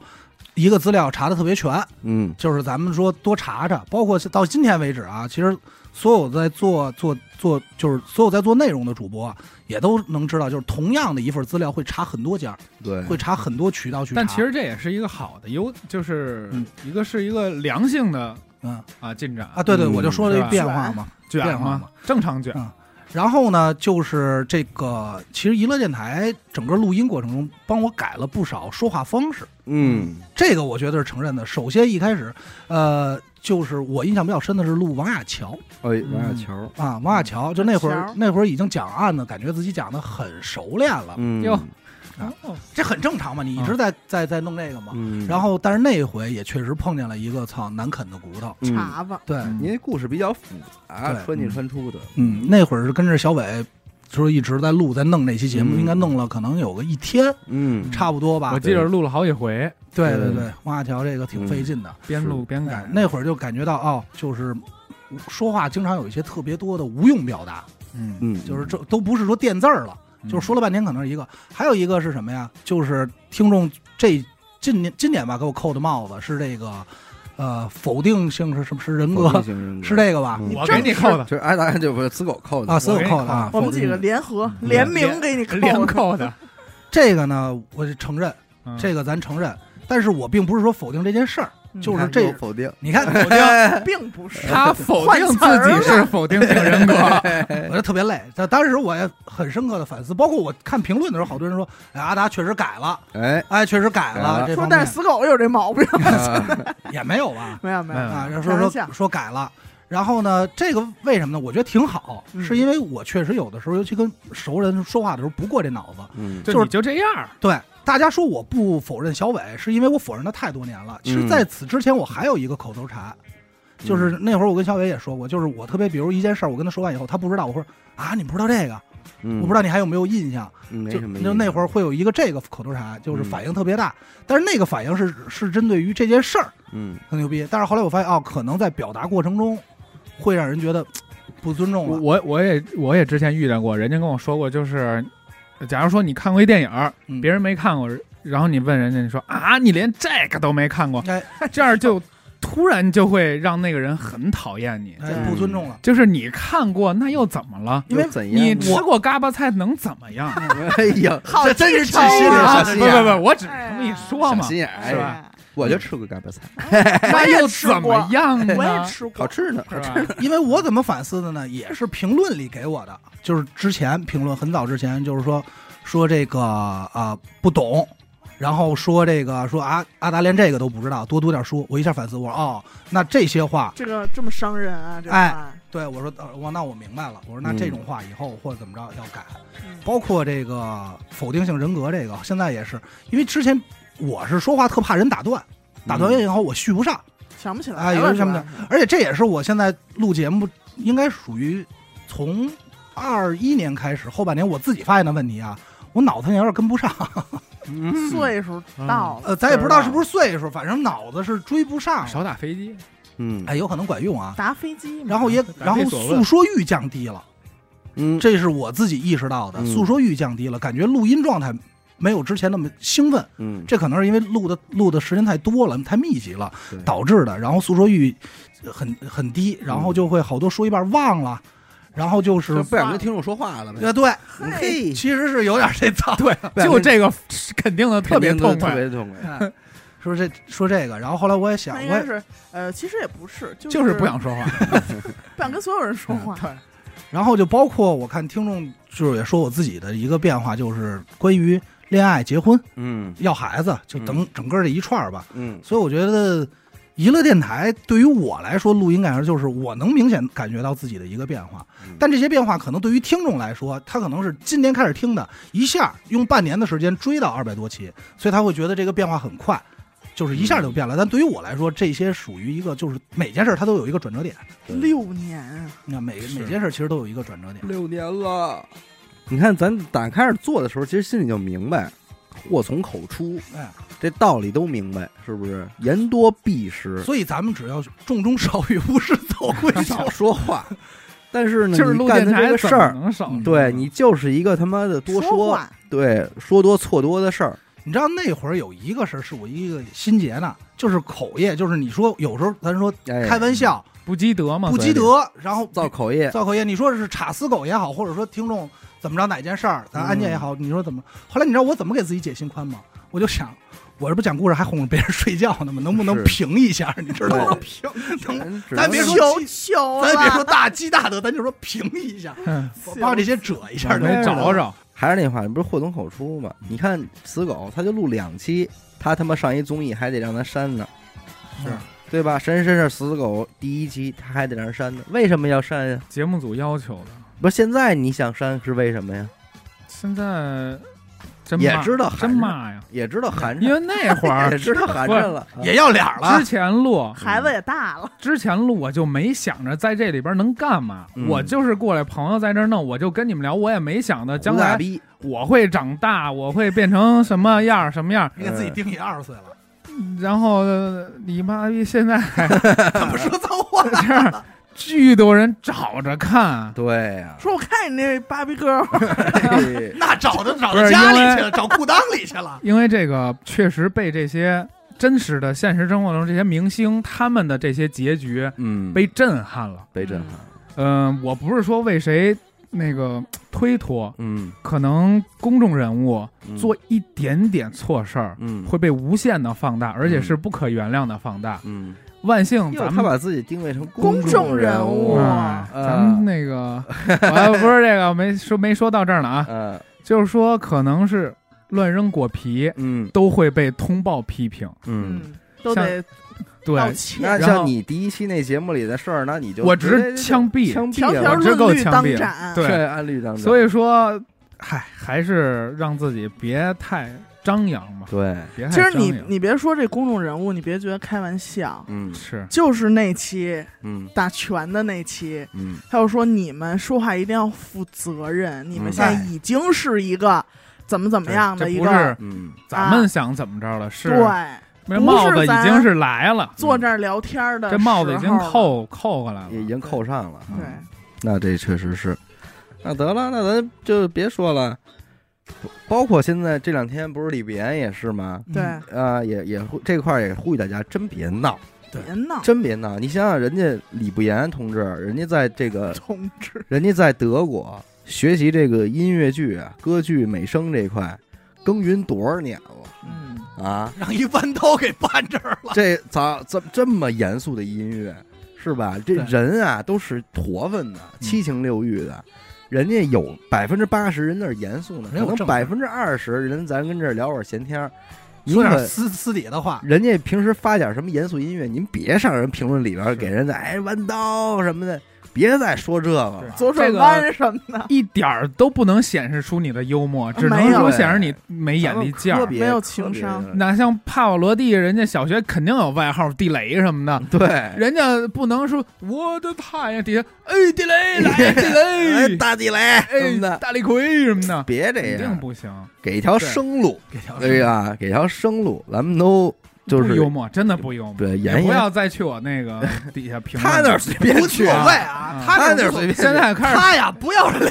Speaker 2: 一个资料查的特别全，
Speaker 1: 嗯
Speaker 2: 就是咱们说多查查，包括到今天为止啊，其实所有在做做做，就是所有在做内容的主播也都能知道，就是同样的一份资料会查很多家，
Speaker 1: 对，
Speaker 2: 会查很多渠道去查。
Speaker 4: 但其实这也是一个好的优，就是
Speaker 2: 嗯
Speaker 4: 一个是一个良性的
Speaker 2: 嗯
Speaker 4: 啊进展
Speaker 2: 啊，对对，
Speaker 1: 嗯
Speaker 2: 我就说了
Speaker 4: 是
Speaker 2: 一
Speaker 4: 吧
Speaker 2: 变化嘛。
Speaker 4: 卷
Speaker 2: 变化
Speaker 4: 嘛
Speaker 2: 嘛，
Speaker 4: 正常卷
Speaker 2: 嗯然后呢，就是这个，其实娱乐电台整个录音过程中帮我改了不少说话方式，
Speaker 1: 嗯
Speaker 2: 这个我觉得是承认的。首先一开始，呃，就是我印象比较深的是录王亚乔
Speaker 1: 哎，王亚乔，
Speaker 2: 啊，王亚乔就那会
Speaker 3: 王亚
Speaker 2: 儿
Speaker 3: 乔
Speaker 2: 那会儿已经讲案子，感觉自己讲的很熟练了，
Speaker 1: 嗯
Speaker 4: 哟
Speaker 2: 啊
Speaker 4: 哦
Speaker 2: 这很正常嘛，你一直在、在在弄这个嘛。
Speaker 1: 嗯，
Speaker 2: 然后，但是那一回也确实碰见了一个操难啃的骨头，
Speaker 1: 嗯
Speaker 3: 查吧，
Speaker 2: 对，
Speaker 4: 嗯
Speaker 1: 您这故事比较复杂，
Speaker 2: 对
Speaker 1: 穿进穿出的，
Speaker 2: 嗯，那会儿是跟着小伟，就是一直在录，在弄这期节目，
Speaker 1: 嗯
Speaker 2: 应该弄了可能有个一天，
Speaker 1: 嗯
Speaker 2: 差不多吧。
Speaker 4: 我记得录了好几回，
Speaker 2: 对
Speaker 1: 对嗯
Speaker 2: 对对，王亚乔这个挺费劲的。
Speaker 4: 边录边
Speaker 2: 哎
Speaker 4: 改，，
Speaker 2: 那会儿就感觉到哦，就是说话经常有一些特别多的无用表达，
Speaker 4: 嗯，
Speaker 1: 嗯，
Speaker 2: 就是这都不是说垫字儿了，就是说了半天可能是一个。还有一个是什么呀？就是听众这今年今年吧给我扣的帽子是这个，呃，否定性是什么？是人
Speaker 1: 否定
Speaker 2: 格？
Speaker 1: 性人格
Speaker 2: 是这个吧？
Speaker 1: 嗯
Speaker 4: 我给你扣的
Speaker 1: 就是哎，大家就不是死狗扣的
Speaker 2: 啊，所有
Speaker 4: 我给你
Speaker 2: 扣的啊，
Speaker 3: 我们
Speaker 2: 否定
Speaker 3: 几个
Speaker 2: 性
Speaker 3: 联合
Speaker 2: 嗯
Speaker 3: 联名给你扣
Speaker 4: 连
Speaker 3: 了，
Speaker 4: 扣的，
Speaker 2: 这个呢，我就承认，
Speaker 4: 嗯
Speaker 2: 这个咱承认，但是我并不是说否定这件事儿，
Speaker 3: 嗯
Speaker 2: 就是
Speaker 1: 看
Speaker 2: 这
Speaker 1: 又否定，
Speaker 2: 你看，
Speaker 4: 否定
Speaker 3: 哎并不是
Speaker 4: 嗯 他否定自己是否定性人格，
Speaker 1: 哎
Speaker 2: 我就特别累。但当时我也很深刻的反思，包括我看评论的时候，好多人说，哎，阿达确实改了，
Speaker 1: 哎，
Speaker 2: 哎，确实改
Speaker 1: 改
Speaker 2: 了，
Speaker 1: 了
Speaker 2: 这
Speaker 3: 说
Speaker 2: 方，面
Speaker 3: 但是死狗有这毛病，
Speaker 1: 啊
Speaker 2: 也没有吧，
Speaker 3: 没有没有，
Speaker 4: 嗯
Speaker 2: 啊，然后
Speaker 3: 开
Speaker 2: 说
Speaker 3: 玩
Speaker 2: 说
Speaker 3: 笑
Speaker 2: 说改了。然后呢，这个为什么呢？我觉得挺好，
Speaker 3: 嗯
Speaker 2: 是因为我确实有的时候，尤其跟熟人说话的时候，不过这脑子。
Speaker 1: 嗯
Speaker 4: 就你就这样儿，
Speaker 2: 对，大家说我不否认小伟，是因为我否认他太多年了。其实
Speaker 1: 嗯
Speaker 2: 在此之前，我还有一个口头禅，就是那会儿我跟小伟也说过，就是我特别，比如一件事儿，我跟他说完以后，他不知道，我说啊，你不知道这个，
Speaker 1: 嗯
Speaker 2: 我不知道你还有没有印象。
Speaker 1: 嗯没
Speaker 2: 就
Speaker 1: 什么意思，嗯
Speaker 2: 就那会儿会有一个这个口头禅，就是反应特别大，但是那个反应是是针对于这件事儿
Speaker 1: 嗯，
Speaker 2: 很牛逼。但是后来我发现哦，可能在表达过程中会让人觉得嘖不尊重
Speaker 4: 我
Speaker 2: 了。
Speaker 4: 我我也我也之前遇见过，人家跟我说过，就是假如说你看过一电影儿，
Speaker 2: 嗯
Speaker 4: 别人没看过，然后你问人家，你说啊，你连这个都没看过，
Speaker 2: 哎
Speaker 4: 这样就突然就会让那个人很讨厌你。
Speaker 2: 哎不尊重了，
Speaker 4: 就是你看过，那又怎么了？
Speaker 2: 因为
Speaker 1: 又怎样
Speaker 4: 你
Speaker 1: 呢？
Speaker 4: 吃过嘎巴菜能怎么样？
Speaker 1: 哎呀，
Speaker 3: 好
Speaker 2: 这真是
Speaker 3: 记
Speaker 2: 窒息
Speaker 3: 仇啊
Speaker 2: 的
Speaker 4: 啊
Speaker 2: 小
Speaker 4: 不
Speaker 2: 心
Speaker 4: 不
Speaker 2: 眼
Speaker 4: 不，我只是这么一说
Speaker 1: 哎小
Speaker 4: 嘛，
Speaker 1: 心眼儿
Speaker 3: 哎
Speaker 1: 哎
Speaker 4: 是吧？
Speaker 1: 我就吃过嘎巴菜，
Speaker 4: 那
Speaker 3: 我也
Speaker 4: 又
Speaker 3: 吃
Speaker 4: 怎
Speaker 3: 过
Speaker 4: 么样
Speaker 3: 哎我也
Speaker 4: 呢？
Speaker 3: 吃过，
Speaker 1: 好吃呢，
Speaker 4: 是吧？
Speaker 2: 因为我怎么反思的呢？也是评论里给我的，就是之前评论很早之前就是说说这个啊、不懂，然后说这个说啊阿达连这个都不知道，多读点书。我一下反思，我说哦，那这些话，
Speaker 3: 这个这么伤人啊，这个
Speaker 2: 哎
Speaker 3: 话
Speaker 2: 对我说呃我那我明白了，我说那
Speaker 1: 嗯
Speaker 2: 这种话以后或者怎么着要改，
Speaker 3: 嗯
Speaker 2: 包括这个否定性人格这个，现在也是，因为之前我是说话特怕人打断，
Speaker 1: 嗯
Speaker 2: 打断以后我续不上。
Speaker 3: 想不起
Speaker 2: 哎
Speaker 3: 来
Speaker 2: 有
Speaker 3: 了，
Speaker 2: 人想不
Speaker 3: 主要是
Speaker 2: 而且这也是我现在录节目，应该属于从二一年开始后半年我自己发现的问题啊，我脑子有点跟不上，
Speaker 1: 嗯，
Speaker 3: 岁数到了，
Speaker 2: 呃，咱也不知道是不是岁数，反正脑子是追不上了，
Speaker 4: 啊少打飞机，
Speaker 1: 嗯
Speaker 2: 哎，有可能管用啊。
Speaker 3: 打飞机嘛，
Speaker 2: 然后也，然后
Speaker 4: 没所谓
Speaker 2: 诉说欲降低了，
Speaker 1: 嗯，
Speaker 2: 这是我自己意识到的，
Speaker 1: 嗯
Speaker 2: 诉说欲降低了，感觉录音状态没有之前那么兴奋，
Speaker 1: 嗯
Speaker 2: 这可能是因为录的录的时间太多了，太密集了
Speaker 1: 对
Speaker 2: 导致的。然后诉说欲很很低，然后就会好多说一半忘了，然后就是
Speaker 1: 就不想跟听众说话了呗，
Speaker 2: 呃，对，
Speaker 3: 嘿，
Speaker 2: 其实是有点这操，对，
Speaker 1: 嗯对
Speaker 4: 就这个肯定的特别痛
Speaker 1: 特
Speaker 4: 快，
Speaker 1: 别痛快，
Speaker 2: 说这说这个，然后后来我也想，
Speaker 3: 那
Speaker 2: 我
Speaker 3: 应该
Speaker 2: 也
Speaker 3: 是呃，其实也不是，就
Speaker 4: 就是
Speaker 3: 是
Speaker 4: 不想说话。
Speaker 3: 不想跟所有人说话，
Speaker 2: 然后就包括我看听众就是也说我自己的一个变化，就是关于恋爱、结婚、
Speaker 1: 嗯
Speaker 2: 要孩子，就等整个这一串儿吧。
Speaker 1: 嗯
Speaker 2: 所以我觉得娱乐电台对于我来说，录音感受就是我能明显感觉到自己的一个变化
Speaker 1: 嗯，
Speaker 2: 但这些变化可能对于听众来说，他可能是今年开始听的，一下用半年的时间追到二百多期，所以他会觉得这个变化很快。就是一下就变了，但对于我来说，这些属于一个，就是每件事它都有一个转折点。
Speaker 3: 六年啊，
Speaker 2: 你看每
Speaker 4: 是
Speaker 2: 每件事其实都有一个转折点。
Speaker 1: 六年了，你看咱打开始做的时候，其实心里就明白，祸从口出，
Speaker 2: 哎，
Speaker 1: 这道理都明白，是不是？言多必失，
Speaker 2: 所以咱们只要重中少欲，勿使走归宿。
Speaker 1: 少说话。但是呢，
Speaker 4: 就是
Speaker 1: 你
Speaker 4: 录
Speaker 1: 干
Speaker 4: 电
Speaker 1: 的这
Speaker 4: 台
Speaker 1: 个
Speaker 4: 怎
Speaker 1: 事
Speaker 4: 么
Speaker 1: 儿，嗯
Speaker 4: 能少呢？
Speaker 1: 对你就是一个他妈的多
Speaker 3: 说
Speaker 1: 说，
Speaker 3: 话
Speaker 1: 对说多错多的事儿，
Speaker 2: 你知道那会儿有一个事儿是我一个心结呢，就是口业，就是你说有时候咱说
Speaker 1: 哎
Speaker 2: 开玩笑
Speaker 4: 不积德嘛，
Speaker 2: 不积
Speaker 4: 所以
Speaker 2: 德，然后
Speaker 1: 造口业，
Speaker 2: 造口业，你说是查死狗也好，或者说听众怎么着哪件事儿，咱案件也
Speaker 4: 嗯
Speaker 2: 好，你说怎么？后来你知道我怎么给自己解心宽吗？我就想，我这不讲故事还哄着别人睡觉呢吗？能不能
Speaker 1: 是
Speaker 2: 平一下？你知道吗？
Speaker 1: 对
Speaker 2: 平，
Speaker 1: 咱只
Speaker 2: 咱
Speaker 1: 能
Speaker 2: 别说
Speaker 3: 求
Speaker 2: 鸡
Speaker 3: 求
Speaker 2: 咱别
Speaker 3: 了
Speaker 2: 说大积大德，咱就说平一下，
Speaker 4: 嗯，
Speaker 2: 把我这些褶一下
Speaker 4: 没
Speaker 2: 就
Speaker 4: 找着，
Speaker 1: 还是那话，你不是祸从口出吗？你看死狗，他就录两期，他他妈上一综艺还得让咱删呢，
Speaker 2: 是
Speaker 1: 对吧？神神是死狗第一期，他还得让人删呢，为什么要删呀？
Speaker 4: 节目组要求的。
Speaker 1: 不是现在你想删是为什么呀？
Speaker 4: 现在真
Speaker 1: 也
Speaker 4: 骂
Speaker 1: 知道
Speaker 4: 真
Speaker 1: 寒碜，
Speaker 4: 骂呀，
Speaker 1: 也知道寒
Speaker 4: 因
Speaker 1: 碜，
Speaker 4: 为那会儿
Speaker 1: 也知道寒碜了，
Speaker 2: 也要脸儿了
Speaker 4: 之。前录
Speaker 3: 孩子也大了，
Speaker 4: 之前录我就没想着在这里边能干嘛，
Speaker 1: 嗯
Speaker 4: 我就是过来朋友在这儿弄，我就跟你们聊，我也没想到将
Speaker 1: 胡大
Speaker 4: 来
Speaker 1: 逼，
Speaker 4: 我会长大，我会变成什么样儿什么样儿。
Speaker 2: 你给自己定义二十岁了，
Speaker 4: 然后呃你妈逼现在
Speaker 2: 怎么说脏 话？
Speaker 4: 这儿巨多人找着看，啊
Speaker 1: 对 呀、
Speaker 3: 说我看你那芭比 girl，
Speaker 1: 嘿
Speaker 2: 那找都找
Speaker 4: 不
Speaker 2: 到
Speaker 4: 是
Speaker 2: 家里
Speaker 4: 因为
Speaker 2: 去了，找裤裆里去了。
Speaker 4: 因为这个确实被这些真实的现实生活中这些明星他们的这些结局
Speaker 1: 嗯，
Speaker 4: 被震撼了。
Speaker 1: 被震撼，
Speaker 4: 嗯、我不是说为谁那个推脱，
Speaker 1: 嗯，
Speaker 4: 可能公众人物
Speaker 1: 嗯
Speaker 4: 做，一点点错事儿。
Speaker 1: 嗯，
Speaker 4: 会被无限的放大，而且
Speaker 1: 嗯
Speaker 4: 是不可原谅的放大。
Speaker 1: 嗯，
Speaker 4: 万幸
Speaker 1: 因为
Speaker 4: 咱
Speaker 1: 他
Speaker 4: 们，
Speaker 1: 把自己定位成
Speaker 3: 公众人物
Speaker 1: 物，
Speaker 4: 哎
Speaker 1: 呃
Speaker 4: 咱们 那个，我还不是这个没说没说到这儿呢啊，
Speaker 1: 嗯
Speaker 4: 就是说可能是乱扔果皮
Speaker 1: 嗯
Speaker 4: 都会被通报批评。
Speaker 1: 嗯。
Speaker 3: 嗯，都得道
Speaker 4: 对，
Speaker 3: 歉，
Speaker 1: 那
Speaker 4: 然后
Speaker 1: 像你第一期那节目里的事儿，那你就
Speaker 4: 我
Speaker 1: 直
Speaker 4: 只是
Speaker 1: 接就
Speaker 4: 枪毙
Speaker 1: 枪毙
Speaker 3: 条
Speaker 1: 了
Speaker 3: 条
Speaker 4: 我这够
Speaker 3: 论律
Speaker 4: 枪
Speaker 3: 当
Speaker 4: 毙了
Speaker 3: 斩，
Speaker 4: 对
Speaker 1: 这按律当中，
Speaker 4: 所
Speaker 1: 以
Speaker 4: 以说，嗨，还是让自己别太张扬嘛，
Speaker 1: 对，
Speaker 4: 别太
Speaker 3: 其实你
Speaker 4: 张扬
Speaker 3: 你别说这公众人物，你别觉得开玩笑，
Speaker 1: 嗯
Speaker 4: 是
Speaker 3: 就是那期
Speaker 1: 嗯
Speaker 3: 打拳的那期，
Speaker 1: 嗯，
Speaker 3: 他就说你们说话一定要负责任，你们
Speaker 1: 嗯
Speaker 3: 现在已经是一个怎么怎么
Speaker 4: 哎对
Speaker 3: 样
Speaker 4: 这
Speaker 3: 的一
Speaker 4: 不
Speaker 3: 个
Speaker 4: 是
Speaker 1: 嗯
Speaker 4: 咱们想怎么着了，是嗯
Speaker 3: 对，
Speaker 4: 那
Speaker 3: 不
Speaker 4: 帽
Speaker 3: 是
Speaker 4: 子已
Speaker 3: 咱
Speaker 4: 经是来了，
Speaker 3: 坐这儿聊天儿的
Speaker 4: 这帽子已经
Speaker 3: 时候了，
Speaker 4: 扣扣过来了，
Speaker 1: 嗯
Speaker 4: 嗯
Speaker 1: 也已经扣上了，
Speaker 3: 对，
Speaker 1: 那这确实是，那得了，那咱就别说了。包括现在这两天不是李岩也是吗？
Speaker 3: 对
Speaker 2: 嗯
Speaker 1: 啊，也也呼这块儿也呼吁大家，真别闹，
Speaker 4: 嗯
Speaker 2: 对
Speaker 3: 别闹，
Speaker 1: 真别闹。你想想，人家李不言同志，人家在这个
Speaker 3: 同志，
Speaker 1: 人家在德国学习这个音乐剧、啊、歌剧、美声这块，耕耘多少年了
Speaker 3: 嗯，
Speaker 1: 啊？
Speaker 2: 让一弯刀给绊这儿了。
Speaker 1: 这咋这这么严肃的音乐是吧？这
Speaker 2: 对嗯
Speaker 1: 人啊都是驼粪的，七情六欲的。人家有百分之八十人那儿严肃呢，
Speaker 2: 人有
Speaker 1: 可能
Speaker 2: 正事
Speaker 1: 百
Speaker 2: 儿
Speaker 1: 分之二十人咱跟这儿聊会儿闲天儿。你
Speaker 2: 说点
Speaker 1: 可
Speaker 2: 私私底的话，
Speaker 1: 人家平时发点什么严肃音乐，您别上人评论里边儿给人家哎弯刀什么的，别再说这个了。
Speaker 3: 左手
Speaker 4: 这个
Speaker 3: 弯什么的，
Speaker 4: 一点儿都不能显示出你的幽默，只
Speaker 3: 呃没
Speaker 4: 能
Speaker 3: 有
Speaker 4: 说显示你没眼力劲
Speaker 1: 特
Speaker 4: 儿。
Speaker 1: 别
Speaker 3: 没有情商，
Speaker 1: 特别
Speaker 4: 哪像帕瓦罗蒂，人家小学肯定有外号地雷什么
Speaker 3: 嗯
Speaker 4: 的，
Speaker 1: 对，
Speaker 4: 人家不能说我的太阳底下，哎，地雷来，地
Speaker 1: 哎，
Speaker 4: 雷，
Speaker 1: 大地雷什么
Speaker 4: 哎，
Speaker 1: 的，
Speaker 4: 大力魁什么的，
Speaker 1: 别这
Speaker 4: 肯定
Speaker 1: 样，
Speaker 4: 不行，
Speaker 1: 给一条生路，
Speaker 2: 给条
Speaker 1: 对呀，给条生路，咱们都就
Speaker 4: 不
Speaker 1: 是
Speaker 4: 幽默，真的不幽默。
Speaker 1: 对
Speaker 4: 也
Speaker 1: 严
Speaker 4: 不
Speaker 1: 严，
Speaker 4: 要再去我那个底下评论。
Speaker 1: 他那儿随便
Speaker 2: 无所
Speaker 1: 去
Speaker 2: 谓
Speaker 1: 啊，
Speaker 2: 啊
Speaker 4: 啊，
Speaker 1: 他那
Speaker 2: 那
Speaker 1: 儿随便去，
Speaker 4: 现在开始
Speaker 2: 他呀不要 脸，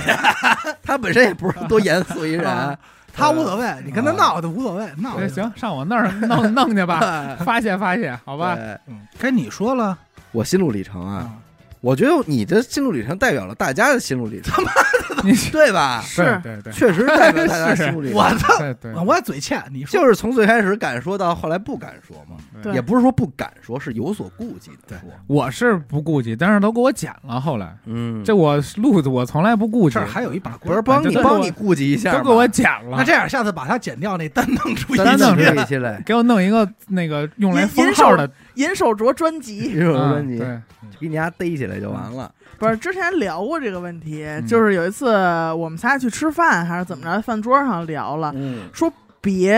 Speaker 1: 他本身也不是多严肃一人
Speaker 4: 啊，
Speaker 2: 他无所谓，你跟他闹的无所谓，闹
Speaker 4: 哎，行，上我那儿 弄弄去吧，
Speaker 1: 好
Speaker 4: 发泄发泄，啊好吧？
Speaker 2: 嗯该你说了
Speaker 1: 哎我心路历程啊，
Speaker 2: 啊，
Speaker 1: 我觉得你的心路历程代表了大家的心路历 程，
Speaker 4: 你
Speaker 1: 对吧？
Speaker 3: 是
Speaker 4: 对对对
Speaker 1: 确实代表大家的心路历 程
Speaker 2: 我。操，
Speaker 4: 对对，
Speaker 2: 我也嘴欠，你说
Speaker 1: 就是从最开始敢说到后来不敢说嘛，
Speaker 3: 对
Speaker 1: 也不是说不敢说，是有所顾忌的说。
Speaker 4: 我是不顾忌，但是都给我剪了。后来
Speaker 1: 嗯
Speaker 4: 这我路子我从来不顾忌，
Speaker 2: 这儿还有一把
Speaker 1: 不
Speaker 2: 关
Speaker 1: 是。帮
Speaker 4: 反
Speaker 1: 你
Speaker 4: 正
Speaker 1: 帮
Speaker 4: 都
Speaker 1: 你顾及一下嘛，
Speaker 4: 都给我剪了
Speaker 2: 那，这样，下次把他剪掉，那单弄出一
Speaker 1: 咱
Speaker 4: 单弄
Speaker 1: 弄
Speaker 4: 出
Speaker 2: 期
Speaker 4: 一
Speaker 1: 这些 来，
Speaker 4: 给我弄一个那个用来
Speaker 3: 银
Speaker 4: 封号的
Speaker 3: 银手镯专辑
Speaker 1: 这首
Speaker 4: 嗯
Speaker 1: 专辑
Speaker 4: 对
Speaker 1: 给你家逮起来就完了。
Speaker 3: 不是之前聊过这个问题，
Speaker 1: 嗯
Speaker 3: 就是有一次我们仨去吃饭还是怎么着，饭桌上聊了，
Speaker 1: 嗯
Speaker 3: 说别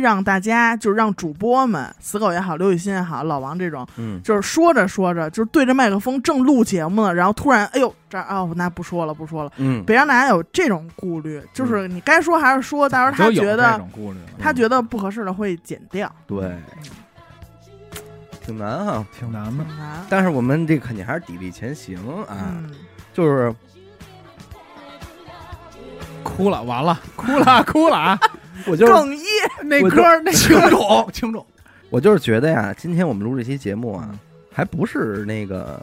Speaker 3: 让大家就让主播们死狗也好，刘雨欣也好，老王这种，
Speaker 1: 嗯，
Speaker 3: 就是说着说着就是对着麦克风正录节目呢，然后突然哎呦这儿哦那不说了不说了，
Speaker 1: 嗯，
Speaker 3: 别让大家有这种顾虑，就是你该说还是说，到时候
Speaker 4: 都
Speaker 3: 他
Speaker 4: 有
Speaker 3: 觉
Speaker 4: 这
Speaker 3: 得
Speaker 4: 种顾虑了，
Speaker 1: 嗯
Speaker 3: 他觉得不合适的会剪掉。
Speaker 1: 对，挺难啊。
Speaker 4: 挺难的。
Speaker 3: 很难
Speaker 1: 但是我们这肯定还是砥砺前行啊，
Speaker 3: 嗯，
Speaker 1: 就是
Speaker 4: 哭了，完了，哭了，哭了啊！
Speaker 1: 我就是
Speaker 3: 哽咽，
Speaker 4: 哪
Speaker 1: 我
Speaker 4: 科儿那
Speaker 2: 轻重轻重，
Speaker 1: 我就是觉得呀，今天我们录这期节目啊，还不是那个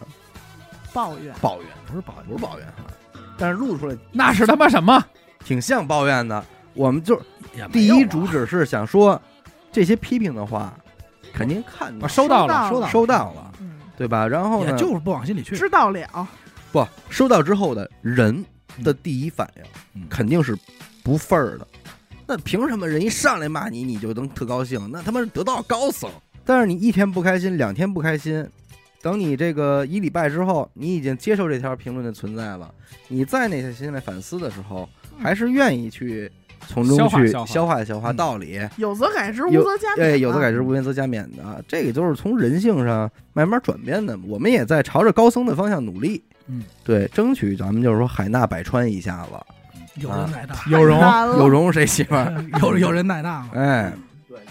Speaker 3: 抱怨。
Speaker 1: 抱怨，不是抱怨，不是抱怨哈，但是录出来
Speaker 4: 那是他妈什么？
Speaker 1: 挺像抱怨的。我们就第一主旨是想说，这些批评的话，肯定看到
Speaker 4: 我收到
Speaker 2: 收
Speaker 3: 了
Speaker 4: 了，
Speaker 2: 到了
Speaker 1: 啊收到了，
Speaker 3: 嗯，
Speaker 1: 对吧？然后
Speaker 2: 也
Speaker 1: 呢，
Speaker 2: 就是不往心里去。
Speaker 3: 知道了，
Speaker 1: 不收到之后的人的第一反应，
Speaker 2: 嗯
Speaker 1: 肯定是不忿儿的。那凭什么人一上来骂你，你就能特高兴？那他妈是得道高僧。但是你一天不开心，两天不开心，等你这个一礼拜之后，你已经接受这条评论的存在了。你再内心来反思的时候，还是愿意去从中
Speaker 4: 嗯消化
Speaker 1: 去
Speaker 4: 消化
Speaker 1: 消化消化
Speaker 2: 嗯
Speaker 1: 道理。
Speaker 3: 有则改之，无
Speaker 1: 有
Speaker 3: 则加勉。
Speaker 1: 对，哎有的改之，无原则加勉的，啊这个就是从人性上慢慢转变的。我们也在朝着高僧的方向努力，
Speaker 2: 嗯，
Speaker 1: 对，争取咱们就是说海纳百川一下子，
Speaker 2: 有人奶大，
Speaker 4: 有容
Speaker 3: 难了哎
Speaker 1: 有容谁媳妇 儿，
Speaker 2: 有有人奶大 吗？
Speaker 1: 哎，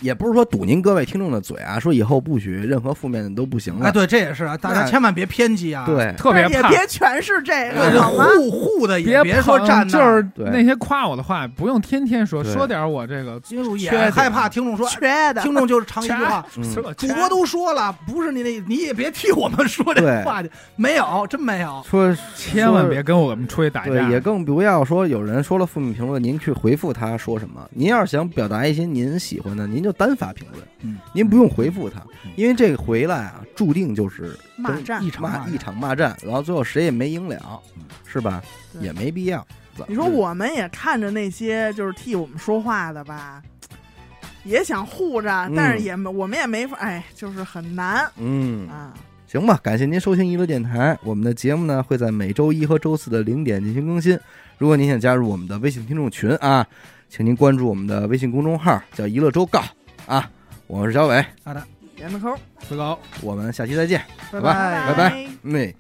Speaker 1: 也不是说堵您各位听众的嘴啊，说以后不许任何负面的都不行了，
Speaker 2: 哎，对，这也是啊，大家
Speaker 1: 嗯那
Speaker 2: 千万别偏激啊。呃
Speaker 1: 对
Speaker 4: 特别
Speaker 3: 但是也
Speaker 4: 怕，
Speaker 3: 哎
Speaker 4: 哎
Speaker 3: 别全是这
Speaker 1: 对
Speaker 3: 个好吗？
Speaker 2: 互互的也别说
Speaker 4: 捧
Speaker 2: 站那
Speaker 4: 就
Speaker 2: 儿啊
Speaker 4: 是那些夸我的话，不用天天说，
Speaker 1: 对
Speaker 4: 说点我这个
Speaker 2: 进入
Speaker 4: 缺
Speaker 2: 也
Speaker 4: 点
Speaker 2: 害怕听众说，哎
Speaker 3: 缺的
Speaker 2: 听众就是常一句话，
Speaker 1: 嗯
Speaker 4: 这
Speaker 2: 主播都说了，不是你那，你也别替我们说这
Speaker 1: 对
Speaker 2: 话去，没有，真没有。
Speaker 1: 说
Speaker 4: 千万别跟我们出去打
Speaker 1: 对
Speaker 4: 架，，
Speaker 1: 也更不要说有人说了负面评论，您去回复他说什么。您要是想表达一些您喜欢的，您就单发评论，
Speaker 2: 嗯
Speaker 1: 您不用回复他
Speaker 2: 嗯，
Speaker 1: 因为这个回来啊，注定就是
Speaker 3: 骂
Speaker 1: 争
Speaker 3: 战嗯
Speaker 2: 一。场
Speaker 1: 骂
Speaker 2: 骂
Speaker 1: 一场骂战，然后最后谁也没赢了，是吧？
Speaker 3: 对
Speaker 1: 也没必要。咱
Speaker 3: 你说
Speaker 4: 嗯
Speaker 3: 我们也看着那些就是替我们说话的吧，也想护着，但
Speaker 4: 嗯
Speaker 3: 是也没我们也没法，哎，就是很难
Speaker 1: 嗯，
Speaker 3: 啊。
Speaker 1: 行吧，感谢您收听娱乐电台。我们的节目呢会在每周一和周四的零点进行更新。如果您想加入我们的微信听众群啊，请您关注我们的微信公众号，叫“娱乐周告”啊。我是小伟，
Speaker 3: 严子抠，
Speaker 4: 四高。
Speaker 1: 我们下期再见。拜
Speaker 3: 拜
Speaker 2: 拜
Speaker 1: 拜拜嗯。